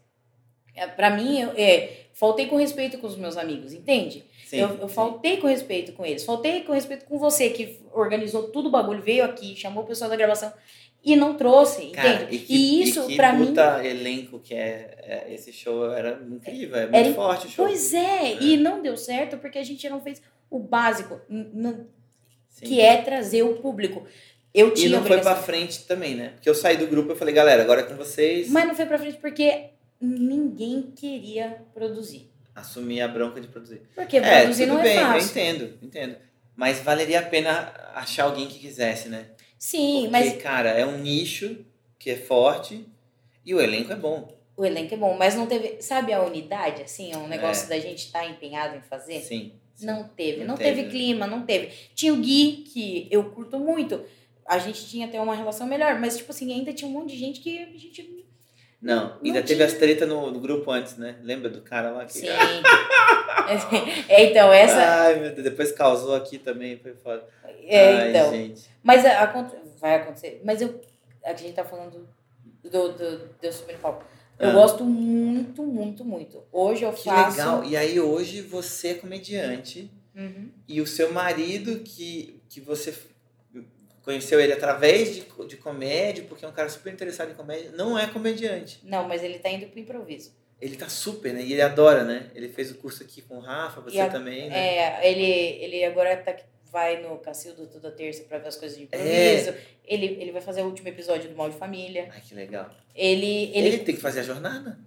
Speaker 5: é, para mim, eu, é, faltei com respeito com os meus amigos, entende?
Speaker 3: Sim,
Speaker 5: eu, eu
Speaker 3: sim.
Speaker 5: faltei com respeito com eles. Faltei com respeito com você, que organizou tudo o bagulho, veio aqui, chamou o pessoal da gravação e não trouxe,
Speaker 3: Cara, e,
Speaker 5: entende? E,
Speaker 3: que,
Speaker 5: isso,
Speaker 3: e que
Speaker 5: pra mim.
Speaker 3: puta elenco que é, é- Esse show era incrível, é muito
Speaker 5: Era in-
Speaker 3: forte o show.
Speaker 5: Pois é, e não deu certo porque a gente não fez o básico, n- n-
Speaker 3: Sim.
Speaker 5: que é trazer o público. Eu
Speaker 3: E
Speaker 5: tinha
Speaker 3: não foi
Speaker 5: obrigação-
Speaker 3: pra frente também, né? Porque eu saí do grupo e falei, galera, agora é com vocês.
Speaker 5: Mas não foi pra frente porque ninguém queria produzir.
Speaker 3: Assumir a bronca de produzir.
Speaker 5: Porque produzir não é
Speaker 3: eu
Speaker 5: fácil.
Speaker 3: entendo, entendo. Mas valeria a pena achar alguém que quisesse, né?
Speaker 5: Sim,
Speaker 3: Porque,
Speaker 5: mas
Speaker 3: cara, é um nicho que é forte e o elenco é bom.
Speaker 5: o elenco é bom. Mas não teve. Sabe a unidade, assim? É um negócio
Speaker 3: É.
Speaker 5: da gente estar empenhado em fazer?
Speaker 3: Sim. sim.
Speaker 5: Não teve.
Speaker 3: Não
Speaker 5: Não,
Speaker 3: teve,
Speaker 5: teve,
Speaker 3: né?
Speaker 5: clima, não teve. Tinha o Gui, que eu curto muito. A gente tinha até uma relação melhor, mas, tipo assim, ainda tinha um monte de gente que a gente.
Speaker 3: Não,
Speaker 5: Não
Speaker 3: ainda teve
Speaker 5: tinha.
Speaker 3: as tretas no, no grupo antes, né? Lembra do cara lá que. Ah,
Speaker 5: Sim. é, então, essa.
Speaker 3: Ai, meu Deus, depois causou aqui também, foi foda.
Speaker 5: É,
Speaker 3: Ah, Ai,
Speaker 5: então.
Speaker 3: gente.
Speaker 5: Mas a- acon- vai acontecer. Mas eu. A gente tá falando do, do, do, do subir no palco. Eu
Speaker 3: Ah.
Speaker 5: gosto muito, muito, muito. Hoje eu
Speaker 3: Que
Speaker 5: faço.
Speaker 3: legal. E aí hoje você é comediante
Speaker 5: Uhum.
Speaker 3: e o seu marido que, que você f- conheceu ele através de, co- de comédia, porque é um cara super interessado em comédia, não é comediante.
Speaker 5: Não, mas ele tá indo pro improviso.
Speaker 3: Ele tá super, né? E ele adora, né? Ele fez o curso aqui com o Rafa, você
Speaker 5: E a-
Speaker 3: também, né?
Speaker 5: É, ele, ele agora tá, vai no Cacildo toda terça pra ver as coisas de
Speaker 3: É.
Speaker 5: improviso. Ele, ele vai fazer o último episódio do Mal de Família.
Speaker 3: Ai, que legal.
Speaker 5: Ele,
Speaker 3: Ele...
Speaker 5: ele,
Speaker 3: tem que fazer a jornada?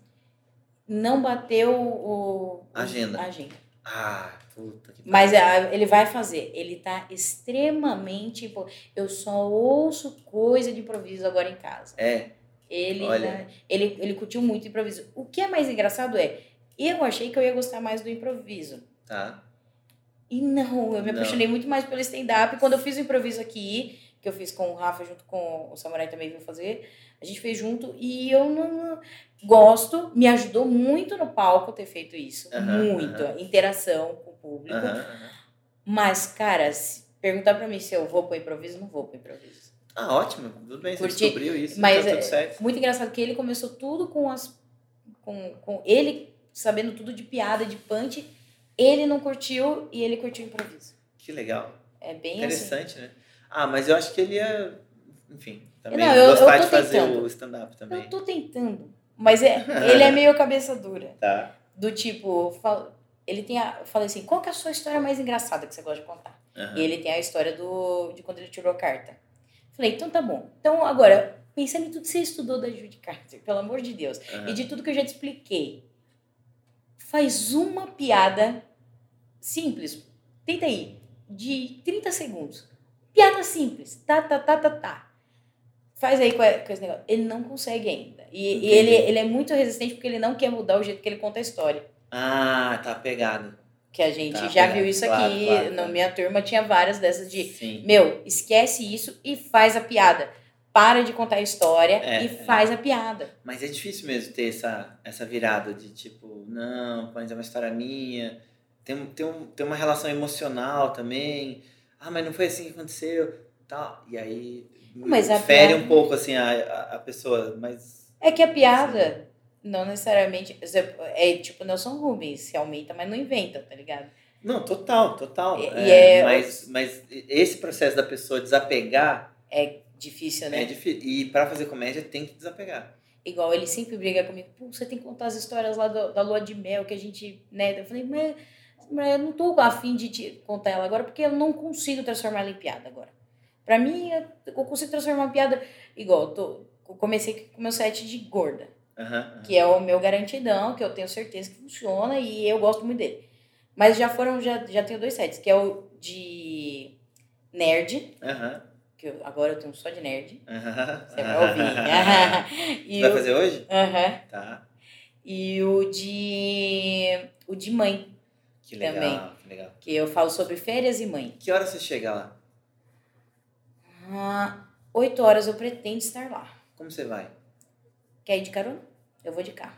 Speaker 5: não bateu o. o-
Speaker 3: Agenda.
Speaker 5: a agenda.
Speaker 3: Ah, puta que
Speaker 5: Mas
Speaker 3: pariu.
Speaker 5: ah, ele vai fazer. Ele tá extremamente. empol- Eu só ouço coisa de improviso agora em casa.
Speaker 3: É,
Speaker 5: Ele,
Speaker 3: Olha.
Speaker 5: né, ele, ele curtiu muito o improviso. O que é mais engraçado é, eu achei que eu ia gostar mais do improviso.
Speaker 3: tá.
Speaker 5: E não, eu me
Speaker 3: Não.
Speaker 5: apaixonei muito mais pelo stand-up. Quando eu fiz o improviso aqui, que eu fiz com o Rafa, junto com o Samurai também veio fazer, a gente fez junto e eu não gosto, me ajudou muito no palco ter feito isso.
Speaker 3: Aham,
Speaker 5: muito.
Speaker 3: aham.
Speaker 5: Interação com o público.
Speaker 3: Aham, aham.
Speaker 5: Mas, cara, se- perguntar pra mim se eu vou pro improviso ou não vou pro improviso.
Speaker 3: Ah, ótimo. Tudo bem, você
Speaker 5: Curti,
Speaker 3: descobriu isso.
Speaker 5: mas
Speaker 3: tá
Speaker 5: é-
Speaker 3: tudo certo.
Speaker 5: Muito engraçado que ele começou tudo com as. Com, com ele sabendo tudo de piada, de punch. Ele não curtiu e ele curtiu o improviso.
Speaker 3: Que legal.
Speaker 5: É bem assim.
Speaker 3: Interessante, né? Ah, mas eu acho que ele ia. Enfim, também
Speaker 5: Não, eu- eu
Speaker 3: gostar
Speaker 5: tô
Speaker 3: de fazer
Speaker 5: tentando.
Speaker 3: o stand-up também.
Speaker 5: Eu tô tentando. Mas é, ele é meio cabeça dura.
Speaker 3: Tá.
Speaker 5: Do tipo, fal- ele tem a. Eu falei assim, qual que é a sua história mais engraçada que você gosta de contar?
Speaker 3: Aham.
Speaker 5: E ele tem a história do, de quando ele tirou a carta. Falei, então tá bom. Então agora, pensando em tudo que você estudou da Judy Carter, pelo amor de Deus,
Speaker 3: Aham.
Speaker 5: e de tudo que eu já te expliquei, faz uma piada simples. Tenta aí, de 30 segundos. Piada simples. Tá, tá, tá, tá, tá. Faz aí com, a- com esse negócio. Ele não consegue ainda. E, e
Speaker 3: Entendi.
Speaker 5: ele, ele é muito resistente porque ele não quer mudar o jeito que ele conta a história.
Speaker 3: Ah, tá pegado.
Speaker 5: Que a gente
Speaker 3: Tá,
Speaker 5: já
Speaker 3: claro,
Speaker 5: viu isso
Speaker 3: claro,
Speaker 5: aqui.
Speaker 3: claro,
Speaker 5: na
Speaker 3: claro.
Speaker 5: minha turma tinha várias dessas de
Speaker 3: Sim.
Speaker 5: meu, esquece isso e faz a piada. Para de contar a história
Speaker 3: É,
Speaker 5: e
Speaker 3: é.
Speaker 5: faz a piada.
Speaker 3: Mas é difícil mesmo ter essa, essa virada de tipo, não, mas é uma história minha. Tem, um- tem, um, tem uma relação emocional também. Ah, mas não foi assim que aconteceu. Tá. E aí
Speaker 5: Mas a
Speaker 3: fere
Speaker 5: piada-
Speaker 3: um pouco assim a, a, a pessoa, mas.
Speaker 5: É que a piada não necessariamente. É tipo Nelson Rubens, se aumenta, mas não inventa, tá ligado?
Speaker 3: Não, total, total.
Speaker 5: E- e é-
Speaker 3: mas, mas esse processo da pessoa desapegar
Speaker 5: Difícil, né?
Speaker 3: é difícil. E pra fazer comédia tem que desapegar.
Speaker 5: Igual ele sempre briga comigo, Pô, você tem que contar as histórias lá do- da lua de mel que a gente, né? Eu falei, mas, mas eu não tô afim de te contar ela agora porque eu não consigo transformar ela em piada agora. Pra mim, eu, eu consigo transformar uma piada. Igual, eu, tô, eu comecei com o meu set de gorda.
Speaker 3: Aham, aham.
Speaker 5: que é o meu garantidão, que eu tenho certeza que funciona e eu gosto muito dele. Mas já foram, já, já tenho dois sets, que é o de nerd,
Speaker 3: Aham.
Speaker 5: que eu- agora eu tenho só de nerd,
Speaker 3: aham.
Speaker 5: é. você vai ouvir.
Speaker 3: Você
Speaker 5: e,
Speaker 3: vai
Speaker 5: o,
Speaker 3: fazer hoje?
Speaker 5: Aham.
Speaker 3: Tá.
Speaker 5: e o de o de mãe,
Speaker 3: Que legal,
Speaker 5: Também.
Speaker 3: que legal.
Speaker 5: que eu falo sobre férias e mãe.
Speaker 3: Que hora você chega lá?
Speaker 5: Ah, Oito horas eu pretendo estar lá.
Speaker 3: Como você vai?
Speaker 5: Quer ir de carona? Eu vou de carro,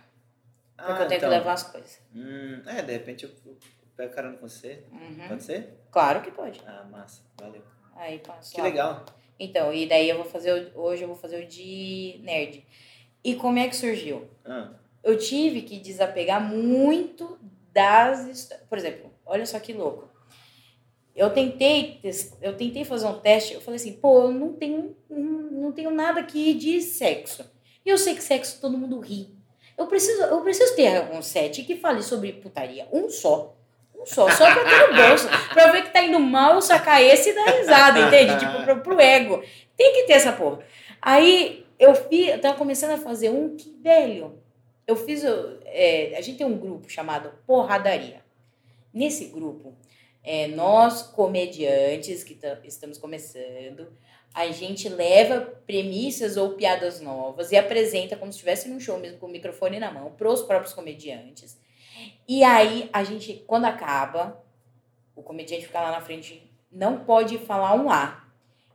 Speaker 5: porque
Speaker 3: Ah,
Speaker 5: eu tenho
Speaker 3: então.
Speaker 5: que levar as coisas.
Speaker 3: Hum, é, de repente eu eu pego carona com você.
Speaker 5: Uhum.
Speaker 3: Pode ser?
Speaker 5: Claro que pode.
Speaker 3: Ah, massa. Valeu.
Speaker 5: Aí passo
Speaker 3: Que
Speaker 5: lá.
Speaker 3: legal.
Speaker 5: Então, e daí eu vou fazer o- hoje eu vou fazer o de nerd. E como é que surgiu?
Speaker 3: Ah,
Speaker 5: Eu tive que desapegar muito das histórias. Por exemplo, olha só que louco. Eu tentei, tes- eu tentei fazer um teste, eu falei assim, pô, eu não tenho, um- não tenho nada aqui de sexo. E eu sei que sexo todo mundo ri. Eu preciso, eu preciso ter um set que fale sobre putaria. Um só. Um só, só pra ter no bolso. Pra eu ver que tá indo mal, eu sacar esse e dar risada, entende? Tipo, pro, pro ego. Tem que ter essa porra. Aí eu fiz, eu tava começando a fazer um que, velho, eu fiz. eu, é, a gente tem um grupo chamado Porradaria. Nesse grupo, é, nós comediantes que ta- estamos começando, a gente leva premissas ou piadas novas e apresenta como se estivesse num show mesmo com o microfone na mão para os próprios comediantes. E aí a gente, quando acaba, o comediante fica lá na frente, não pode falar um A.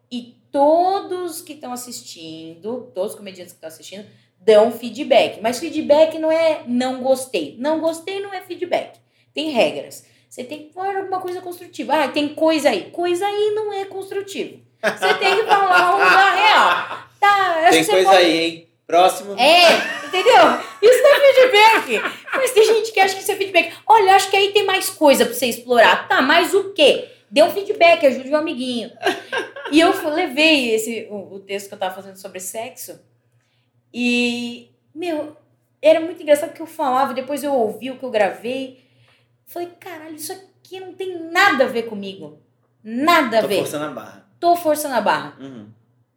Speaker 5: E todos que estão assistindo, todos os comediantes que estão assistindo, dão feedback. Mas feedback não é não gostei. Não gostei não é feedback. Tem regras. Você tem que falar alguma coisa construtiva. Ah, tem coisa aí. Coisa aí não é construtivo. Você tem que falar uma real. Tá, essa
Speaker 3: tem
Speaker 5: você
Speaker 3: coisa
Speaker 5: pode-
Speaker 3: aí, hein? Próximo.
Speaker 5: é, entendeu? Isso não é feedback. Mas tem gente que acha que isso é feedback. Olha, acho que aí tem mais coisa pra você explorar. Tá, mas o quê? Dê um feedback, ajude o amiguinho. E eu fu- levei esse, o, o texto que eu tava fazendo sobre sexo. E, meu, era muito engraçado porque eu falava, depois eu ouvi o que eu gravei. Falei, caralho, isso aqui não tem nada a ver comigo. Nada a
Speaker 3: Tô
Speaker 5: ver.
Speaker 3: forçando a barra.
Speaker 5: Tô forçando a barra.
Speaker 3: Uhum.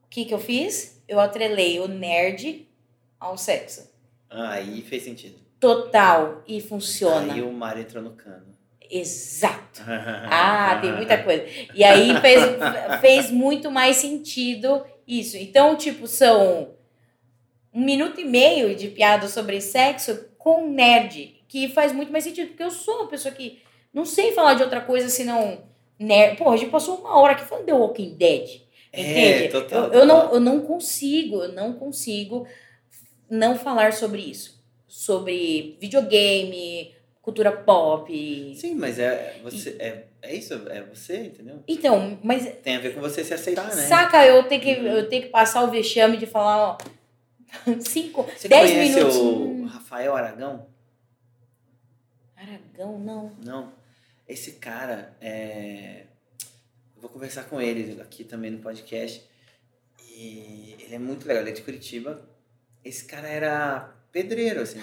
Speaker 5: O que que eu fiz? Eu atrelei o nerd ao sexo.
Speaker 3: Ah, Aí fez sentido.
Speaker 5: Total e funciona.
Speaker 3: Aí o mar entrou no cano.
Speaker 5: Exato. Ah, tem muita coisa. E aí fez, fez muito mais sentido isso. Então, tipo, são um minuto e meio de piada sobre sexo com nerd, que faz muito mais sentido, porque eu sou uma pessoa que não sei falar de outra coisa senão nerd. Pô, a gente passou uma hora aqui falando The Walking Dead.
Speaker 3: É,
Speaker 5: Entende?
Speaker 3: total,
Speaker 5: eu, eu não,
Speaker 3: total.
Speaker 5: eu não consigo, eu não consigo não falar sobre isso. Sobre videogame, cultura pop.
Speaker 3: Sim, mas é, você, é, é isso, é você, entendeu?
Speaker 5: Então, mas
Speaker 3: Tem a ver com você se aceitar, né?
Speaker 5: saca, eu tenho, que, eu tenho que passar o vexame de falar, ó, cinco,
Speaker 3: Você
Speaker 5: dez
Speaker 3: conhece
Speaker 5: minutos.
Speaker 3: o
Speaker 5: Hum,
Speaker 3: Rafael Aragão?
Speaker 5: Aragão, não.
Speaker 3: Não. Esse cara é. Eu vou conversar com ele aqui também no podcast. E ele é muito legal, ele é de Curitiba. Esse cara era pedreiro, assim.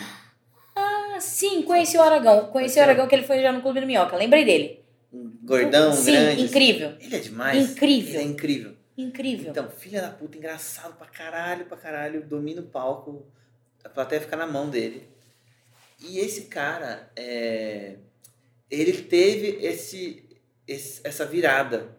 Speaker 5: Ah, sim, conheci o Aragão. Conheci o
Speaker 3: Você-
Speaker 5: Aragão que ele foi já no Clube do Minhoca. Lembrei dele.
Speaker 3: Um gordão,
Speaker 5: sim,
Speaker 3: grande. assim.
Speaker 5: incrível.
Speaker 3: Ele é demais.
Speaker 5: Incrível.
Speaker 3: Ele é incrível.
Speaker 5: Incrível.
Speaker 3: Então, filha da puta, engraçado pra caralho, pra caralho, domina o palco, a plateia fica na mão dele. E esse cara, é, ele teve esse, esse- essa virada,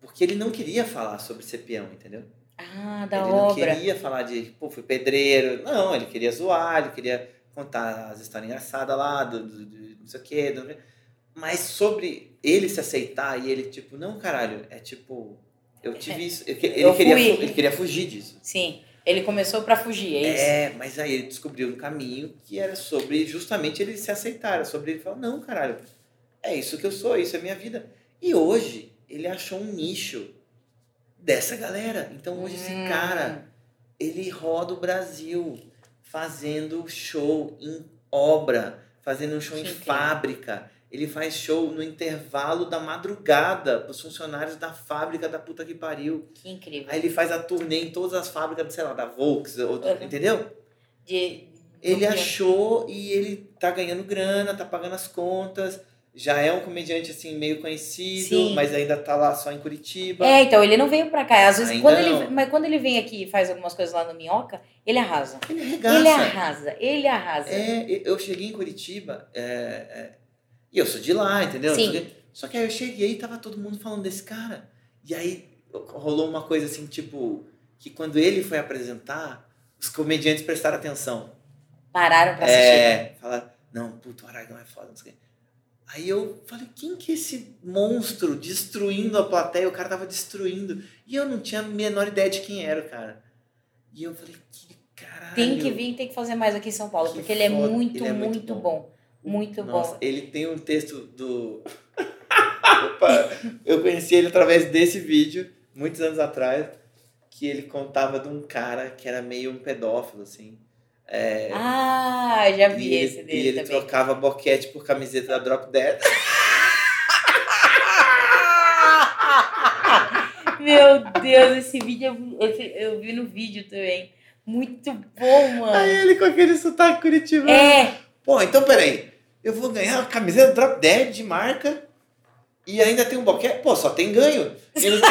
Speaker 3: porque ele não queria falar sobre ser peão, entendeu?
Speaker 5: ah, da
Speaker 3: ele não
Speaker 5: obra.
Speaker 3: queria falar de, pô, fui pedreiro, não, ele queria zoar, ele queria contar as histórias engraçadas lá, do, do- do- não sei o quê, do- mas sobre ele se aceitar e ele, tipo, não, caralho, é tipo, eu tive isso, eu que- ele,
Speaker 5: Eu
Speaker 3: queria,
Speaker 5: fui.
Speaker 3: ele queria fugir disso.
Speaker 5: Sim, ele começou pra fugir, é isso.
Speaker 3: É, mas aí ele descobriu no caminho que era sobre justamente ele se aceitar, era sobre ele falar, não, caralho, é isso que eu sou, isso é minha vida. E hoje ele achou um nicho dessa galera. Então hoje
Speaker 5: Hum.
Speaker 3: esse cara, ele roda o Brasil fazendo show em obra, fazendo um show em
Speaker 5: Que incrível.
Speaker 3: fábrica. Ele faz show no intervalo da madrugada pros funcionários da fábrica da puta que pariu.
Speaker 5: Hum, Que incrível.
Speaker 3: Aí ele faz a turnê em todas as fábricas, sei lá, da Volks, ou-
Speaker 5: Uhum.
Speaker 3: entendeu?
Speaker 5: De-
Speaker 3: Ele
Speaker 5: do-
Speaker 3: achou e ele tá ganhando grana, tá pagando as contas, já é um comediante assim meio conhecido,
Speaker 5: Sim.
Speaker 3: mas ainda tá lá só em Curitiba.
Speaker 5: É, então, ele não veio pra cá. Às vezes,
Speaker 3: Ainda
Speaker 5: quando ele,
Speaker 3: não.
Speaker 5: mas quando ele vem aqui e faz algumas coisas lá no Minhoca, ele arrasa.
Speaker 3: Ele arregaça.
Speaker 5: Ele é arrasa, ele arrasa.
Speaker 3: É, e- eu cheguei em Curitiba é, é, e eu sou de lá, entendeu?
Speaker 5: Sim.
Speaker 3: Só que- Só que aí eu cheguei e tava todo mundo falando desse cara. E aí rolou uma coisa assim, tipo, que quando ele foi apresentar, os comediantes prestaram atenção.
Speaker 5: Pararam pra assistir.
Speaker 3: É, fala, não, puto, o Aragão é foda, não sei o quê. Aí eu falei, quem que é esse monstro destruindo a plateia? O cara tava destruindo. E eu não tinha a menor ideia de quem era o cara. E eu falei, que caralho.
Speaker 5: Tem que vir, tem que fazer mais aqui em São Paulo,
Speaker 3: Que
Speaker 5: porque ele é
Speaker 3: foda.
Speaker 5: muito,
Speaker 3: Ele é
Speaker 5: muito,
Speaker 3: muito
Speaker 5: bom. Muito
Speaker 3: Nossa,
Speaker 5: bom.
Speaker 3: ele tem um texto do. Opa, eu conheci ele através desse vídeo, muitos anos atrás, que ele contava de um cara que era meio um pedófilo, assim. É,
Speaker 5: Ah, já vi
Speaker 3: e ele,
Speaker 5: esse dele
Speaker 3: e ele
Speaker 5: também.
Speaker 3: trocava boquete por camiseta da Drop Dead.
Speaker 5: Meu Deus, esse vídeo eu vi- esse- eu vi no vídeo também. Muito bom,
Speaker 3: Aí
Speaker 5: mano.
Speaker 3: ele com aquele sotaque curitibano.
Speaker 5: Ah. É,
Speaker 3: Pô, então peraí. Eu vou ganhar uma camiseta Drop Dead de marca e ainda tem um boquete. Pô, só tem ganho. E não tem-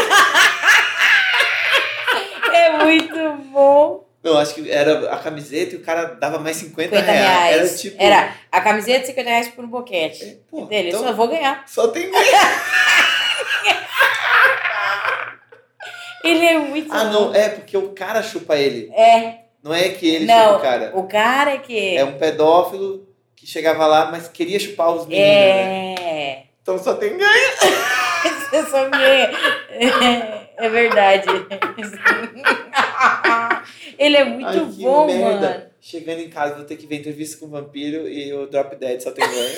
Speaker 5: é muito bom.
Speaker 3: Não, acho que era a camiseta e o cara dava mais 50,
Speaker 5: 50
Speaker 3: reais.
Speaker 5: reais.
Speaker 3: Era tipo.
Speaker 5: Era a camiseta, 50 reais por um boquete.
Speaker 3: Pô,
Speaker 5: dele, eu
Speaker 3: então
Speaker 5: só vou ganhar.
Speaker 3: só Ah, tem ganho.
Speaker 5: Ele é muito
Speaker 3: Ah,
Speaker 5: bom.
Speaker 3: não, é porque o cara chupa ele.
Speaker 5: É,
Speaker 3: Não é que ele
Speaker 5: Não.
Speaker 3: chupa o cara.
Speaker 5: o cara que.
Speaker 3: É um pedófilo que chegava lá, mas queria chupar os meninos. né?
Speaker 5: É.
Speaker 3: Então só tem ganho.
Speaker 5: Você sabia? É, é verdade. Ele é muito
Speaker 3: Ai, que
Speaker 5: bom,
Speaker 3: merda.
Speaker 5: mano.
Speaker 3: Chegando em casa, vou ter que ver entrevista com o vampiro e o Drop Dead só tem ganho.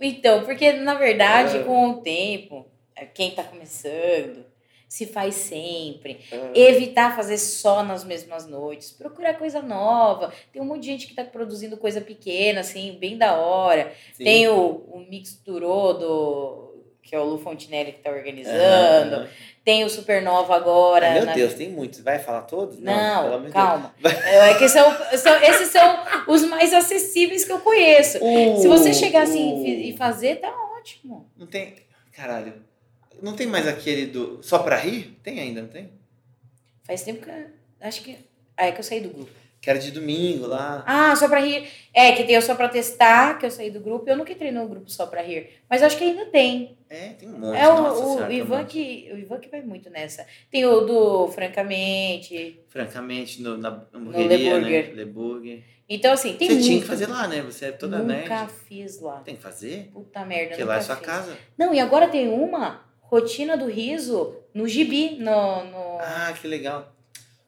Speaker 5: Então, porque na verdade,
Speaker 3: Ah.
Speaker 5: com o tempo, quem tá começando se faz sempre.
Speaker 3: Ah.
Speaker 5: Evitar fazer só nas mesmas noites. Procurar coisa nova. Tem um monte de gente que tá produzindo coisa pequena, assim, bem da hora.
Speaker 3: Sim.
Speaker 5: Tem o, o Mixturô do. Que é o Lu Fontinelli que tá organizando.
Speaker 3: Aham.
Speaker 5: Tem o Supernova agora.
Speaker 3: Ah, meu
Speaker 5: na-
Speaker 3: Deus, tem muitos. Vai falar todos? pelo
Speaker 5: Não,
Speaker 3: amor de
Speaker 5: calma. É que são, são- esses são os mais acessíveis que eu conheço.
Speaker 3: Deus.
Speaker 5: Se você
Speaker 3: O-
Speaker 5: chegar assim
Speaker 3: o-
Speaker 5: e fi- e fazer, tá ótimo.
Speaker 3: Não tem. Caralho. Não tem mais aquele do. Só pra rir? Tem ainda, não tem?
Speaker 5: Faz tempo que. eu- Acho que. Ah, é que eu saí do grupo.
Speaker 3: Que era de domingo lá.
Speaker 5: Ah, só pra rir. É, que tem o só pra testar, que eu saí do grupo. Eu nunca entrei no grupo só pra rir. Mas acho que ainda tem.
Speaker 3: É, tem um monte.
Speaker 5: é o,
Speaker 3: Nossa
Speaker 5: o
Speaker 3: Senhora, tem um
Speaker 5: Ivan
Speaker 3: monte.
Speaker 5: que. O Ivan que vai muito nessa. Tem o do Francamente.
Speaker 3: Francamente, no, na hamburgueria,
Speaker 5: No
Speaker 3: né?
Speaker 5: Le Burger.
Speaker 3: Le Burger.
Speaker 5: Então, assim, tem
Speaker 3: você
Speaker 5: muito.
Speaker 3: tinha que fazer lá, né? Você é toda
Speaker 5: nunca
Speaker 3: nerd.
Speaker 5: fiz lá.
Speaker 3: Tem que fazer?
Speaker 5: Puta merda,
Speaker 3: Porque
Speaker 5: nunca
Speaker 3: lá é sua
Speaker 5: fiz.
Speaker 3: casa.
Speaker 5: Não, e agora tem uma rotina do riso no gibi, no. no-
Speaker 3: Ah, que legal.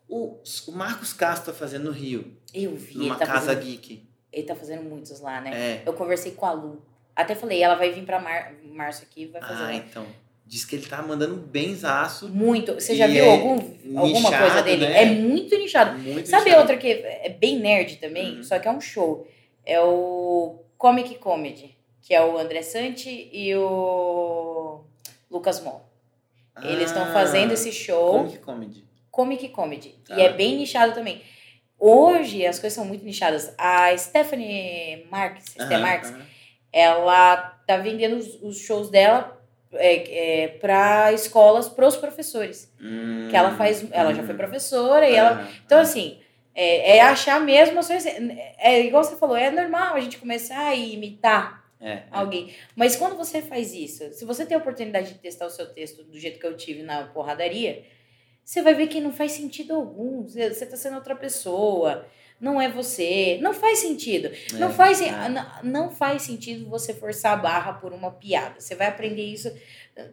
Speaker 3: O, o Marcos Castro tá fazendo no Rio,
Speaker 5: eu vi, ele
Speaker 3: numa
Speaker 5: tá
Speaker 3: casa
Speaker 5: fazendo-
Speaker 3: geek.
Speaker 5: Ele tá fazendo muitos lá, né?
Speaker 3: É.
Speaker 5: Eu conversei com a Lu. Até falei, ela vai vir pra mar... março aqui e vai fazer.
Speaker 3: Ah,
Speaker 5: um-
Speaker 3: então. Diz que ele tá mandando benzaço.
Speaker 5: Muito. Você já
Speaker 3: E
Speaker 5: viu
Speaker 3: é
Speaker 5: algum, alguma
Speaker 3: nichado,
Speaker 5: coisa dele?
Speaker 3: né?
Speaker 5: É muito nichado.
Speaker 3: Muito
Speaker 5: Sabe
Speaker 3: inchado.
Speaker 5: outra que é bem nerd também,
Speaker 3: Uhum.
Speaker 5: só que é um show? É o Comic Comedy, que é o André Santi e o Lucas Mon. Eles estão
Speaker 3: Ah,
Speaker 5: fazendo esse show.
Speaker 3: Comic Comedy.
Speaker 5: Comic Comedy.
Speaker 3: Tá.
Speaker 5: E é bem nichado também. Hoje as coisas são muito nichadas. A Stephanie Marks, Sté
Speaker 3: Aham,
Speaker 5: Marks,
Speaker 3: aham.
Speaker 5: ela tá vendendo os, os shows dela é, para escolas, pros professores. Que
Speaker 3: Hum,
Speaker 5: ela faz, ela já foi professora e ela.
Speaker 3: Aham,
Speaker 5: Então
Speaker 3: aham.
Speaker 5: assim, é, é achar mesmo as coisas. É igual você falou, é normal a gente começar a imitar
Speaker 3: É, é.
Speaker 5: alguém. Mas quando você faz isso, se você tem a oportunidade de testar o seu texto do jeito que eu tive na porradaria, você vai ver que não faz sentido algum. Você você tá sendo outra pessoa. Não é você. Não faz sentido. não,
Speaker 3: É,
Speaker 5: faz,
Speaker 3: é.
Speaker 5: sen- ah, não, não faz sentido você forçar a barra por uma piada. Você vai aprender isso eh,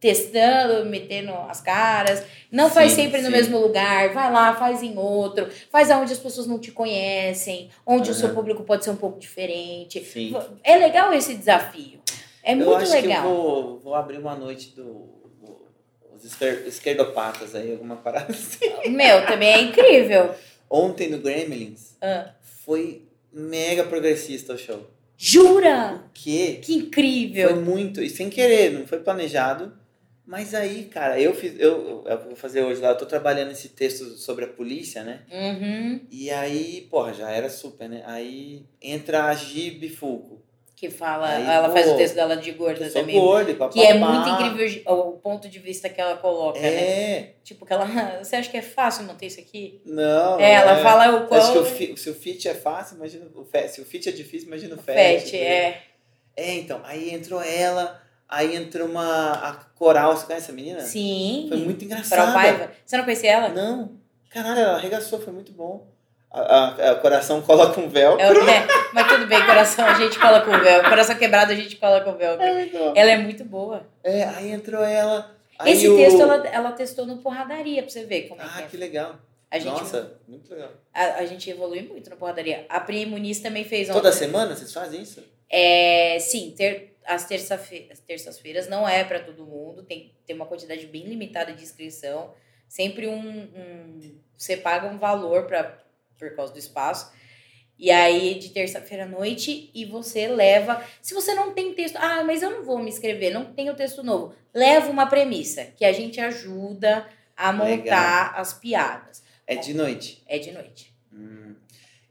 Speaker 5: testando, metendo as caras. Não faz
Speaker 3: Sim,
Speaker 5: sempre no
Speaker 3: sim.
Speaker 5: mesmo lugar. Vai lá, faz em outro. Faz aonde as pessoas não te conhecem. Onde o seu
Speaker 3: Aham.
Speaker 5: público pode ser um pouco diferente.
Speaker 3: Sim.
Speaker 5: É legal esse desafio. É
Speaker 3: eu
Speaker 5: muito
Speaker 3: acho que eu
Speaker 5: legal.
Speaker 3: vou, vou abrir uma noite do. Os esquer- esquerdopatas aí, alguma parada assim.
Speaker 5: Meu, também é incrível.
Speaker 3: Ontem no Gremlins
Speaker 5: Ah.
Speaker 3: foi mega progressista o show.
Speaker 5: Jura?
Speaker 3: Que
Speaker 5: Que
Speaker 3: foi
Speaker 5: incrível.
Speaker 3: muito, e sem querer, não foi planejado. Mas aí, cara, eu fiz. Eu, eu, é o que eu vou fazer hoje lá. Eu tô trabalhando esse texto sobre a polícia, né?
Speaker 5: Uhum.
Speaker 3: E aí, porra, já era super, né? Aí entra a Gi Bifuco.
Speaker 5: Que fala,
Speaker 3: Aí,
Speaker 5: ela faz
Speaker 3: pô,
Speaker 5: o texto dela de
Speaker 3: Eu
Speaker 5: gorda
Speaker 3: sou
Speaker 5: também.
Speaker 3: gordo, e papapá.
Speaker 5: Que é muito incrível o o ponto de vista que ela coloca, né?
Speaker 3: É,
Speaker 5: Tipo, que ela. Você acha que é fácil manter isso aqui?
Speaker 3: não.
Speaker 5: É, ela
Speaker 3: é.
Speaker 5: fala o
Speaker 3: Eu Acho que
Speaker 5: quão.
Speaker 3: o fi- se o fit é fácil, imagina o fat. Se o fit é difícil, imagina o fat.
Speaker 5: Fat, é.
Speaker 3: É, então, aí entrou ela, aí entrou uma a coral, você conhece essa menina?
Speaker 5: Sim.
Speaker 3: Foi muito
Speaker 5: Carol
Speaker 3: engraçado.
Speaker 5: Paiva. Você não conhecia ela?
Speaker 3: Não. Caralho, ela arregaçou, foi muito bom. A, a- a- o coração coloca um véu.
Speaker 5: É, o- é, mas tudo bem, coração, a gente cola com o véu. Coração quebrado, a gente cola com o véu.
Speaker 3: É, então.
Speaker 5: Ela é muito boa.
Speaker 3: É, aí entrou ela. aí
Speaker 5: Esse
Speaker 3: o-
Speaker 5: texto ela, ela testou no Porradaria, pra você ver como
Speaker 3: Ah,
Speaker 5: é que
Speaker 3: que
Speaker 5: é.
Speaker 3: legal.
Speaker 5: A gente,
Speaker 3: Nossa, muito legal.
Speaker 5: a, a gente evolui muito no Porradaria. A Pri Muniz também fez ontem.
Speaker 3: Toda semana vocês fazem isso?
Speaker 5: É, sim, ter, as terça-fe- as terças-feiras não é para todo mundo, tem, tem uma quantidade bem limitada de inscrição. Sempre um. um- você paga um valor pra, por causa do espaço. E aí, de terça-feira à noite, e você leva. Se você não tem texto, ah, mas eu não vou me inscrever, não tenho texto novo. Leva uma premissa, que a gente ajuda a montar as piadas.
Speaker 3: É de noite.
Speaker 5: É de noite.
Speaker 3: Hum.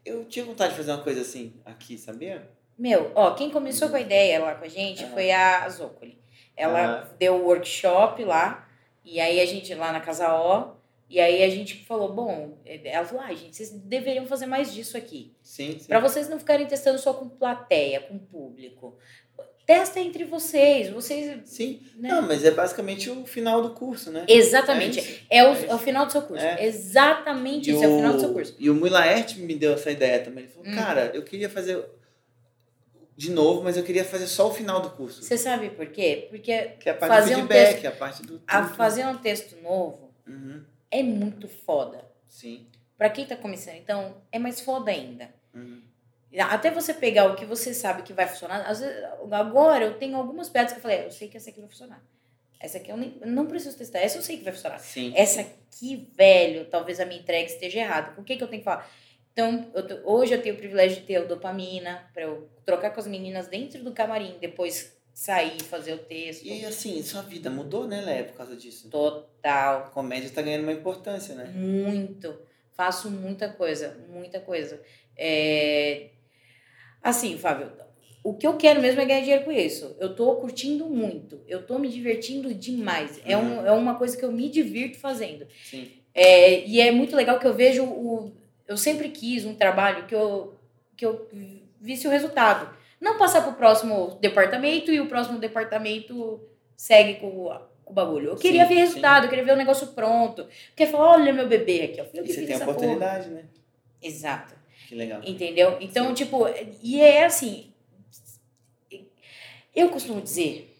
Speaker 3: Eu tinha vontade de fazer uma coisa assim aqui, sabia?
Speaker 5: Meu, ó, quem começou com a ideia lá com a gente
Speaker 3: Ah.
Speaker 5: foi a Zócoli. Ela deu o workshop lá, e aí a gente, lá na Casa O, e aí a gente falou, bom, ela falou, ah, gente, vocês deveriam fazer mais disso aqui.
Speaker 3: Sim, sim.
Speaker 5: Pra vocês não ficarem testando só com plateia, com público. Testa entre vocês, vocês...
Speaker 3: Sim.
Speaker 5: né?
Speaker 3: Não, mas é basicamente o final do curso, né?
Speaker 5: Exatamente.
Speaker 3: isso.
Speaker 5: É, o,
Speaker 3: é isso.
Speaker 5: é o final do seu curso.
Speaker 3: É.
Speaker 5: Exatamente isso, é o final do seu curso.
Speaker 3: E o Mui Laerte me deu essa ideia também. Ele falou,
Speaker 5: Hum.
Speaker 3: cara, eu queria fazer de novo, mas eu queria fazer só o final do curso.
Speaker 5: Você sabe por quê? Porque
Speaker 3: Que é a parte
Speaker 5: fazer
Speaker 3: do
Speaker 5: um
Speaker 3: feedback,
Speaker 5: texto-
Speaker 3: a parte do...
Speaker 5: a
Speaker 3: tudo.
Speaker 5: fazer um texto novo
Speaker 3: Uhum,
Speaker 5: é muito foda.
Speaker 3: Sim.
Speaker 5: Pra quem tá começando, então, é mais foda ainda.
Speaker 3: Uhum.
Speaker 5: Até você pegar o que você sabe que vai funcionar. Às vezes, agora eu tenho algumas piadas que eu falei, "Ah, eu sei que essa aqui vai funcionar. Essa aqui eu nem, não preciso testar, essa eu sei que vai funcionar.
Speaker 3: Sim.
Speaker 5: Essa aqui, velho, talvez a minha entrega esteja errada. Com o que, que eu tenho que falar? Então, eu tô- hoje eu tenho o privilégio de ter o dopamina, pra eu trocar com as meninas dentro do camarim, depois sair, fazer o texto.
Speaker 3: E assim, sua vida mudou, né, Léa, por causa disso?
Speaker 5: Total.
Speaker 3: A comédia tá ganhando uma importância, né?
Speaker 5: Muito. Faço muita coisa, muita coisa. É... Assim, Fábio, o que eu quero mesmo é ganhar dinheiro com isso. Eu tô curtindo muito, eu tô me divertindo demais. É, um, é uma coisa que eu me divirto fazendo.
Speaker 3: Sim.
Speaker 5: É, e é muito legal que eu vejo o. Eu sempre quis um trabalho que eu, que eu visse o resultado. Não passar pro próximo departamento e o próximo departamento segue com, o- com o bagulho. Eu queria
Speaker 3: Sim,
Speaker 5: ver resultado, eu queria ver o negócio pronto. Porque falar, olha meu bebê aqui, ó. Eu
Speaker 3: E
Speaker 5: que
Speaker 3: você
Speaker 5: fiz
Speaker 3: tem a
Speaker 5: essa porra.
Speaker 3: oportunidade, né?
Speaker 5: Exato.
Speaker 3: Que legal.
Speaker 5: Entendeu? Então,
Speaker 3: Sim.
Speaker 5: tipo, e é assim. Eu costumo dizer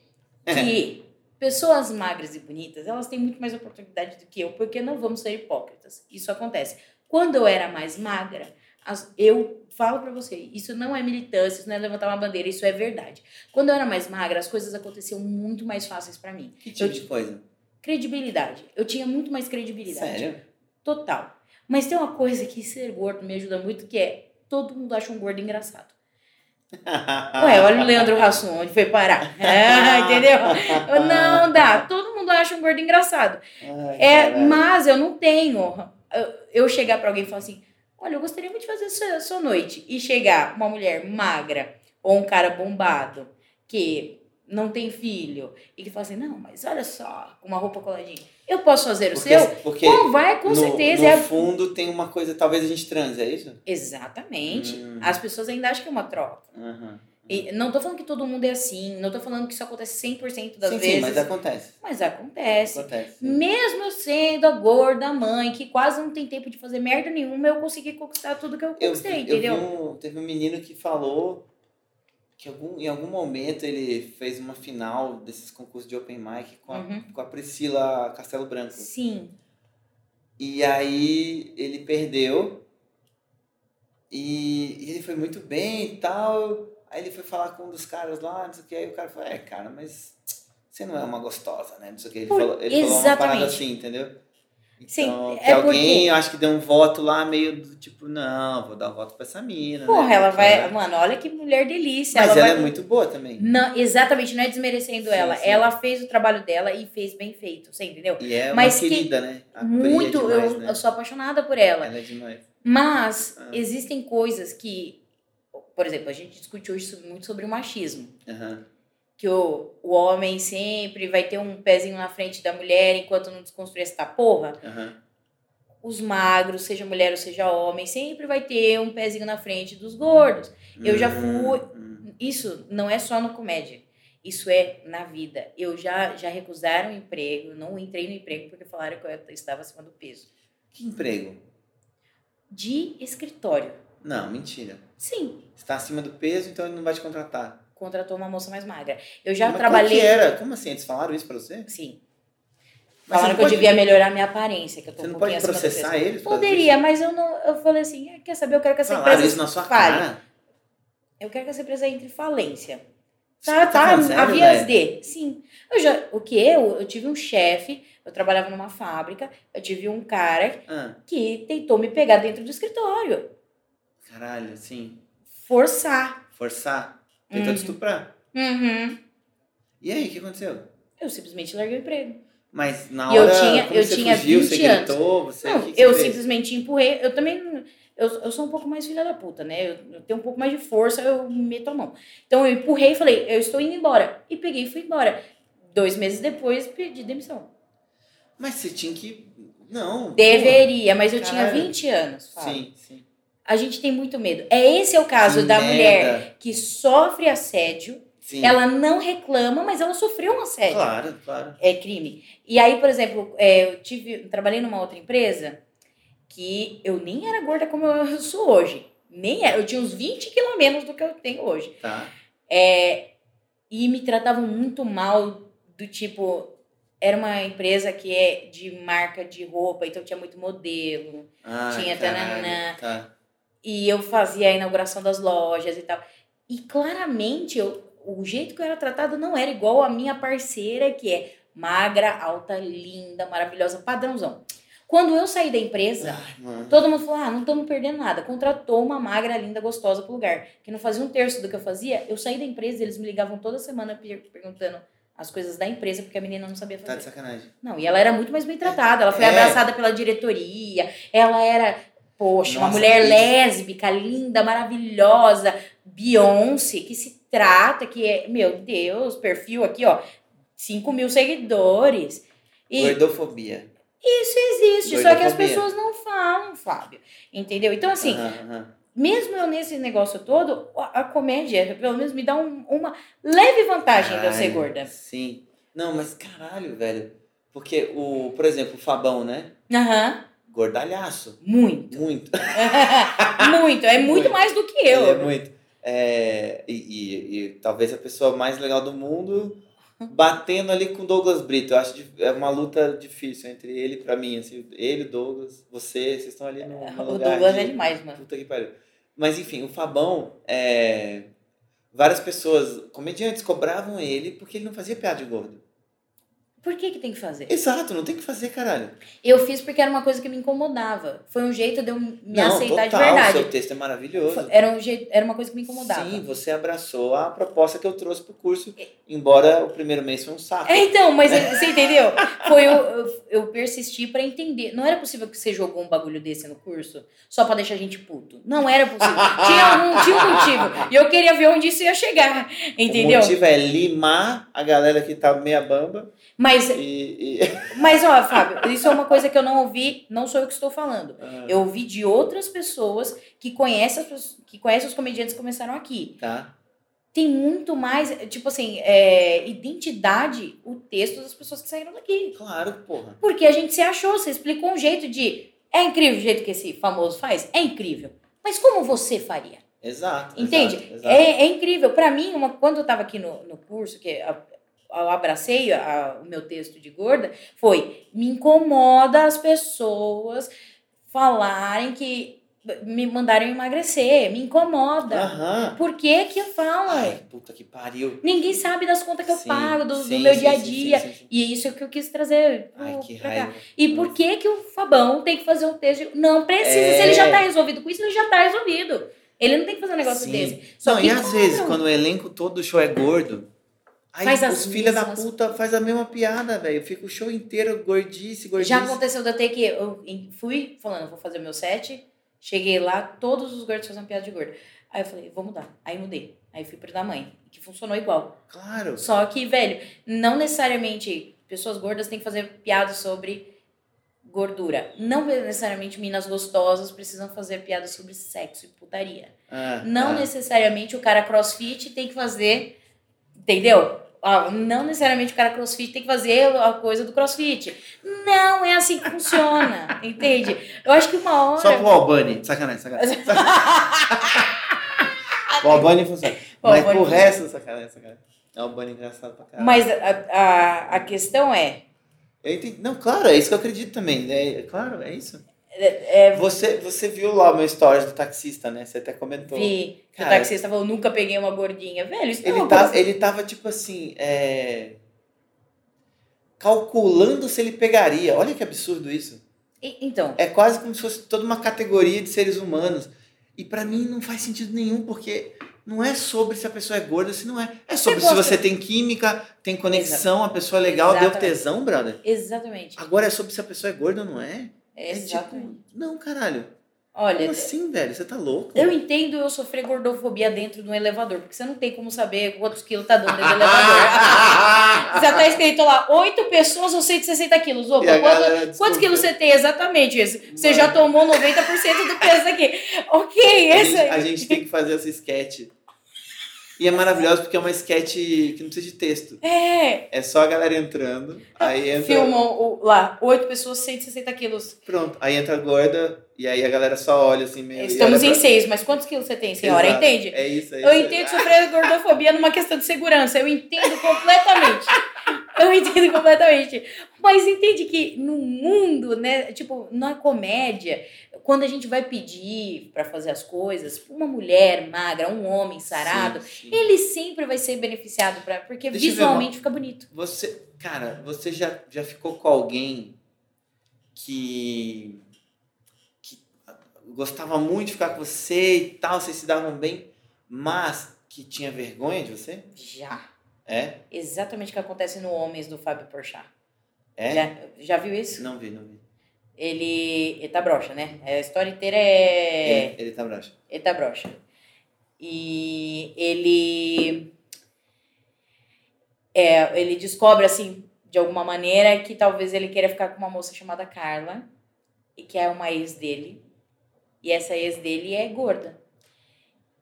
Speaker 3: É.
Speaker 5: que pessoas magras e bonitas, elas têm muito mais oportunidade do que eu, porque não vamos ser hipócritas. Isso acontece. Quando eu era mais magra, As- eu falo pra você, isso não é militância, isso não é levantar uma bandeira, isso é verdade. Quando eu era mais magra, as coisas aconteciam muito mais fáceis pra mim.
Speaker 3: Que tipo de coisa?
Speaker 5: Credibilidade. Eu tinha muito mais credibilidade.
Speaker 3: Sério?
Speaker 5: Total. Mas tem uma coisa que ser gordo me ajuda muito, que é todo mundo acha um gordo engraçado.
Speaker 3: Ah.
Speaker 5: Ué, olha o Leandro Hassum, onde foi parar. É, entendeu? Não dá. Todo mundo acha um gordo engraçado.
Speaker 3: Ai,
Speaker 5: É,
Speaker 3: caralho.
Speaker 5: mas eu não tenho. eu- Eu chegar pra alguém e falar assim: olha, eu gostaria muito de fazer sua, sua noite. E chegar uma mulher magra ou um cara bombado que não tem filho e que fala assim: não, mas olha só, com uma roupa coladinha. Eu posso fazer o
Speaker 3: Porque-
Speaker 5: seu?
Speaker 3: Porque
Speaker 5: Não vai, com
Speaker 3: no,
Speaker 5: certeza.
Speaker 3: No
Speaker 5: é a-
Speaker 3: fundo tem uma coisa, talvez a gente transe, é isso?
Speaker 5: Exatamente.
Speaker 3: Hum.
Speaker 5: As pessoas ainda acham que é uma troca.
Speaker 3: Uhum.
Speaker 5: E não tô falando que todo mundo é assim, não tô falando que isso acontece 100% das
Speaker 3: Sim,
Speaker 5: vezes.
Speaker 3: sim, mas é- acontece.
Speaker 5: mas acontece.
Speaker 3: Acontece.
Speaker 5: Mesmo eu sendo a gorda, a mãe, que quase não tem tempo de fazer merda nenhuma, eu consegui conquistar tudo que eu
Speaker 3: Eu,
Speaker 5: conquistei,
Speaker 3: eu vi
Speaker 5: entendeu?
Speaker 3: um, teve um menino que falou que algum, em algum momento ele fez uma final desses concursos de open mic com a,
Speaker 5: Uhum.
Speaker 3: com a Priscila Castelo Branco.
Speaker 5: Sim.
Speaker 3: E aí ele perdeu. E, e ele foi muito bem e tal. Aí ele foi falar com um dos caras lá, não sei o que. Aí o cara falou, é, cara, mas você não é uma gostosa, né? Não sei o que. Ele,
Speaker 5: Por-
Speaker 3: falou, ele falou uma parada
Speaker 5: Exatamente.
Speaker 3: assim, entendeu?
Speaker 5: Sim,
Speaker 3: Então,
Speaker 5: é
Speaker 3: que alguém,
Speaker 5: porque-
Speaker 3: eu acho que deu um voto lá meio do tipo, não, vou dar um voto pra essa mina.
Speaker 5: Porra,
Speaker 3: né?
Speaker 5: ela vai.
Speaker 3: Mas
Speaker 5: Mano, olha que mulher delícia.
Speaker 3: ela,
Speaker 5: vai... Hum,
Speaker 3: é muito boa também.
Speaker 5: Não, exatamente, não é desmerecendo
Speaker 3: Sim,
Speaker 5: ela.
Speaker 3: sim.
Speaker 5: Ela fez o trabalho dela e fez bem feito, você entendeu?
Speaker 3: E é uma
Speaker 5: Mas que-
Speaker 3: querida, né? A Pri é
Speaker 5: Muito,
Speaker 3: demais,
Speaker 5: eu,
Speaker 3: né?
Speaker 5: eu sou apaixonada por ela.
Speaker 3: Ela é demais.
Speaker 5: Mas
Speaker 3: Ah.
Speaker 5: existem coisas que, por exemplo, a gente discute hoje sobre- muito sobre o machismo.
Speaker 3: Aham.
Speaker 5: que o, o homem sempre vai ter um pezinho na frente da mulher enquanto não desconstruir essa porra.
Speaker 3: aham.
Speaker 5: Os magros, seja mulher ou seja homem, sempre vai ter um pezinho na frente dos gordos. Eu já fui-
Speaker 3: hum.
Speaker 5: Isso não é só no comédia. Isso é na vida. Eu já, já recusaram o emprego, eu não entrei no emprego porque falaram que eu estava acima do peso.
Speaker 3: Que emprego?
Speaker 5: De escritório.
Speaker 3: Não, mentira.
Speaker 5: Sim,
Speaker 3: Você tá acima do peso, então ele não vai te contratar.
Speaker 5: contratou uma moça mais magra. Eu já
Speaker 3: Mas
Speaker 5: trabalhei.
Speaker 3: Qual que era? Como assim? Eles falaram isso pra você?
Speaker 5: Sim.
Speaker 3: Mas
Speaker 5: Assim.
Speaker 3: você
Speaker 5: Falaram
Speaker 3: não
Speaker 5: que eu
Speaker 3: pode-
Speaker 5: devia melhorar minha aparência, que eu tô
Speaker 3: Você
Speaker 5: um
Speaker 3: não
Speaker 5: pouquinho
Speaker 3: pode
Speaker 5: acima do peso.
Speaker 3: processar eles? por causa
Speaker 5: Poderia, mas eu não. Eu falei assim, ah, quer saber? Eu quero que
Speaker 3: disso?
Speaker 5: essa
Speaker 3: Falaram
Speaker 5: empresa.
Speaker 3: isso na sua
Speaker 5: fale.
Speaker 3: cara?
Speaker 5: Eu quero que essa empresa entre em falência.
Speaker 3: Você
Speaker 5: Tá,
Speaker 3: tá
Speaker 5: tá,
Speaker 3: falando sério,
Speaker 5: a vias
Speaker 3: velho?
Speaker 5: de. Sim. Eu já, o que? Eu, eu tive um chefe, eu trabalhava numa fábrica, eu tive um cara
Speaker 3: Ah,
Speaker 5: que tentou me pegar dentro do escritório.
Speaker 3: caralho, sim.
Speaker 5: Forçar.
Speaker 3: Forçar. Tentou te estuprar.
Speaker 5: Uhum.
Speaker 3: E aí, o que aconteceu?
Speaker 5: Eu simplesmente larguei o emprego.
Speaker 3: Mas na
Speaker 5: E eu
Speaker 3: hora,
Speaker 5: tinha-
Speaker 3: como
Speaker 5: eu
Speaker 3: você
Speaker 5: tinha
Speaker 3: fugiu, você
Speaker 5: 20 anos.
Speaker 3: gritou, você... o
Speaker 5: não,
Speaker 3: que que
Speaker 5: eu
Speaker 3: você fez?
Speaker 5: simplesmente empurrei. Eu também. não- Eu, eu sou um pouco mais filha da puta, né? Eu, eu tenho um pouco mais de força, eu meto a mão. Então eu empurrei e falei, eu estou indo embora. E peguei e fui embora. Dois meses depois, pedi demissão.
Speaker 3: Mas você tinha que... Não.
Speaker 5: Deveria, mas eu
Speaker 3: Caralho.
Speaker 5: tinha 20 anos.
Speaker 3: pô.
Speaker 5: Fábio.
Speaker 3: Sim, sim.
Speaker 5: A gente tem muito medo. É esse é o caso
Speaker 3: Que
Speaker 5: da
Speaker 3: merda.
Speaker 5: mulher que sofre assédio,
Speaker 3: Sim.
Speaker 5: ela não reclama, mas ela sofreu um assédio.
Speaker 3: Claro, claro.
Speaker 5: É crime. E aí, por exemplo, é, eu tive, eu trabalhei numa outra empresa que eu nem era gorda como eu sou hoje. Nem era. Eu tinha uns 20 quilos a menos do que eu tenho hoje.
Speaker 3: Tá.
Speaker 5: É, e me tratavam muito mal, do tipo. Era uma empresa que é de marca de roupa, então tinha muito modelo.
Speaker 3: Ah,
Speaker 5: Tinha
Speaker 3: caralho,
Speaker 5: tananã.
Speaker 3: Tá.
Speaker 5: E eu fazia a inauguração das lojas e tal. E claramente eu, o jeito que eu era tratada não era igual a minha parceira, que é magra, alta, linda, maravilhosa, padrãozão. Quando eu saí da empresa,
Speaker 3: Ai, mano.
Speaker 5: Todo mundo falou: ah, não estamos perdendo nada. Contratou uma magra, linda, gostosa pro lugar. Que não fazia um terço do que eu fazia. Eu saí da empresa, eles me ligavam toda semana per- perguntando as coisas da empresa, porque a menina não sabia
Speaker 3: Tá de
Speaker 5: fazer.
Speaker 3: sacanagem.
Speaker 5: não, e ela era muito mais bem tratada. Ela foi
Speaker 3: É.
Speaker 5: abraçada pela diretoria. Ela era, poxa, uma
Speaker 3: Nossa,
Speaker 5: mulher
Speaker 3: isso.
Speaker 5: lésbica, linda, maravilhosa. Beyoncé, que se trata, que é, meu Deus, perfil aqui, ó, 5 mil seguidores. E,
Speaker 3: Gordofobia.
Speaker 5: isso existe, só que as
Speaker 3: Gordofobia.
Speaker 5: pessoas não falam, Fábio. Entendeu? Então, assim,
Speaker 3: Aham, aham.
Speaker 5: mesmo eu nesse negócio todo, a, a comédia, pelo menos, me dá um- uma leve vantagem de eu é ser
Speaker 3: Caralho,
Speaker 5: gorda.
Speaker 3: Sim. Não, mas caralho, velho. Porque o, por exemplo, o Fabão, né?
Speaker 5: Aham.
Speaker 3: Gordalhaço.
Speaker 5: Muito.
Speaker 3: Muito.
Speaker 5: muito. É muito
Speaker 3: Muito.
Speaker 5: mais do que
Speaker 3: Ele é
Speaker 5: eu.
Speaker 3: muito. É, e, e- e talvez a pessoa mais legal do mundo batendo ali com o Douglas Brito. Eu acho dif- é uma luta difícil entre ele e pra mim. Assim, ele, Douglas, você, vocês estão ali no, no
Speaker 5: O
Speaker 3: lugar
Speaker 5: Douglas
Speaker 3: de-
Speaker 5: é demais, mano.
Speaker 3: Puta que pariu. Mas enfim, o Fabão, é, várias pessoas, comediantes, cobravam ele porque ele não fazia piada de gordo.
Speaker 5: Por que que tem que fazer?
Speaker 3: Exato, não tem o que fazer, caralho.
Speaker 5: Eu fiz porque era uma coisa que me incomodava. Foi um jeito de eu me
Speaker 3: não,
Speaker 5: aceitar
Speaker 3: total,
Speaker 5: de
Speaker 3: seu
Speaker 5: verdade.
Speaker 3: texto é maravilhoso.
Speaker 5: Foi- Era, um jeito, era uma coisa que me incomodava.
Speaker 3: Sim, você abraçou a proposta que eu trouxe pro curso, embora o primeiro mês foi um saco.
Speaker 5: É, então, mas você entendeu? Foi eu, eu, eu persisti pra entender. Não era possível que você jogou um bagulho desse no curso só pra deixar a gente puto. Não era possível. Tinha um, tinha um motivo. E eu queria ver onde isso ia chegar. Entendeu?
Speaker 3: O motivo é limar a galera que tá meia bamba
Speaker 5: Mas,
Speaker 3: e. e-
Speaker 5: mas, ó, Fábio, isso é uma coisa que eu não ouvi, não sou eu que estou falando. Eu ouvi de outras pessoas que conhecem, as pessoas- que conhecem os comediantes que começaram aqui.
Speaker 3: Tá.
Speaker 5: Tem muito mais, tipo assim, é, identidade o texto das pessoas que saíram daqui.
Speaker 3: Claro, porra.
Speaker 5: Porque a gente se achou, você explicou um jeito de. É incrível o jeito que esse famoso faz? É incrível. Mas como você faria?
Speaker 3: Exato.
Speaker 5: Entende?
Speaker 3: exato, exato.
Speaker 5: É, é incrível. Pra mim, uma, quando eu tava aqui no, no curso, que a- eu abracei a- o meu texto de gorda, foi: me incomoda as pessoas falarem que. me mandarem emagrecer, me incomoda.
Speaker 3: Aham.
Speaker 5: Por que que falam?
Speaker 3: Ai, puta que pariu.
Speaker 5: Ninguém sabe das contas que eu
Speaker 3: Sim,
Speaker 5: pago, do, do
Speaker 3: sim,
Speaker 5: meu
Speaker 3: sim,
Speaker 5: dia a
Speaker 3: sim, sim,
Speaker 5: dia.
Speaker 3: sim, sim.
Speaker 5: E isso é o que eu quis trazer. pro-
Speaker 3: Ai, que
Speaker 5: pra cá.
Speaker 3: raiva.
Speaker 5: E por que um que o Fabão tem que fazer um texto? de- Não precisa, se ele já tá resolvido com isso, ele já tá resolvido. Ele não tem que fazer um negócio
Speaker 3: É. Sim.
Speaker 5: desse. Só
Speaker 3: Não,
Speaker 5: que
Speaker 3: e às
Speaker 5: cobram.
Speaker 3: vezes, quando o elenco todo do show é gordo, aí
Speaker 5: Faz as
Speaker 3: os filhos da
Speaker 5: mesmas
Speaker 3: puta faz a mesma piada, velho. Fica o show inteiro gordice, gordice.
Speaker 5: Já aconteceu de eu ter que... Eu em- fui falando, vou fazer o meu set. Cheguei lá, todos os gordos faziam piada de gordo. Aí eu falei, vou mudar. Aí mudei. Aí fui pro da mãe, que funcionou igual.
Speaker 3: Claro.
Speaker 5: Só que, velho, não necessariamente pessoas gordas têm que fazer piada sobre gordura. Não necessariamente minas gostosas precisam fazer piada sobre sexo e putaria.
Speaker 3: Ah,
Speaker 5: Não
Speaker 3: ah.
Speaker 5: necessariamente o cara crossfit tem que fazer. Entendeu? Ah, não necessariamente o cara crossfit tem que fazer a coisa do crossfit. Não é assim que funciona. entende? Eu acho que uma hora.
Speaker 3: Só pro Albani. Sacanagem, sacanagem. o Albani funciona.
Speaker 5: O
Speaker 3: Mas
Speaker 5: Albani
Speaker 3: pro
Speaker 5: funciona.
Speaker 3: resto, sacanagem, sacanagem. É o Albani engraçado pra caralho.
Speaker 5: Mas a, a, a questão é.
Speaker 3: Eu entendi. Não, claro, é isso que eu acredito também. É, é claro, é isso.
Speaker 5: é, é
Speaker 3: Você, você viu lá o meu stories do taxista, né? Você até comentou.
Speaker 5: vi tá que o
Speaker 3: Cara,
Speaker 5: taxista falou, nunca peguei uma gordinha. Velho, isso não é
Speaker 3: Ele,
Speaker 5: uma
Speaker 3: tá,
Speaker 5: coisa-
Speaker 3: ele tava tipo assim, é, calculando se ele pegaria. Olha que absurdo isso.
Speaker 5: E- Então,
Speaker 3: É quase como se fosse toda uma categoria de seres humanos. E pra mim não faz sentido nenhum, porque não é sobre se a pessoa é gorda ou se não é. É sobre se
Speaker 5: gosta-
Speaker 3: você tem química, tem conexão, a pessoa é legal, deu
Speaker 5: Exatamente.
Speaker 3: tesão, brother.
Speaker 5: exatamente.
Speaker 3: Agora é sobre se a pessoa é gorda ou não é. É tipo,
Speaker 5: Exatamente.
Speaker 3: não, caralho.
Speaker 5: Olha,
Speaker 3: Como assim, velho? Você tá louco?
Speaker 5: Eu entendo eu sofrer gordofobia dentro de um elevador, porque você não tem como saber quantos quilos tá dando dentro do elevador. Já tá escrito lá, oito pessoas ou 160 quilos. Opa,
Speaker 3: E a
Speaker 5: quanto-
Speaker 3: galera
Speaker 5: quantos,
Speaker 3: desconfia.
Speaker 5: quilos você tem? Exatamente isso. Você
Speaker 3: Mano.
Speaker 5: já tomou 90% do peso daqui. Ok,
Speaker 3: A
Speaker 5: esse
Speaker 3: gente, a
Speaker 5: aí.
Speaker 3: gente tem que fazer essa sketch. E é maravilhoso porque é uma sketch que não precisa de texto.
Speaker 5: É,
Speaker 3: É só a galera entrando, aí entra.
Speaker 5: filmam o- lá, oito pessoas, 160 quilos.
Speaker 3: Pronto, aí entra a gorda e aí a galera só olha assim meio. e
Speaker 5: Estamos
Speaker 3: olha
Speaker 5: em
Speaker 3: pra-
Speaker 5: seis, mas quantos quilos você tem, senhora?
Speaker 3: Exato.
Speaker 5: Entende?
Speaker 3: É isso, é isso.
Speaker 5: Eu entendo sofrer gordofobia numa questão de segurança. Eu entendo completamente. Eu entendo completamente. Mas entende que no mundo, né? Tipo, na comédia, quando a gente vai pedir pra fazer as coisas, uma mulher magra, um homem sarado,
Speaker 3: Sim, sim.
Speaker 5: ele sempre vai ser beneficiado pra, porque
Speaker 3: Deixa eu ver
Speaker 5: visualmente fica bonito.
Speaker 3: Você, cara, você já, já ficou com alguém que, que gostava muito de ficar com você e tal, vocês se davam bem, mas que tinha vergonha de você?
Speaker 5: Já.
Speaker 3: É?
Speaker 5: Exatamente o que acontece no Homens do Fábio Porchat.
Speaker 3: É?
Speaker 5: Já, já viu isso?
Speaker 3: Não vi, não vi.
Speaker 5: Ele, ele tá broxa, né? A história inteira é...
Speaker 3: Ele, ele tá broxa.
Speaker 5: Ele tá broxa. E ele. É, ele descobre, assim, de alguma maneira, que talvez ele queira ficar com uma moça chamada Carla, e que é uma ex dele. E essa ex dele é gorda.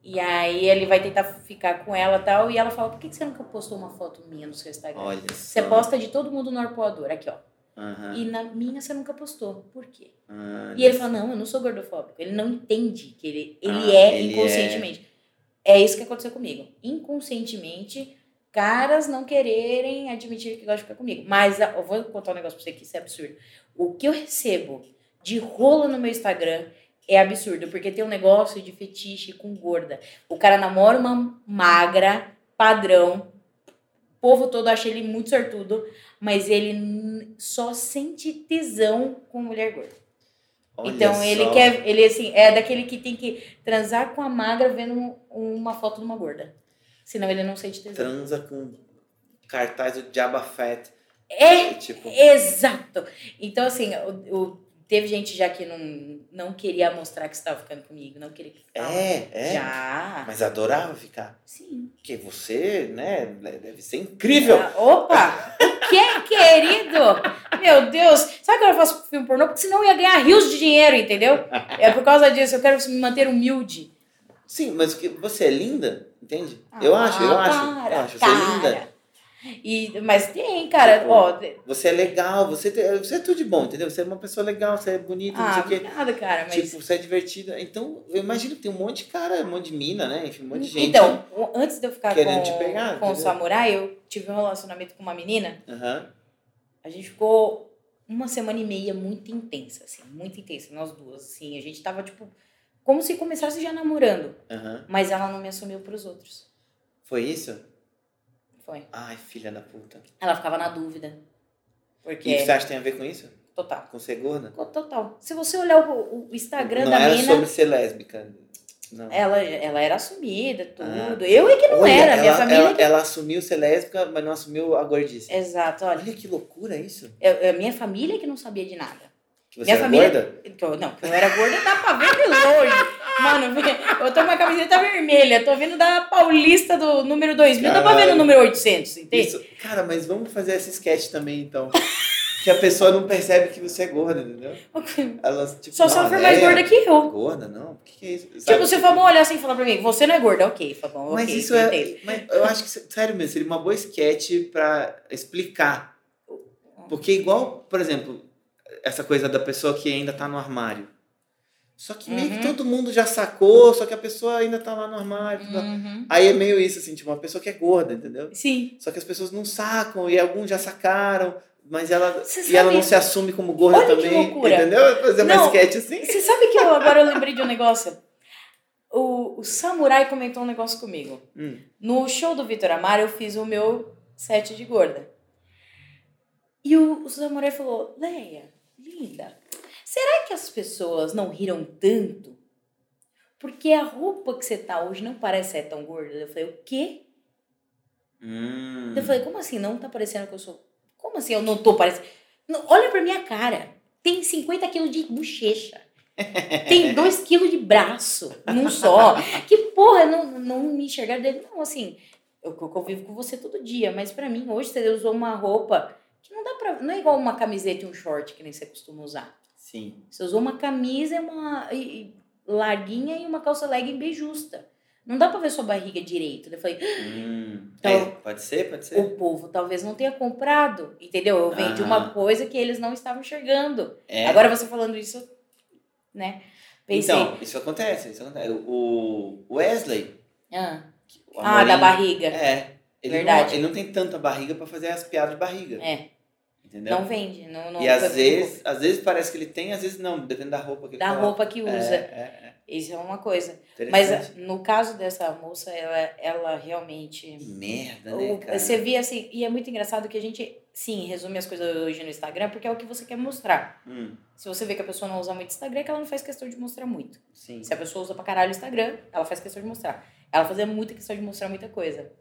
Speaker 5: E aí ele vai tentar ficar com ela e tal, e ela fala: por que que você nunca postou uma foto minha no seu Instagram?
Speaker 3: Olha
Speaker 5: Você
Speaker 3: só.
Speaker 5: posta de todo mundo no arpoador, aqui ó.
Speaker 3: Aham.
Speaker 5: E na minha você nunca postou. Por quê?
Speaker 3: Ah,
Speaker 5: E ele fala, não, eu não sou gordofóbico. Ele não entende que ele,
Speaker 3: Ah,
Speaker 5: ele é
Speaker 3: ele
Speaker 5: inconscientemente. É... isso que aconteceu comigo. Inconscientemente, ca- caras não quererem admitir que gostam de ficar comigo. Mas a- eu vou contar um negócio pra você que isso é absurdo. O que eu recebo de rola no meu Instagram é absurdo, porque tem um negócio de fetiche com gorda. O cara namora uma magra, padrão. O povo todo acha ele muito sortudo, mas ele n- só sente tesão com mulher gorda.
Speaker 3: Olha
Speaker 5: então ele
Speaker 3: só.
Speaker 5: quer, ele assim, é daquele que tem que transar com a magra vendo um- uma foto de uma gorda. Senão ele não sente tesão.
Speaker 3: Transa com cartaz do Jabba Fett.
Speaker 5: É
Speaker 3: É, tipo,
Speaker 5: Exato. Então, assim, eu, eu- teve gente já que não, não queria mostrar que estava ficando comigo, não queria que ficava.
Speaker 3: é, é.
Speaker 5: Já.
Speaker 3: Mas adorava ficar.
Speaker 5: Sim.
Speaker 3: Porque você, né, deve ser incrível.
Speaker 5: Ah, Opa! O que, querido? Meu Deus! Sabe quando eu faço filme pornô? Porque senão eu ia ganhar rios de dinheiro, entendeu? É por causa disso, eu quero me manter humilde.
Speaker 3: Sim, mas que você é linda, entende? eu acho, eu
Speaker 5: Ah,
Speaker 3: acho.
Speaker 5: para,
Speaker 3: Eu acho, você
Speaker 5: para.
Speaker 3: é linda.
Speaker 5: E, mas tem, cara,
Speaker 3: Tipo,
Speaker 5: ó. de-
Speaker 3: Você é legal, você, te- você é tudo de bom, entendeu? Você é uma pessoa legal, você é bonita, não
Speaker 5: Ah,
Speaker 3: sei o quê.
Speaker 5: obrigada, cara, mas.
Speaker 3: Tipo, você é divertida. Então, eu imagino que tem um monte de cara, um monte de mina, né? Enfim, um monte de gente.
Speaker 5: então, o- antes de eu ficar
Speaker 3: querendo
Speaker 5: com,
Speaker 3: te pegar,
Speaker 5: com o
Speaker 3: entendeu?
Speaker 5: samurai, eu tive um relacionamento com uma menina
Speaker 3: Aham.
Speaker 5: A gente ficou uma semana e meia muito intensa, assim, muito intensa, nós duas, assim. A gente tava, tipo, como se começasse já namorando.
Speaker 3: aham.
Speaker 5: Mas ela não me assumiu pros outros.
Speaker 3: Foi isso?
Speaker 5: Foi.
Speaker 3: Ai, filha da puta.
Speaker 5: Ela ficava na dúvida.
Speaker 3: E o que
Speaker 5: Porque.
Speaker 3: você acha que tem a ver com isso?
Speaker 5: Total.
Speaker 3: Com ser gorda?
Speaker 5: Ficou Total. Se você olhar o, o Instagram
Speaker 3: não
Speaker 5: da
Speaker 3: era
Speaker 5: mina,
Speaker 3: sobre ser lésbica. Não.
Speaker 5: ela, ela era assumida, tudo.
Speaker 3: Ah.
Speaker 5: Eu é que não
Speaker 3: Olha,
Speaker 5: era,
Speaker 3: ela,
Speaker 5: minha família. É.
Speaker 3: Ela, ela assumiu ser lésbica, mas não assumiu a gordice.
Speaker 5: Exato, olha.
Speaker 3: Olha que loucura isso.
Speaker 5: É- é minha família que não sabia de nada.
Speaker 3: Que você
Speaker 5: Minha
Speaker 3: era
Speaker 5: família-
Speaker 3: gorda?
Speaker 5: Que eu- não, que eu era gorda, dá pra ver de longe. Mano, eu tô com a camiseta vermelha, tô vindo da Paulista do número 2000, dá pra ver no
Speaker 3: Caralho.
Speaker 5: número 800, entende?
Speaker 3: Isso. Cara, mas vamos fazer esse sketch também, então. que a pessoa não percebe que você é gorda, entendeu? Ela, tipo,
Speaker 5: Só
Speaker 3: não,
Speaker 5: se ela for
Speaker 3: ela
Speaker 5: mais
Speaker 3: é
Speaker 5: gorda que eu.
Speaker 3: Gorda, não? O que, que é isso?
Speaker 5: Tipo, se o Fabão olhar assim e falar pra mim, você não é gorda, ok, Fabão,
Speaker 3: Mas
Speaker 5: ok,
Speaker 3: isso é.
Speaker 5: entendo.
Speaker 3: Mas eu acho que, sério mesmo, seria uma boa sketch pra explicar. Porque, igual, por exemplo, essa coisa da pessoa que ainda tá no armário. Só que meio
Speaker 5: Uhum.
Speaker 3: que todo mundo já sacou, só que a pessoa ainda tá lá no armário. tudo lá.
Speaker 5: Uhum.
Speaker 3: Aí é meio isso, assim, tipo, uma pessoa que é gorda, entendeu?
Speaker 5: Sim.
Speaker 3: Só que as pessoas não sacam, e alguns já sacaram, mas ela.
Speaker 5: Você
Speaker 3: E ela
Speaker 5: sabe-
Speaker 3: não se assume como gorda
Speaker 5: Olha que
Speaker 3: também.
Speaker 5: loucura.
Speaker 3: Entendeu? Fazer uma
Speaker 5: Não.
Speaker 3: sketch assim.
Speaker 5: Você sabe que eu agora eu lembrei de um negócio? O, o Samurai comentou um negócio comigo.
Speaker 3: Hum.
Speaker 5: No show do Vitor Amaro, eu fiz o meu set de gorda. E o, o Samurai falou: Leia, linda, será que as pessoas não riram tanto? Porque a roupa que você tá hoje não parece ser tão gorda. Eu falei: O quê?
Speaker 3: Hum.
Speaker 5: Eu falei: Como assim? Não tá parecendo que eu sou. Como assim eu não tô parecendo? Não, olha pra minha cara. Tem 50 quilos de bochecha. Tem 2 quilos de braço num só. Que porra, não, não me enxergar dele. Não, assim, eu, eu convivo com você todo dia, mas pra mim, hoje você usou uma roupa que não dá pra. Não é igual uma camiseta e um short que nem você costuma usar.
Speaker 3: Sim.
Speaker 5: Você usou uma camisa e uma e- e larguinha e uma calça legging bem justa. Não dá pra ver sua barriga direito. né? Eu falei, Então-
Speaker 3: É, pode ser, pode ser.
Speaker 5: o povo talvez não tenha comprado, entendeu? Eu vendi
Speaker 3: Ah.
Speaker 5: uma coisa que eles não estavam enxergando.
Speaker 3: É.
Speaker 5: Agora você falando isso, né? Pensei.
Speaker 3: Então, isso acontece, isso acontece. O o Wesley.
Speaker 5: ah,
Speaker 3: o
Speaker 5: ah, da
Speaker 3: Amorim,
Speaker 5: barriga.
Speaker 3: É. Ele
Speaker 5: Verdade.
Speaker 3: Não, ele não tem tanta barriga pra fazer as piadas de barriga.
Speaker 5: É.
Speaker 3: Entendeu?
Speaker 5: Não vende. Não, não
Speaker 3: e às vezes, às vezes parece que ele tem, às vezes não, dependendo da roupa que ele
Speaker 5: Da
Speaker 3: coloca.
Speaker 5: roupa que usa.
Speaker 3: É, é,
Speaker 5: Isso é uma coisa.
Speaker 3: é.
Speaker 5: Mas ah,
Speaker 3: Interessante.
Speaker 5: no caso dessa moça, ela, ela realmente.
Speaker 3: Que merda, né,
Speaker 5: O-
Speaker 3: cara?
Speaker 5: Você via assim, e é muito engraçado que a gente, sim, resume as coisas hoje no Instagram, porque é o que você quer mostrar.
Speaker 3: Hum,
Speaker 5: Se você vê que a pessoa não usa muito Instagram, é que ela não faz questão de mostrar muito.
Speaker 3: sim.
Speaker 5: Se a pessoa usa pra caralho o Instagram, ela faz questão de mostrar. Ela fazia muita questão de mostrar muita coisa.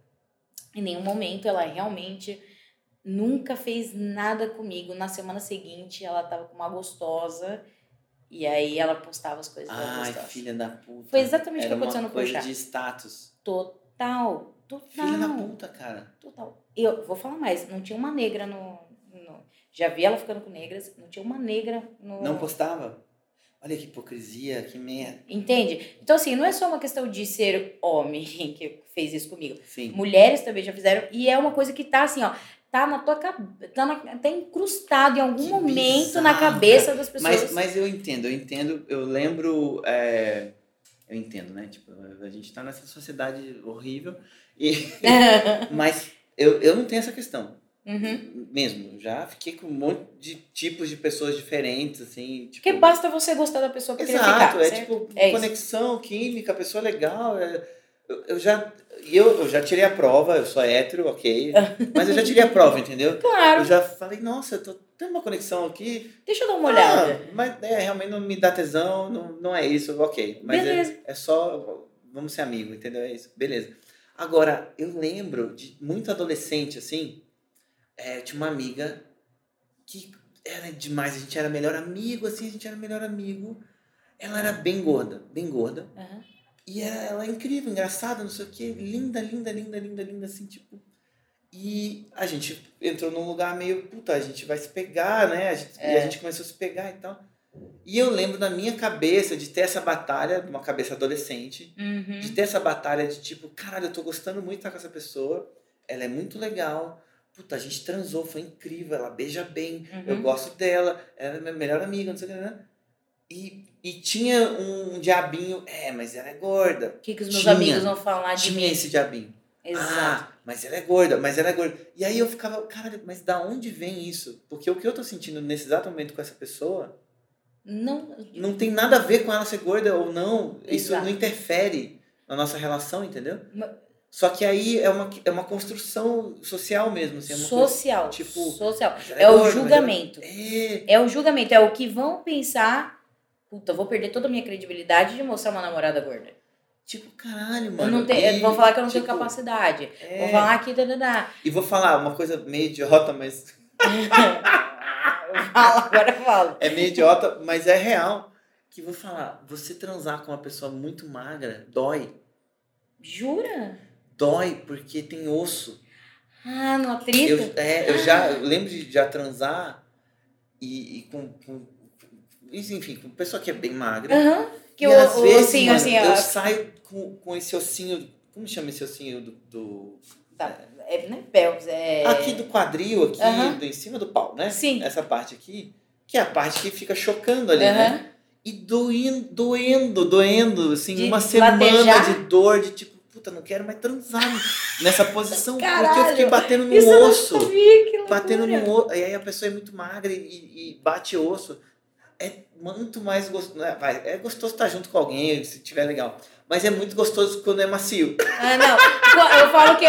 Speaker 5: Em nenhum momento ela realmente nunca fez nada comigo. Na semana seguinte ela tava com uma gostosa e aí ela postava as coisas da
Speaker 3: Ai,
Speaker 5: gostosa.
Speaker 3: filha da puta.
Speaker 5: Foi exatamente o que
Speaker 3: Era
Speaker 5: aconteceu
Speaker 3: uma
Speaker 5: no
Speaker 3: coisa
Speaker 5: Porchat.
Speaker 3: de status.
Speaker 5: Total,
Speaker 3: Filha da
Speaker 5: total,
Speaker 3: puta, cara.
Speaker 5: total. Eu vou falar mais, não tinha uma negra no, no- já vi ela ficando com negras, não tinha uma negra no
Speaker 3: Não postava? Olha que hipocrisia, que merda.
Speaker 5: Entende? Então, assim, não é só uma questão de ser homem que fez isso comigo.
Speaker 3: Sim.
Speaker 5: Mulheres também já fizeram. E é uma coisa que tá assim, ó. Tá na tua cabeça. Tá, na- tá incrustado em algum
Speaker 3: Que
Speaker 5: momento
Speaker 3: bizarro,
Speaker 5: na cabeça das pessoas.
Speaker 3: Mas, mas eu entendo, eu entendo, eu lembro. é, Eu entendo, né? Tipo, a gente tá nessa sociedade horrível. E... mas Eu, eu não tenho essa questão.
Speaker 5: Uhum.
Speaker 3: Mesmo. Já fiquei com um monte de tipos de pessoas diferentes, assim. Tipo...
Speaker 5: Porque basta você gostar da pessoa que querer ficar.
Speaker 3: Exato, é
Speaker 5: certo?
Speaker 3: tipo
Speaker 5: É isso.
Speaker 3: conexão química, pessoa legal. é- Eu, eu já e eu, eu já tirei a prova, eu sou hétero, ok. mas eu já tirei a prova, entendeu?
Speaker 5: Claro,
Speaker 3: Eu já falei, nossa, eu tô tendo uma conexão aqui.
Speaker 5: deixa eu dar uma
Speaker 3: Ah,
Speaker 5: olhada.
Speaker 3: mas é, realmente não me dá tesão, não, não é isso, ok. Mas
Speaker 5: Beleza.
Speaker 3: é, é só. Vamos ser amigos, entendeu? É isso. Beleza. Agora, eu lembro de muito adolescente, assim. É, eu tinha uma amiga que era demais, a gente era melhor amigo, assim, a gente era melhor amigo. Ela era bem gorda, bem gorda.
Speaker 5: Aham.
Speaker 3: E ela, ela é incrível, engraçada, não sei o quê. Linda, linda, linda, linda, linda, assim, tipo. E a gente entrou num lugar meio, puta, a gente vai se pegar, né? A gente- E a gente começou a se pegar e tal. E eu lembro na minha cabeça de ter essa batalha, uma cabeça adolescente,
Speaker 5: Uhum.
Speaker 3: de ter essa batalha de tipo, caralho, eu tô gostando muito de estar com essa pessoa, ela é muito legal, puta, a gente transou, foi incrível, ela beija bem, eu
Speaker 5: Uhum.
Speaker 3: gosto dela, ela é minha melhor amiga, não sei o que, né? E, e tinha um diabinho, é, mas ela é gorda.
Speaker 5: O que, que os meus
Speaker 3: Tinha.
Speaker 5: amigos vão falar de mim?
Speaker 3: Tinha esse diabinho.
Speaker 5: Exato.
Speaker 3: Ah, mas ela é gorda, mas ela é gorda. E aí eu ficava, caralho, mas da onde vem isso? Porque o que eu tô sentindo nesse exato momento com essa pessoa
Speaker 5: Não,
Speaker 3: não tem nada a ver com ela ser gorda ou não. Isso
Speaker 5: Exato.
Speaker 3: não interfere na nossa relação, entendeu?
Speaker 5: Ma-
Speaker 3: Só que aí é uma, é uma construção social mesmo. Assim, é uma
Speaker 5: social.
Speaker 3: coisa, tipo,
Speaker 5: social.
Speaker 3: mas ela
Speaker 5: É o
Speaker 3: gorda, mas ela-
Speaker 5: julgamento.
Speaker 3: É,
Speaker 5: É o julgamento, é o que vão pensar. Puta, vou perder toda a minha credibilidade de mostrar uma namorada gorda.
Speaker 3: tipo, caralho,
Speaker 5: Eu
Speaker 3: mano.
Speaker 5: não tenho,
Speaker 3: e,
Speaker 5: vão falar que eu não tenho
Speaker 3: tipo,
Speaker 5: capacidade.
Speaker 3: é.
Speaker 5: Vão falar tá, que. dadadá.
Speaker 3: E vou falar uma coisa meio idiota, mas
Speaker 5: Fala, agora fala.
Speaker 3: É meio idiota, mas é real. Que vou falar, você transar com uma pessoa muito magra dói.
Speaker 5: Jura?
Speaker 3: Dói porque tem osso.
Speaker 5: Ah, não
Speaker 3: Eu,
Speaker 5: atrito?
Speaker 3: é, eu
Speaker 5: Ah.
Speaker 3: já eu lembro de já transar e, e com, com- Enfim, com pessoa que é bem magra.
Speaker 5: Aham. Ah, Que
Speaker 3: e
Speaker 5: o,
Speaker 3: às
Speaker 5: o
Speaker 3: vezes,
Speaker 5: ossinho,
Speaker 3: mano,
Speaker 5: assim,
Speaker 3: eu
Speaker 5: ó.
Speaker 3: saio com, com esse ossinho. Como chama esse ossinho do. do-
Speaker 5: Tá, é, não é pelvis, é.
Speaker 3: Aqui do quadril, aqui,
Speaker 5: Aham.
Speaker 3: do, em cima do pau, né?
Speaker 5: Sim.
Speaker 3: Essa parte aqui, que é a parte que fica chocando ali, né?
Speaker 5: Aham.
Speaker 3: E doendo, doendo, doendo, assim,
Speaker 5: De
Speaker 3: uma semana
Speaker 5: latejar?
Speaker 3: de dor, de tipo, puta, não quero mais transar nessa posição, porque eu
Speaker 5: Caralho,
Speaker 3: fiquei batendo no
Speaker 5: Isso eu não
Speaker 3: Um osso.
Speaker 5: sabia, que loucura.
Speaker 3: batendo no osso. E aí a pessoa é muito magra e, e bate osso. É muito mais gostoso. né, vai, É gostoso estar junto com alguém, se tiver legal. Mas é muito gostoso quando é macio.
Speaker 5: Ah, não. Co- Eu falo que.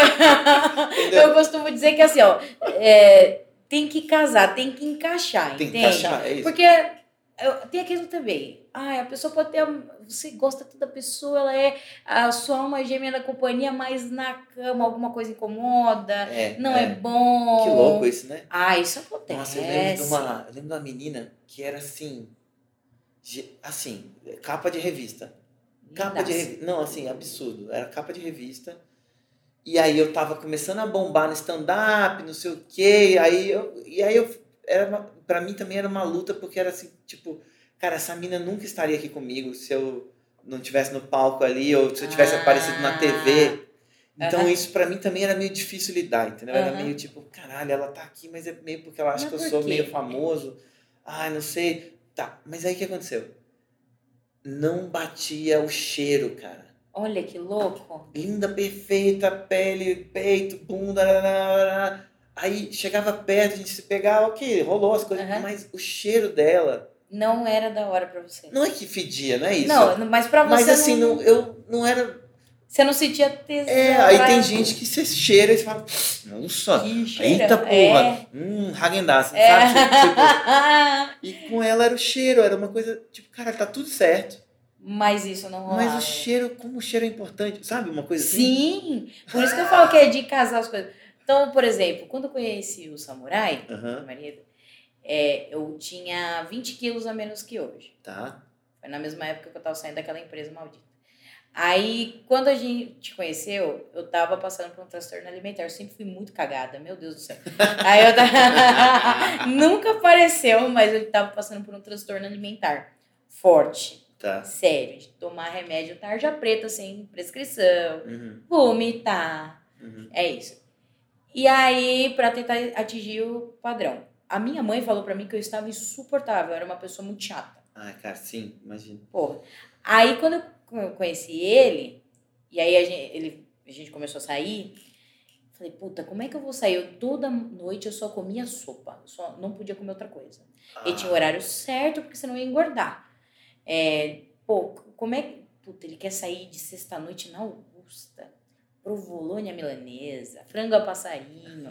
Speaker 5: eu costumo dizer que assim, ó. é, tem que casar, tem que encaixar,
Speaker 3: Tem que
Speaker 5: entende?
Speaker 3: encaixar, é isso.
Speaker 5: Porque eu- tem aquilo também. Ai, a pessoa pode ter. Você gosta tanto da pessoa, ela é a sua alma gêmea da companhia, mas na cama alguma coisa incomoda,
Speaker 3: É,
Speaker 5: não é, bom.
Speaker 3: Que louco isso, né?
Speaker 5: Ah, isso acontece.
Speaker 3: Nossa, eu lembro, de uma, eu lembro de uma menina que era assim. ge- Assim, capa de revista. Capa de
Speaker 5: Lindaça.
Speaker 3: revista. Não, assim, absurdo. Era capa de revista. E aí eu tava começando a bombar no stand-up, não sei o quê. E aí eu. E aí eu era uma, pra mim também era uma luta, porque era assim, tipo, cara, essa mina nunca estaria aqui comigo se eu não tivesse no palco ali, ou se eu tivesse
Speaker 5: Ah.
Speaker 3: aparecido na TV. Então
Speaker 5: Aham.
Speaker 3: isso pra mim também era meio difícil lidar, entendeu? Era
Speaker 5: Aham.
Speaker 3: meio tipo, caralho, ela tá aqui, mas é meio porque ela acha
Speaker 5: Mas
Speaker 3: que eu
Speaker 5: por
Speaker 3: sou
Speaker 5: quê?
Speaker 3: meio famoso. Ai, não sei. Tá, mas aí o que aconteceu? Não batia o cheiro, cara.
Speaker 5: Olha que louco.
Speaker 3: Linda, perfeita, pele, peito, bunda. lá, lá, lá, lá. Aí chegava perto, a gente se pegava, ok, rolou as coisas.
Speaker 5: Aham.
Speaker 3: Mas o cheiro dela.
Speaker 5: Não era da hora pra você.
Speaker 3: Não é que fedia, não é isso?
Speaker 5: Não, mas pra você.
Speaker 3: mas assim,
Speaker 5: não,
Speaker 3: não, eu não era.
Speaker 5: Você não sentia tesão.
Speaker 3: É, aí
Speaker 5: pra-
Speaker 3: tem gente que você cheira e você fala, nossa,
Speaker 5: Que cheira.
Speaker 3: eita porra,
Speaker 5: É.
Speaker 3: hum, Hagendaz,
Speaker 5: É.
Speaker 3: sabe? Tipo, tipo, E com ela era o cheiro, era uma coisa, tipo, cara, tá tudo certo.
Speaker 5: mas isso não rolava.
Speaker 3: Mas o cheiro, como o cheiro é importante, sabe? Uma coisa assim.
Speaker 5: Sim. Por isso que eu falo que é de casar as coisas. Então, por exemplo, quando eu conheci o samurai, meu
Speaker 3: Aham,
Speaker 5: marido, é, eu tinha 20 quilos a menos que hoje.
Speaker 3: tá.
Speaker 5: Foi na mesma época que eu tava saindo daquela empresa maldita. Aí, quando a gente te conheceu, eu tava passando por um transtorno alimentar. Eu sempre fui muito cagada, meu Deus do céu. Aí eu tava... Nunca apareceu, mas eu tava passando por um transtorno alimentar forte,
Speaker 3: Tá.
Speaker 5: sério, de tomar remédio tarja preta sem prescrição,
Speaker 3: Uhum,
Speaker 5: vomitar,
Speaker 3: uhum.
Speaker 5: é isso. E aí, pra tentar atingir o padrão. A minha mãe falou pra mim que eu estava insuportável, eu era uma pessoa muito chata.
Speaker 3: Ah, cara, sim, imagina.
Speaker 5: Porra. Aí quando eu co- conheci ele, e aí a gente, ele, a gente começou a sair, falei Falei, puta, como é que eu vou sair? Eu toda noite eu só comia sopa, eu só não podia comer outra coisa. E tinha um o horário certo, porque senão eu ia engordar. É, pô, como é que. Puta, ele quer sair de sexta-noite na Augusta, provolone à milanesa, frango a passarinho,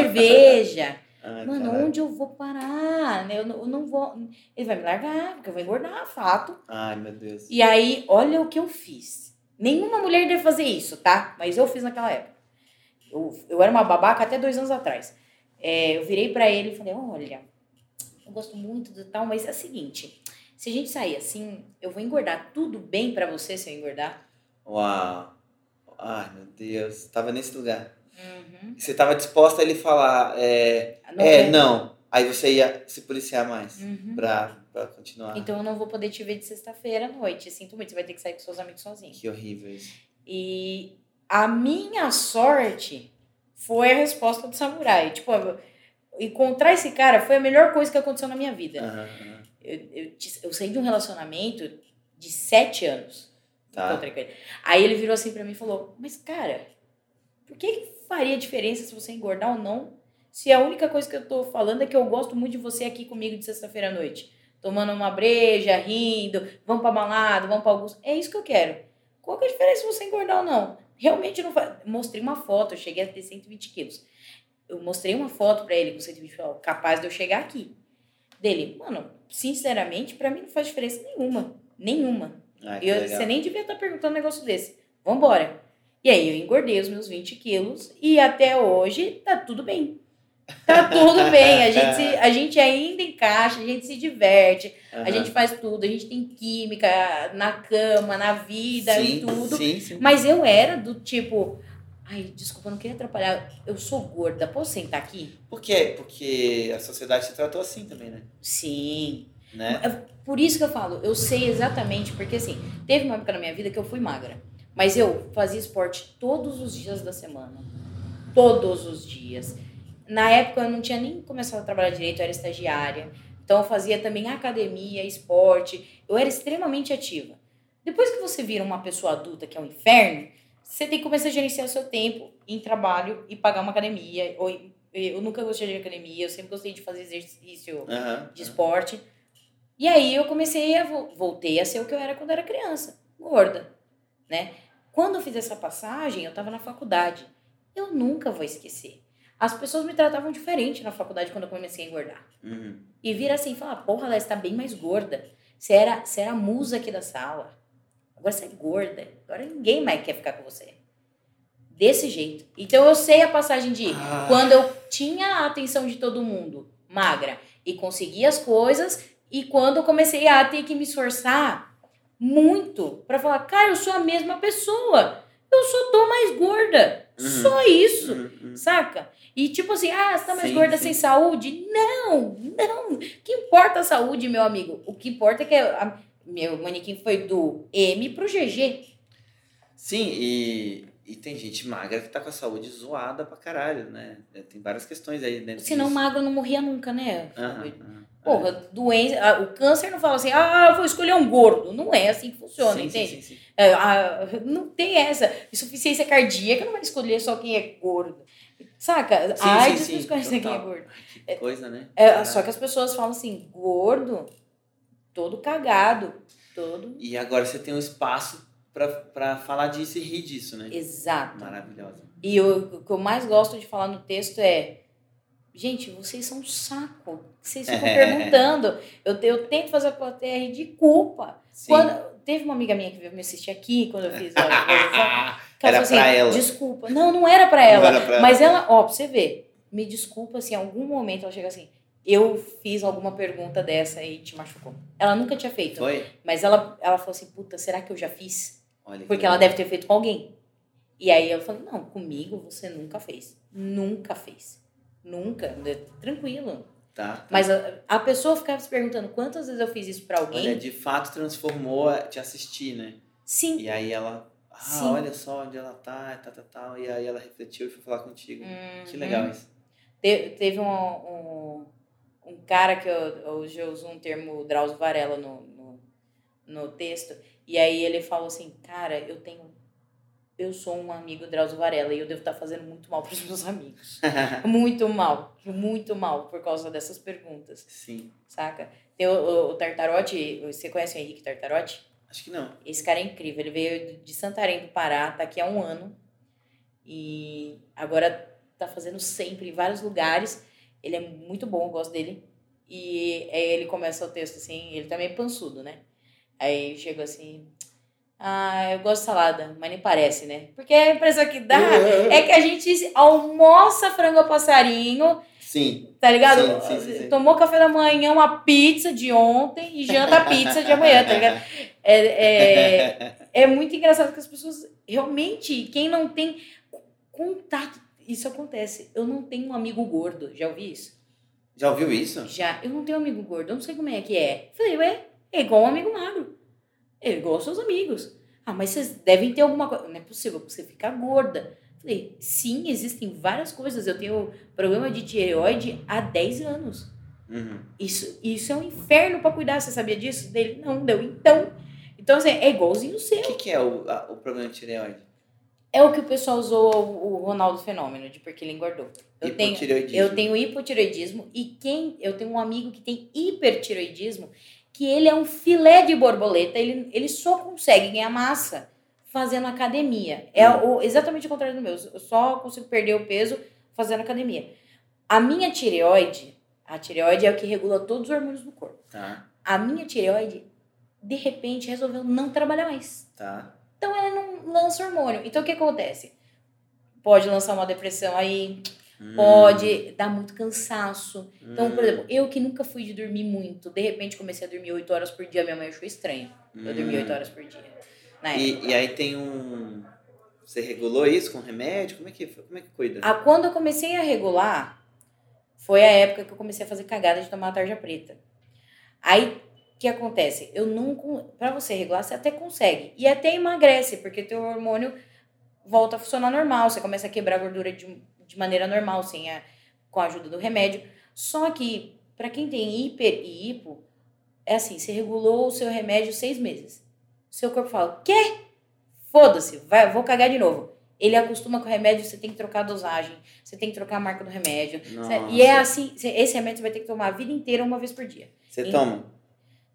Speaker 5: cerveja.
Speaker 3: Ah,
Speaker 5: Mano,
Speaker 3: caralho.
Speaker 5: onde eu vou parar? né? Eu não, eu não vou. Ele vai me largar, porque eu vou engordar, fato.
Speaker 3: Ai, meu Deus.
Speaker 5: E aí, olha o que eu fiz. Nenhuma mulher deve fazer isso, tá? Mas eu fiz naquela época. Eu, eu era uma babaca até dois anos atrás. É, eu virei pra ele e falei: olha, eu gosto muito do tal, mas é o seguinte: se a gente sair assim, eu vou engordar. Tudo bem pra você se eu engordar?
Speaker 3: Uau. Ai, meu Deus. Tava nesse lugar. Você tava disposta a ele falar, é, é,
Speaker 5: Ah, quero.
Speaker 3: não. Aí você ia se policiar mais
Speaker 5: Uhum.
Speaker 3: pra, pra continuar.
Speaker 5: Então eu não vou poder te ver de sexta-feira à noite. Sinto muito, você vai ter que sair com seus amigos sozinho.
Speaker 3: Que horrível isso.
Speaker 5: E a minha sorte foi a resposta do samurai. Tipo, eu- encontrar esse cara foi a melhor coisa que aconteceu na minha vida.
Speaker 3: Aham, aham.
Speaker 5: Eu, eu, te- eu saí de um relacionamento de sete anos.
Speaker 3: Tá.
Speaker 5: Encontrei com ele. Aí ele virou assim pra mim e falou: Mas, cara, por que, que faria diferença se você engordar ou não? Se a única coisa que eu tô falando é que eu gosto muito de você aqui comigo de sexta-feira à noite. Tomando uma breja, rindo, vamos pra balada, vamos pra Augusto. É isso que eu quero. Qual que é a diferença se você engordar ou não? Realmente não faz. Mostrei uma foto, eu cheguei a ter 120 quilos. Eu mostrei uma foto pra ele com 120 quilos, capaz de eu chegar aqui. Dele, mano, sinceramente, pra mim não faz diferença nenhuma. Nenhuma.
Speaker 3: Ai, Ah, que
Speaker 5: Eu-
Speaker 3: legal.
Speaker 5: você nem devia estar perguntando um negócio desse. Vambora. E aí eu engordei os meus 20 quilos e até hoje tá tudo bem. Tá tudo bem. A gente, se- a gente ainda encaixa, a gente se diverte, a
Speaker 3: Aham.
Speaker 5: gente faz tudo, a gente tem química na cama, na vida, em
Speaker 3: sim,
Speaker 5: tudo.
Speaker 3: Sim, sim.
Speaker 5: Mas eu era do tipo. Ai, desculpa, eu não queria atrapalhar. Eu sou gorda. Posso sentar aqui?
Speaker 3: Por quê? Porque a sociedade te tratou assim também, né?
Speaker 5: Sim,
Speaker 3: né?
Speaker 5: É, Por isso que eu falo, eu sei exatamente, porque assim, teve uma época na minha vida que eu fui magra. Mas eu fazia esporte todos os dias da semana. Todos os dias. Na época eu não tinha nem começado a trabalhar direito, eu era estagiária. Então eu fazia também academia, esporte. Eu era extremamente ativa. Depois que você vira uma pessoa adulta, que é um inferno, você tem que começar a gerenciar o seu tempo em trabalho e pagar uma academia. Ou, em- eu nunca gostei de academia, eu sempre gostei de fazer exercício
Speaker 3: Aham.
Speaker 5: de esporte. E aí eu comecei a vo- voltei a ser o que eu era quando era criança, gorda, né? Quando eu fiz essa passagem, eu estava na faculdade. Eu nunca vou esquecer. As pessoas me tratavam diferente na faculdade quando eu comecei a engordar.
Speaker 3: Uhum.
Speaker 5: E vira assim e fala, porra, ela está bem mais gorda. Você era, você era a musa aqui da sala. Agora você é gorda. Agora ninguém mais quer ficar com você. Desse jeito. Então eu sei a passagem de
Speaker 3: Ah.
Speaker 5: quando eu tinha a atenção de todo mundo, magra, e conseguia as coisas, e quando eu comecei a ter que me esforçar muito pra falar, cara, eu sou a mesma pessoa. Eu só tô mais gorda.
Speaker 3: Uhum.
Speaker 5: Só isso.
Speaker 3: Uhum, uhum.
Speaker 5: Saca? E tipo assim, ah, você tá mais
Speaker 3: Sim,
Speaker 5: gorda
Speaker 3: sim.
Speaker 5: sem saúde? Não, não. Que importa a saúde, meu amigo? O que importa é que a- meu manequim foi do M pro GG.
Speaker 3: Sim, e, e tem gente magra que tá com a saúde zoada pra caralho, né? É, Tem várias questões aí dentro
Speaker 5: Senão
Speaker 3: disso.
Speaker 5: magro não morria nunca, né?
Speaker 3: Aham, aham. É.
Speaker 5: Porra, doença, ah, o câncer não fala assim, ah, eu vou escolher um gordo. Não é assim que funciona,
Speaker 3: Sim,
Speaker 5: entende?
Speaker 3: Sim, sim, sim.
Speaker 5: É, ah, não tem essa. Insuficiência cardíaca não vai escolher só quem é gordo. Saca?
Speaker 3: Sim,
Speaker 5: Ai,
Speaker 3: sim,
Speaker 5: não
Speaker 3: sim,
Speaker 5: escolhe só quem é
Speaker 3: total.
Speaker 5: gordo.
Speaker 3: Que coisa, né?
Speaker 5: É,
Speaker 3: Caralho.
Speaker 5: só que as pessoas falam assim, gordo, todo cagado, todo.
Speaker 3: E agora você tem um espaço pra, pra falar disso e rir disso, né?
Speaker 5: Exato.
Speaker 3: Maravilhosa.
Speaker 5: E o, o que eu mais gosto de falar no texto é. Gente, vocês são um saco. Vocês ficam
Speaker 3: É.
Speaker 5: perguntando. Eu, te- eu tento fazer a plateia rir de culpa.
Speaker 3: Sim.
Speaker 5: Quando, teve uma amiga minha que veio me assistir aqui quando eu fiz a. a- que
Speaker 3: Era
Speaker 5: ela falou assim,
Speaker 3: pra ela.
Speaker 5: Desculpa. Não, não era pra ela.
Speaker 3: Não era pra
Speaker 5: Mas ela, ó, pra você ver, me desculpa se em algum momento ela chega assim, eu fiz alguma pergunta dessa e te machucou. Ela nunca tinha feito.
Speaker 3: Foi?
Speaker 5: Mas ela, ela falou assim, puta, será que eu já fiz?
Speaker 3: Olha que
Speaker 5: Porque ela
Speaker 3: legal.
Speaker 5: deve ter feito com alguém. E aí eu falei, não, comigo você nunca fez. Nunca fez. Nunca. né? Tranquilo.
Speaker 3: Tá.
Speaker 5: Mas a, a pessoa ficava se perguntando quantas vezes eu fiz isso pra alguém.
Speaker 3: Olha, de fato transformou a- te assistir, né?
Speaker 5: Sim.
Speaker 3: E aí ela... Ah,
Speaker 5: Sim.
Speaker 3: olha só onde ela tá, e tal, tal, tal. E aí ela refletiu e foi falar contigo.
Speaker 5: Uhum.
Speaker 3: Que legal isso.
Speaker 5: Te- teve um, um, um cara que eu, hoje eu uso um termo Drauzio Varela no, no, no texto, e aí ele falou assim, cara, eu tenho eu sou um amigo Drauzio Varela e eu devo estar fazendo muito mal para os meus amigos. muito mal, muito mal por causa dessas perguntas,
Speaker 3: Sim.
Speaker 5: saca? Tem o, o, o Tartarotti, você conhece o Henrique Tartarotti?
Speaker 3: Acho que não.
Speaker 5: Esse cara é incrível. Ele veio de Santarém do Pará, tá aqui há um ano. E agora tá fazendo sempre em vários lugares. Ele é muito bom, eu gosto dele. E aí ele começa o texto assim, ele também é pançudo, né? Aí chega assim. Ah, eu gosto de salada, mas nem parece, né? Porque a impressão que dá é que a gente almoça frango ao passarinho,
Speaker 3: Sim.
Speaker 5: tá ligado?
Speaker 3: Sim, sim, sim, sim.
Speaker 5: Tomou café da manhã, uma pizza de ontem e janta a pizza de amanhã, tá ligado? É, é, é muito engraçado que as pessoas realmente, quem não tem contato, isso acontece. Eu não tenho um amigo gordo, já ouvi isso?
Speaker 3: Já ouviu isso?
Speaker 5: Já, eu não tenho um amigo gordo, eu não sei como é que é. Falei, ué, é igual um amigo magro. É igual aos seus amigos. Ah, mas vocês devem ter alguma coisa. Não é possível você ficar gorda. Falei, sim, existem várias coisas. Eu tenho problema de tireoide há 10 anos.
Speaker 3: Uhum.
Speaker 5: Isso, isso é um inferno pra cuidar, você sabia disso? Dele, não, deu. Então, então assim, é igualzinho o
Speaker 3: O
Speaker 5: seu.
Speaker 3: que, que é o, a- o problema de tireoide?
Speaker 5: É o que o pessoal usou o Ronaldo Fenômeno, de porque ele engordou. Eu tenho,
Speaker 3: Hipotireoidismo.
Speaker 5: eu tenho hipotireoidismo e quem eu tenho um amigo que tem hipertireoidismo, que ele é um filé de borboleta, ele, ele só consegue ganhar massa fazendo academia. É o, exatamente o contrário do meu, eu só consigo perder o peso fazendo academia. A minha tireoide, a tireoide é o que regula todos os hormônios do corpo.
Speaker 3: Tá,
Speaker 5: a minha tireoide, de repente, resolveu não trabalhar mais.
Speaker 3: tá.
Speaker 5: Então ela não lança hormônio. Então o que acontece? Pode lançar uma depressão aí,
Speaker 3: Hum,
Speaker 5: pode dar muito cansaço. Então, por
Speaker 3: hum,
Speaker 5: exemplo, eu que nunca fui de dormir muito, de repente comecei a dormir 8 horas por dia, minha mãe achou estranho. Eu dormi
Speaker 3: hum.
Speaker 5: 8 horas por dia. né? Na época.
Speaker 3: E, e aí tem um. Você regulou isso com remédio? Como é que, como é que cuida?
Speaker 5: A, Ah, quando eu comecei a regular, foi a época que eu comecei a fazer cagada de tomar a tarja preta. Aí, o que acontece? Eu não... con- Pra você regular, você até consegue. E até emagrece, porque teu hormônio volta a funcionar normal. Você começa a quebrar a gordura de, um, de maneira normal, sem a, com a ajuda do remédio. Só que, pra quem tem hiper e hipo, é assim, você regulou o seu remédio seis meses. Seu corpo fala, quê? Foda-se, vai, vou cagar de novo. Ele acostuma com o remédio, você tem que trocar a dosagem, você tem que trocar a marca do remédio.
Speaker 3: Nossa.
Speaker 5: E é assim, você- esse remédio você vai ter que tomar a vida inteira, uma vez por dia.
Speaker 3: Você
Speaker 5: e-
Speaker 3: toma?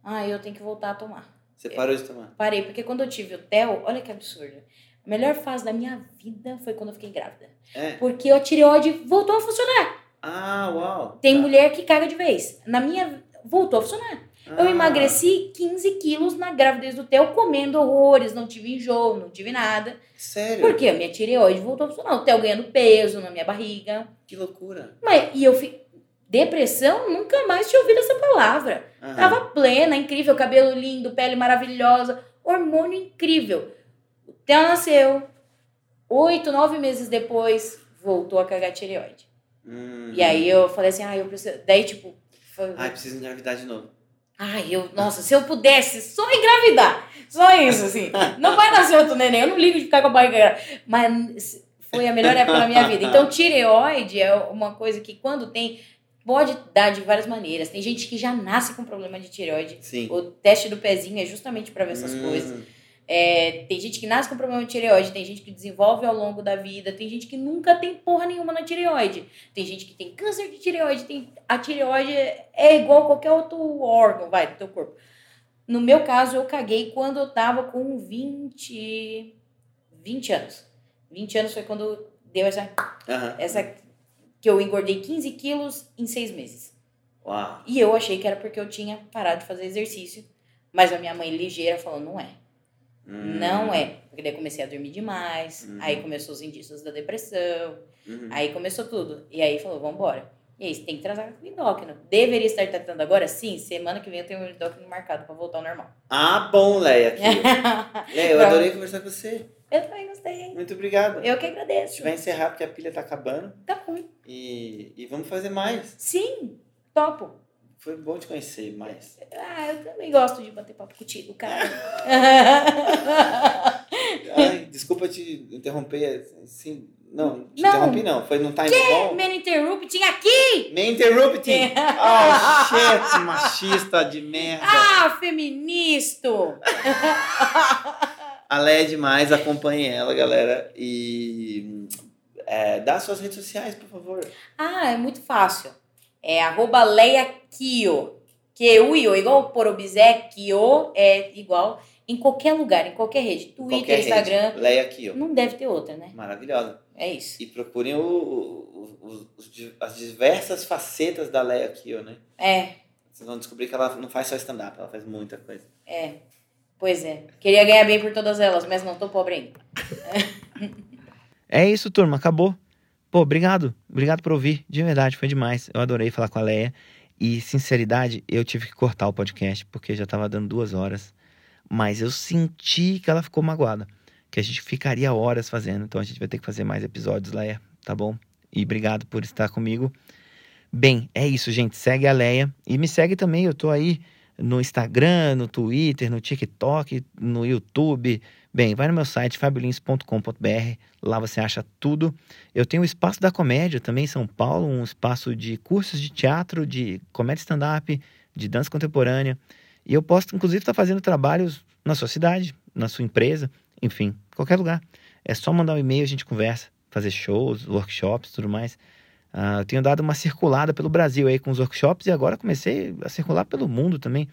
Speaker 5: Ah, eu tenho que voltar a tomar.
Speaker 3: Você parou de tomar?
Speaker 5: Parei, porque quando eu tive o Theo, olha que absurdo. A melhor fase da minha vida foi quando eu fiquei grávida.
Speaker 3: É.
Speaker 5: Porque a tireoide voltou a funcionar.
Speaker 3: Ah, uau.
Speaker 5: Tem
Speaker 3: Tá.
Speaker 5: mulher que caga de vez. Na minha, voltou a funcionar. Eu
Speaker 3: Ah,
Speaker 5: emagreci 15 quilos na gravidez do Theo, comendo horrores, não tive enjoo, não tive nada.
Speaker 3: Ah, Sério?
Speaker 5: Porque a minha tireoide voltou a funcionar. O Theo ganhando peso na minha barriga.
Speaker 3: Que loucura.
Speaker 5: Mas, e eu fiquei. Depressão? Nunca mais tinha ouvido essa palavra.
Speaker 3: Aham.
Speaker 5: Tava plena, incrível, cabelo lindo, pele maravilhosa, hormônio incrível. O Theo nasceu. Oito, nove meses depois, voltou a cagar tireoide.
Speaker 3: Hum.
Speaker 5: E aí eu falei assim, ah, eu preciso... Daí, tipo... foi-
Speaker 3: Ai, preciso engravidar de novo.
Speaker 5: Ai, eu, nossa, se eu pudesse só engravidar, só isso, assim. Não vai nascer outro neném, eu não ligo de ficar com a barriga. grávida. Mas foi a melhor época da minha vida. Então, tireoide é uma coisa que quando tem, pode dar de várias maneiras. Tem gente que já nasce com problema de tireoide.
Speaker 3: Sim.
Speaker 5: O teste do pezinho é justamente para ver essas
Speaker 3: Hum,
Speaker 5: coisas. É, tem gente que nasce com problema de tireoide, tem gente que desenvolve ao longo da vida, tem gente que nunca tem porra nenhuma na tireoide, tem gente que tem câncer de tireoide, tem, a tireoide é igual a qualquer outro órgão, vai, do teu corpo. No meu caso, eu caguei quando eu tava com 20, 20 anos. 20 anos foi quando deu essa,
Speaker 3: Aham.
Speaker 5: essa que eu engordei 15 quilos em seis meses.
Speaker 3: Uau.
Speaker 5: E eu achei que era porque eu tinha parado de fazer exercício. Mas a minha mãe ligeira falou, não é.
Speaker 3: Hum.
Speaker 5: Não é. Porque daí eu comecei a dormir demais.
Speaker 3: Uhum.
Speaker 5: Aí começou os indícios da depressão.
Speaker 3: Uhum.
Speaker 5: Aí começou tudo. E aí falou, vambora. E aí, você tem que tratar com o endócrino. Deveria estar tratando agora? Sim, semana que vem eu tenho o endócrino marcado pra voltar ao normal.
Speaker 3: Ah, bom, Leia. filha. Leia, eu
Speaker 5: Pronto.
Speaker 3: adorei conversar com você.
Speaker 5: eu também gostei.
Speaker 3: Muito obrigado.
Speaker 5: Eu que
Speaker 3: A
Speaker 5: agradeço.
Speaker 3: gente vai encerrar porque a pilha tá acabando.
Speaker 5: Tá bom.
Speaker 3: E, e vamos fazer mais.
Speaker 5: Sim, topo.
Speaker 3: Foi bom te conhecer mais.
Speaker 5: Ah, eu também gosto de bater papo contigo, cara.
Speaker 3: Ai, desculpa te interromper. Assim, não, te
Speaker 5: Não.
Speaker 3: interrompi não. Foi num time bom.
Speaker 5: Man Interrupting aqui!
Speaker 3: Me interrupting! Ah, shit, machista de merda.
Speaker 5: Ah, feministo!
Speaker 3: A Leia é demais, acompanhe ela, galera. E é, dá suas redes sociais, por favor.
Speaker 5: Ah, é muito fácil. É arroba Leia Kio. Q-U-I-O, igual Porobizé, Kio, é igual em qualquer lugar, em qualquer rede. Twitter,
Speaker 3: Qualquer rede.
Speaker 5: Instagram.
Speaker 3: Leia aqui, ó.
Speaker 5: Não deve ter outra, né?
Speaker 3: Maravilhosa.
Speaker 5: É isso.
Speaker 3: E procurem o, o- o- os di- as diversas facetas da Leia aqui, ó, né?
Speaker 5: É,
Speaker 3: Vocês vão descobrir que ela não faz só stand-up, ela faz muita coisa.
Speaker 5: pois é. Queria ganhar bem por todas elas, mas não tô pobre ainda.
Speaker 1: É isso, turma. Acabou. Pô, obrigado. Obrigado por ouvir. De verdade, foi demais. Eu adorei falar com a Leia. E, sinceridade, eu tive que cortar o podcast, porque já tava dando duas horas. Mas eu senti que ela ficou magoada. Que a gente ficaria horas fazendo. Então a gente vai ter que fazer mais episódios, Leia. Tá bom? E obrigado por estar comigo. Bem, é isso, gente. Segue a Leia. E me segue também. Eu tô aí no Instagram, no Twitter, no TikTok, no YouTube. Bem, vai no meu site, fabiolins.com.br. Lá você acha tudo. Eu tenho o Espaço da Comédia também em São Paulo, um espaço de cursos de teatro, de comédia stand-up, de dança contemporânea. E eu posso, inclusive, estar fazendo trabalhos na sua cidade, na sua empresa, enfim, qualquer lugar. É só mandar um e-mail, a gente conversa, fazer shows, workshops, tudo mais. Ah, eu tenho dado uma circulada pelo Brasil aí com os workshops e agora comecei a circular pelo mundo também.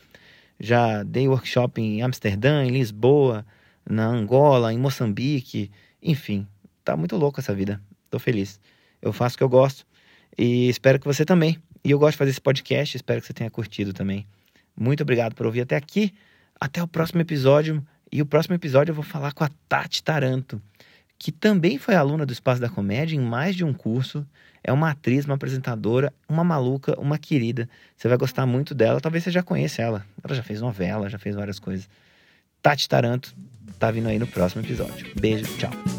Speaker 1: Já dei workshop em Amsterdã, em Lisboa, na Angola, em Moçambique, enfim tá muito louco essa vida. Tô feliz. Eu faço o que eu gosto e espero que você também. E eu gosto de fazer esse podcast, espero que você tenha curtido também. Muito obrigado por ouvir até aqui. Até o próximo episódio. E o próximo episódio eu vou falar com a Tati Taranto, que também foi aluna do Espaço da Comédia em mais de um curso. É uma atriz, uma apresentadora, uma maluca, uma querida. Você vai gostar muito dela, talvez você já conheça ela. Ela já fez novela, já fez várias coisas. Tati Taranto tá vindo aí no próximo episódio. Beijo, tchau.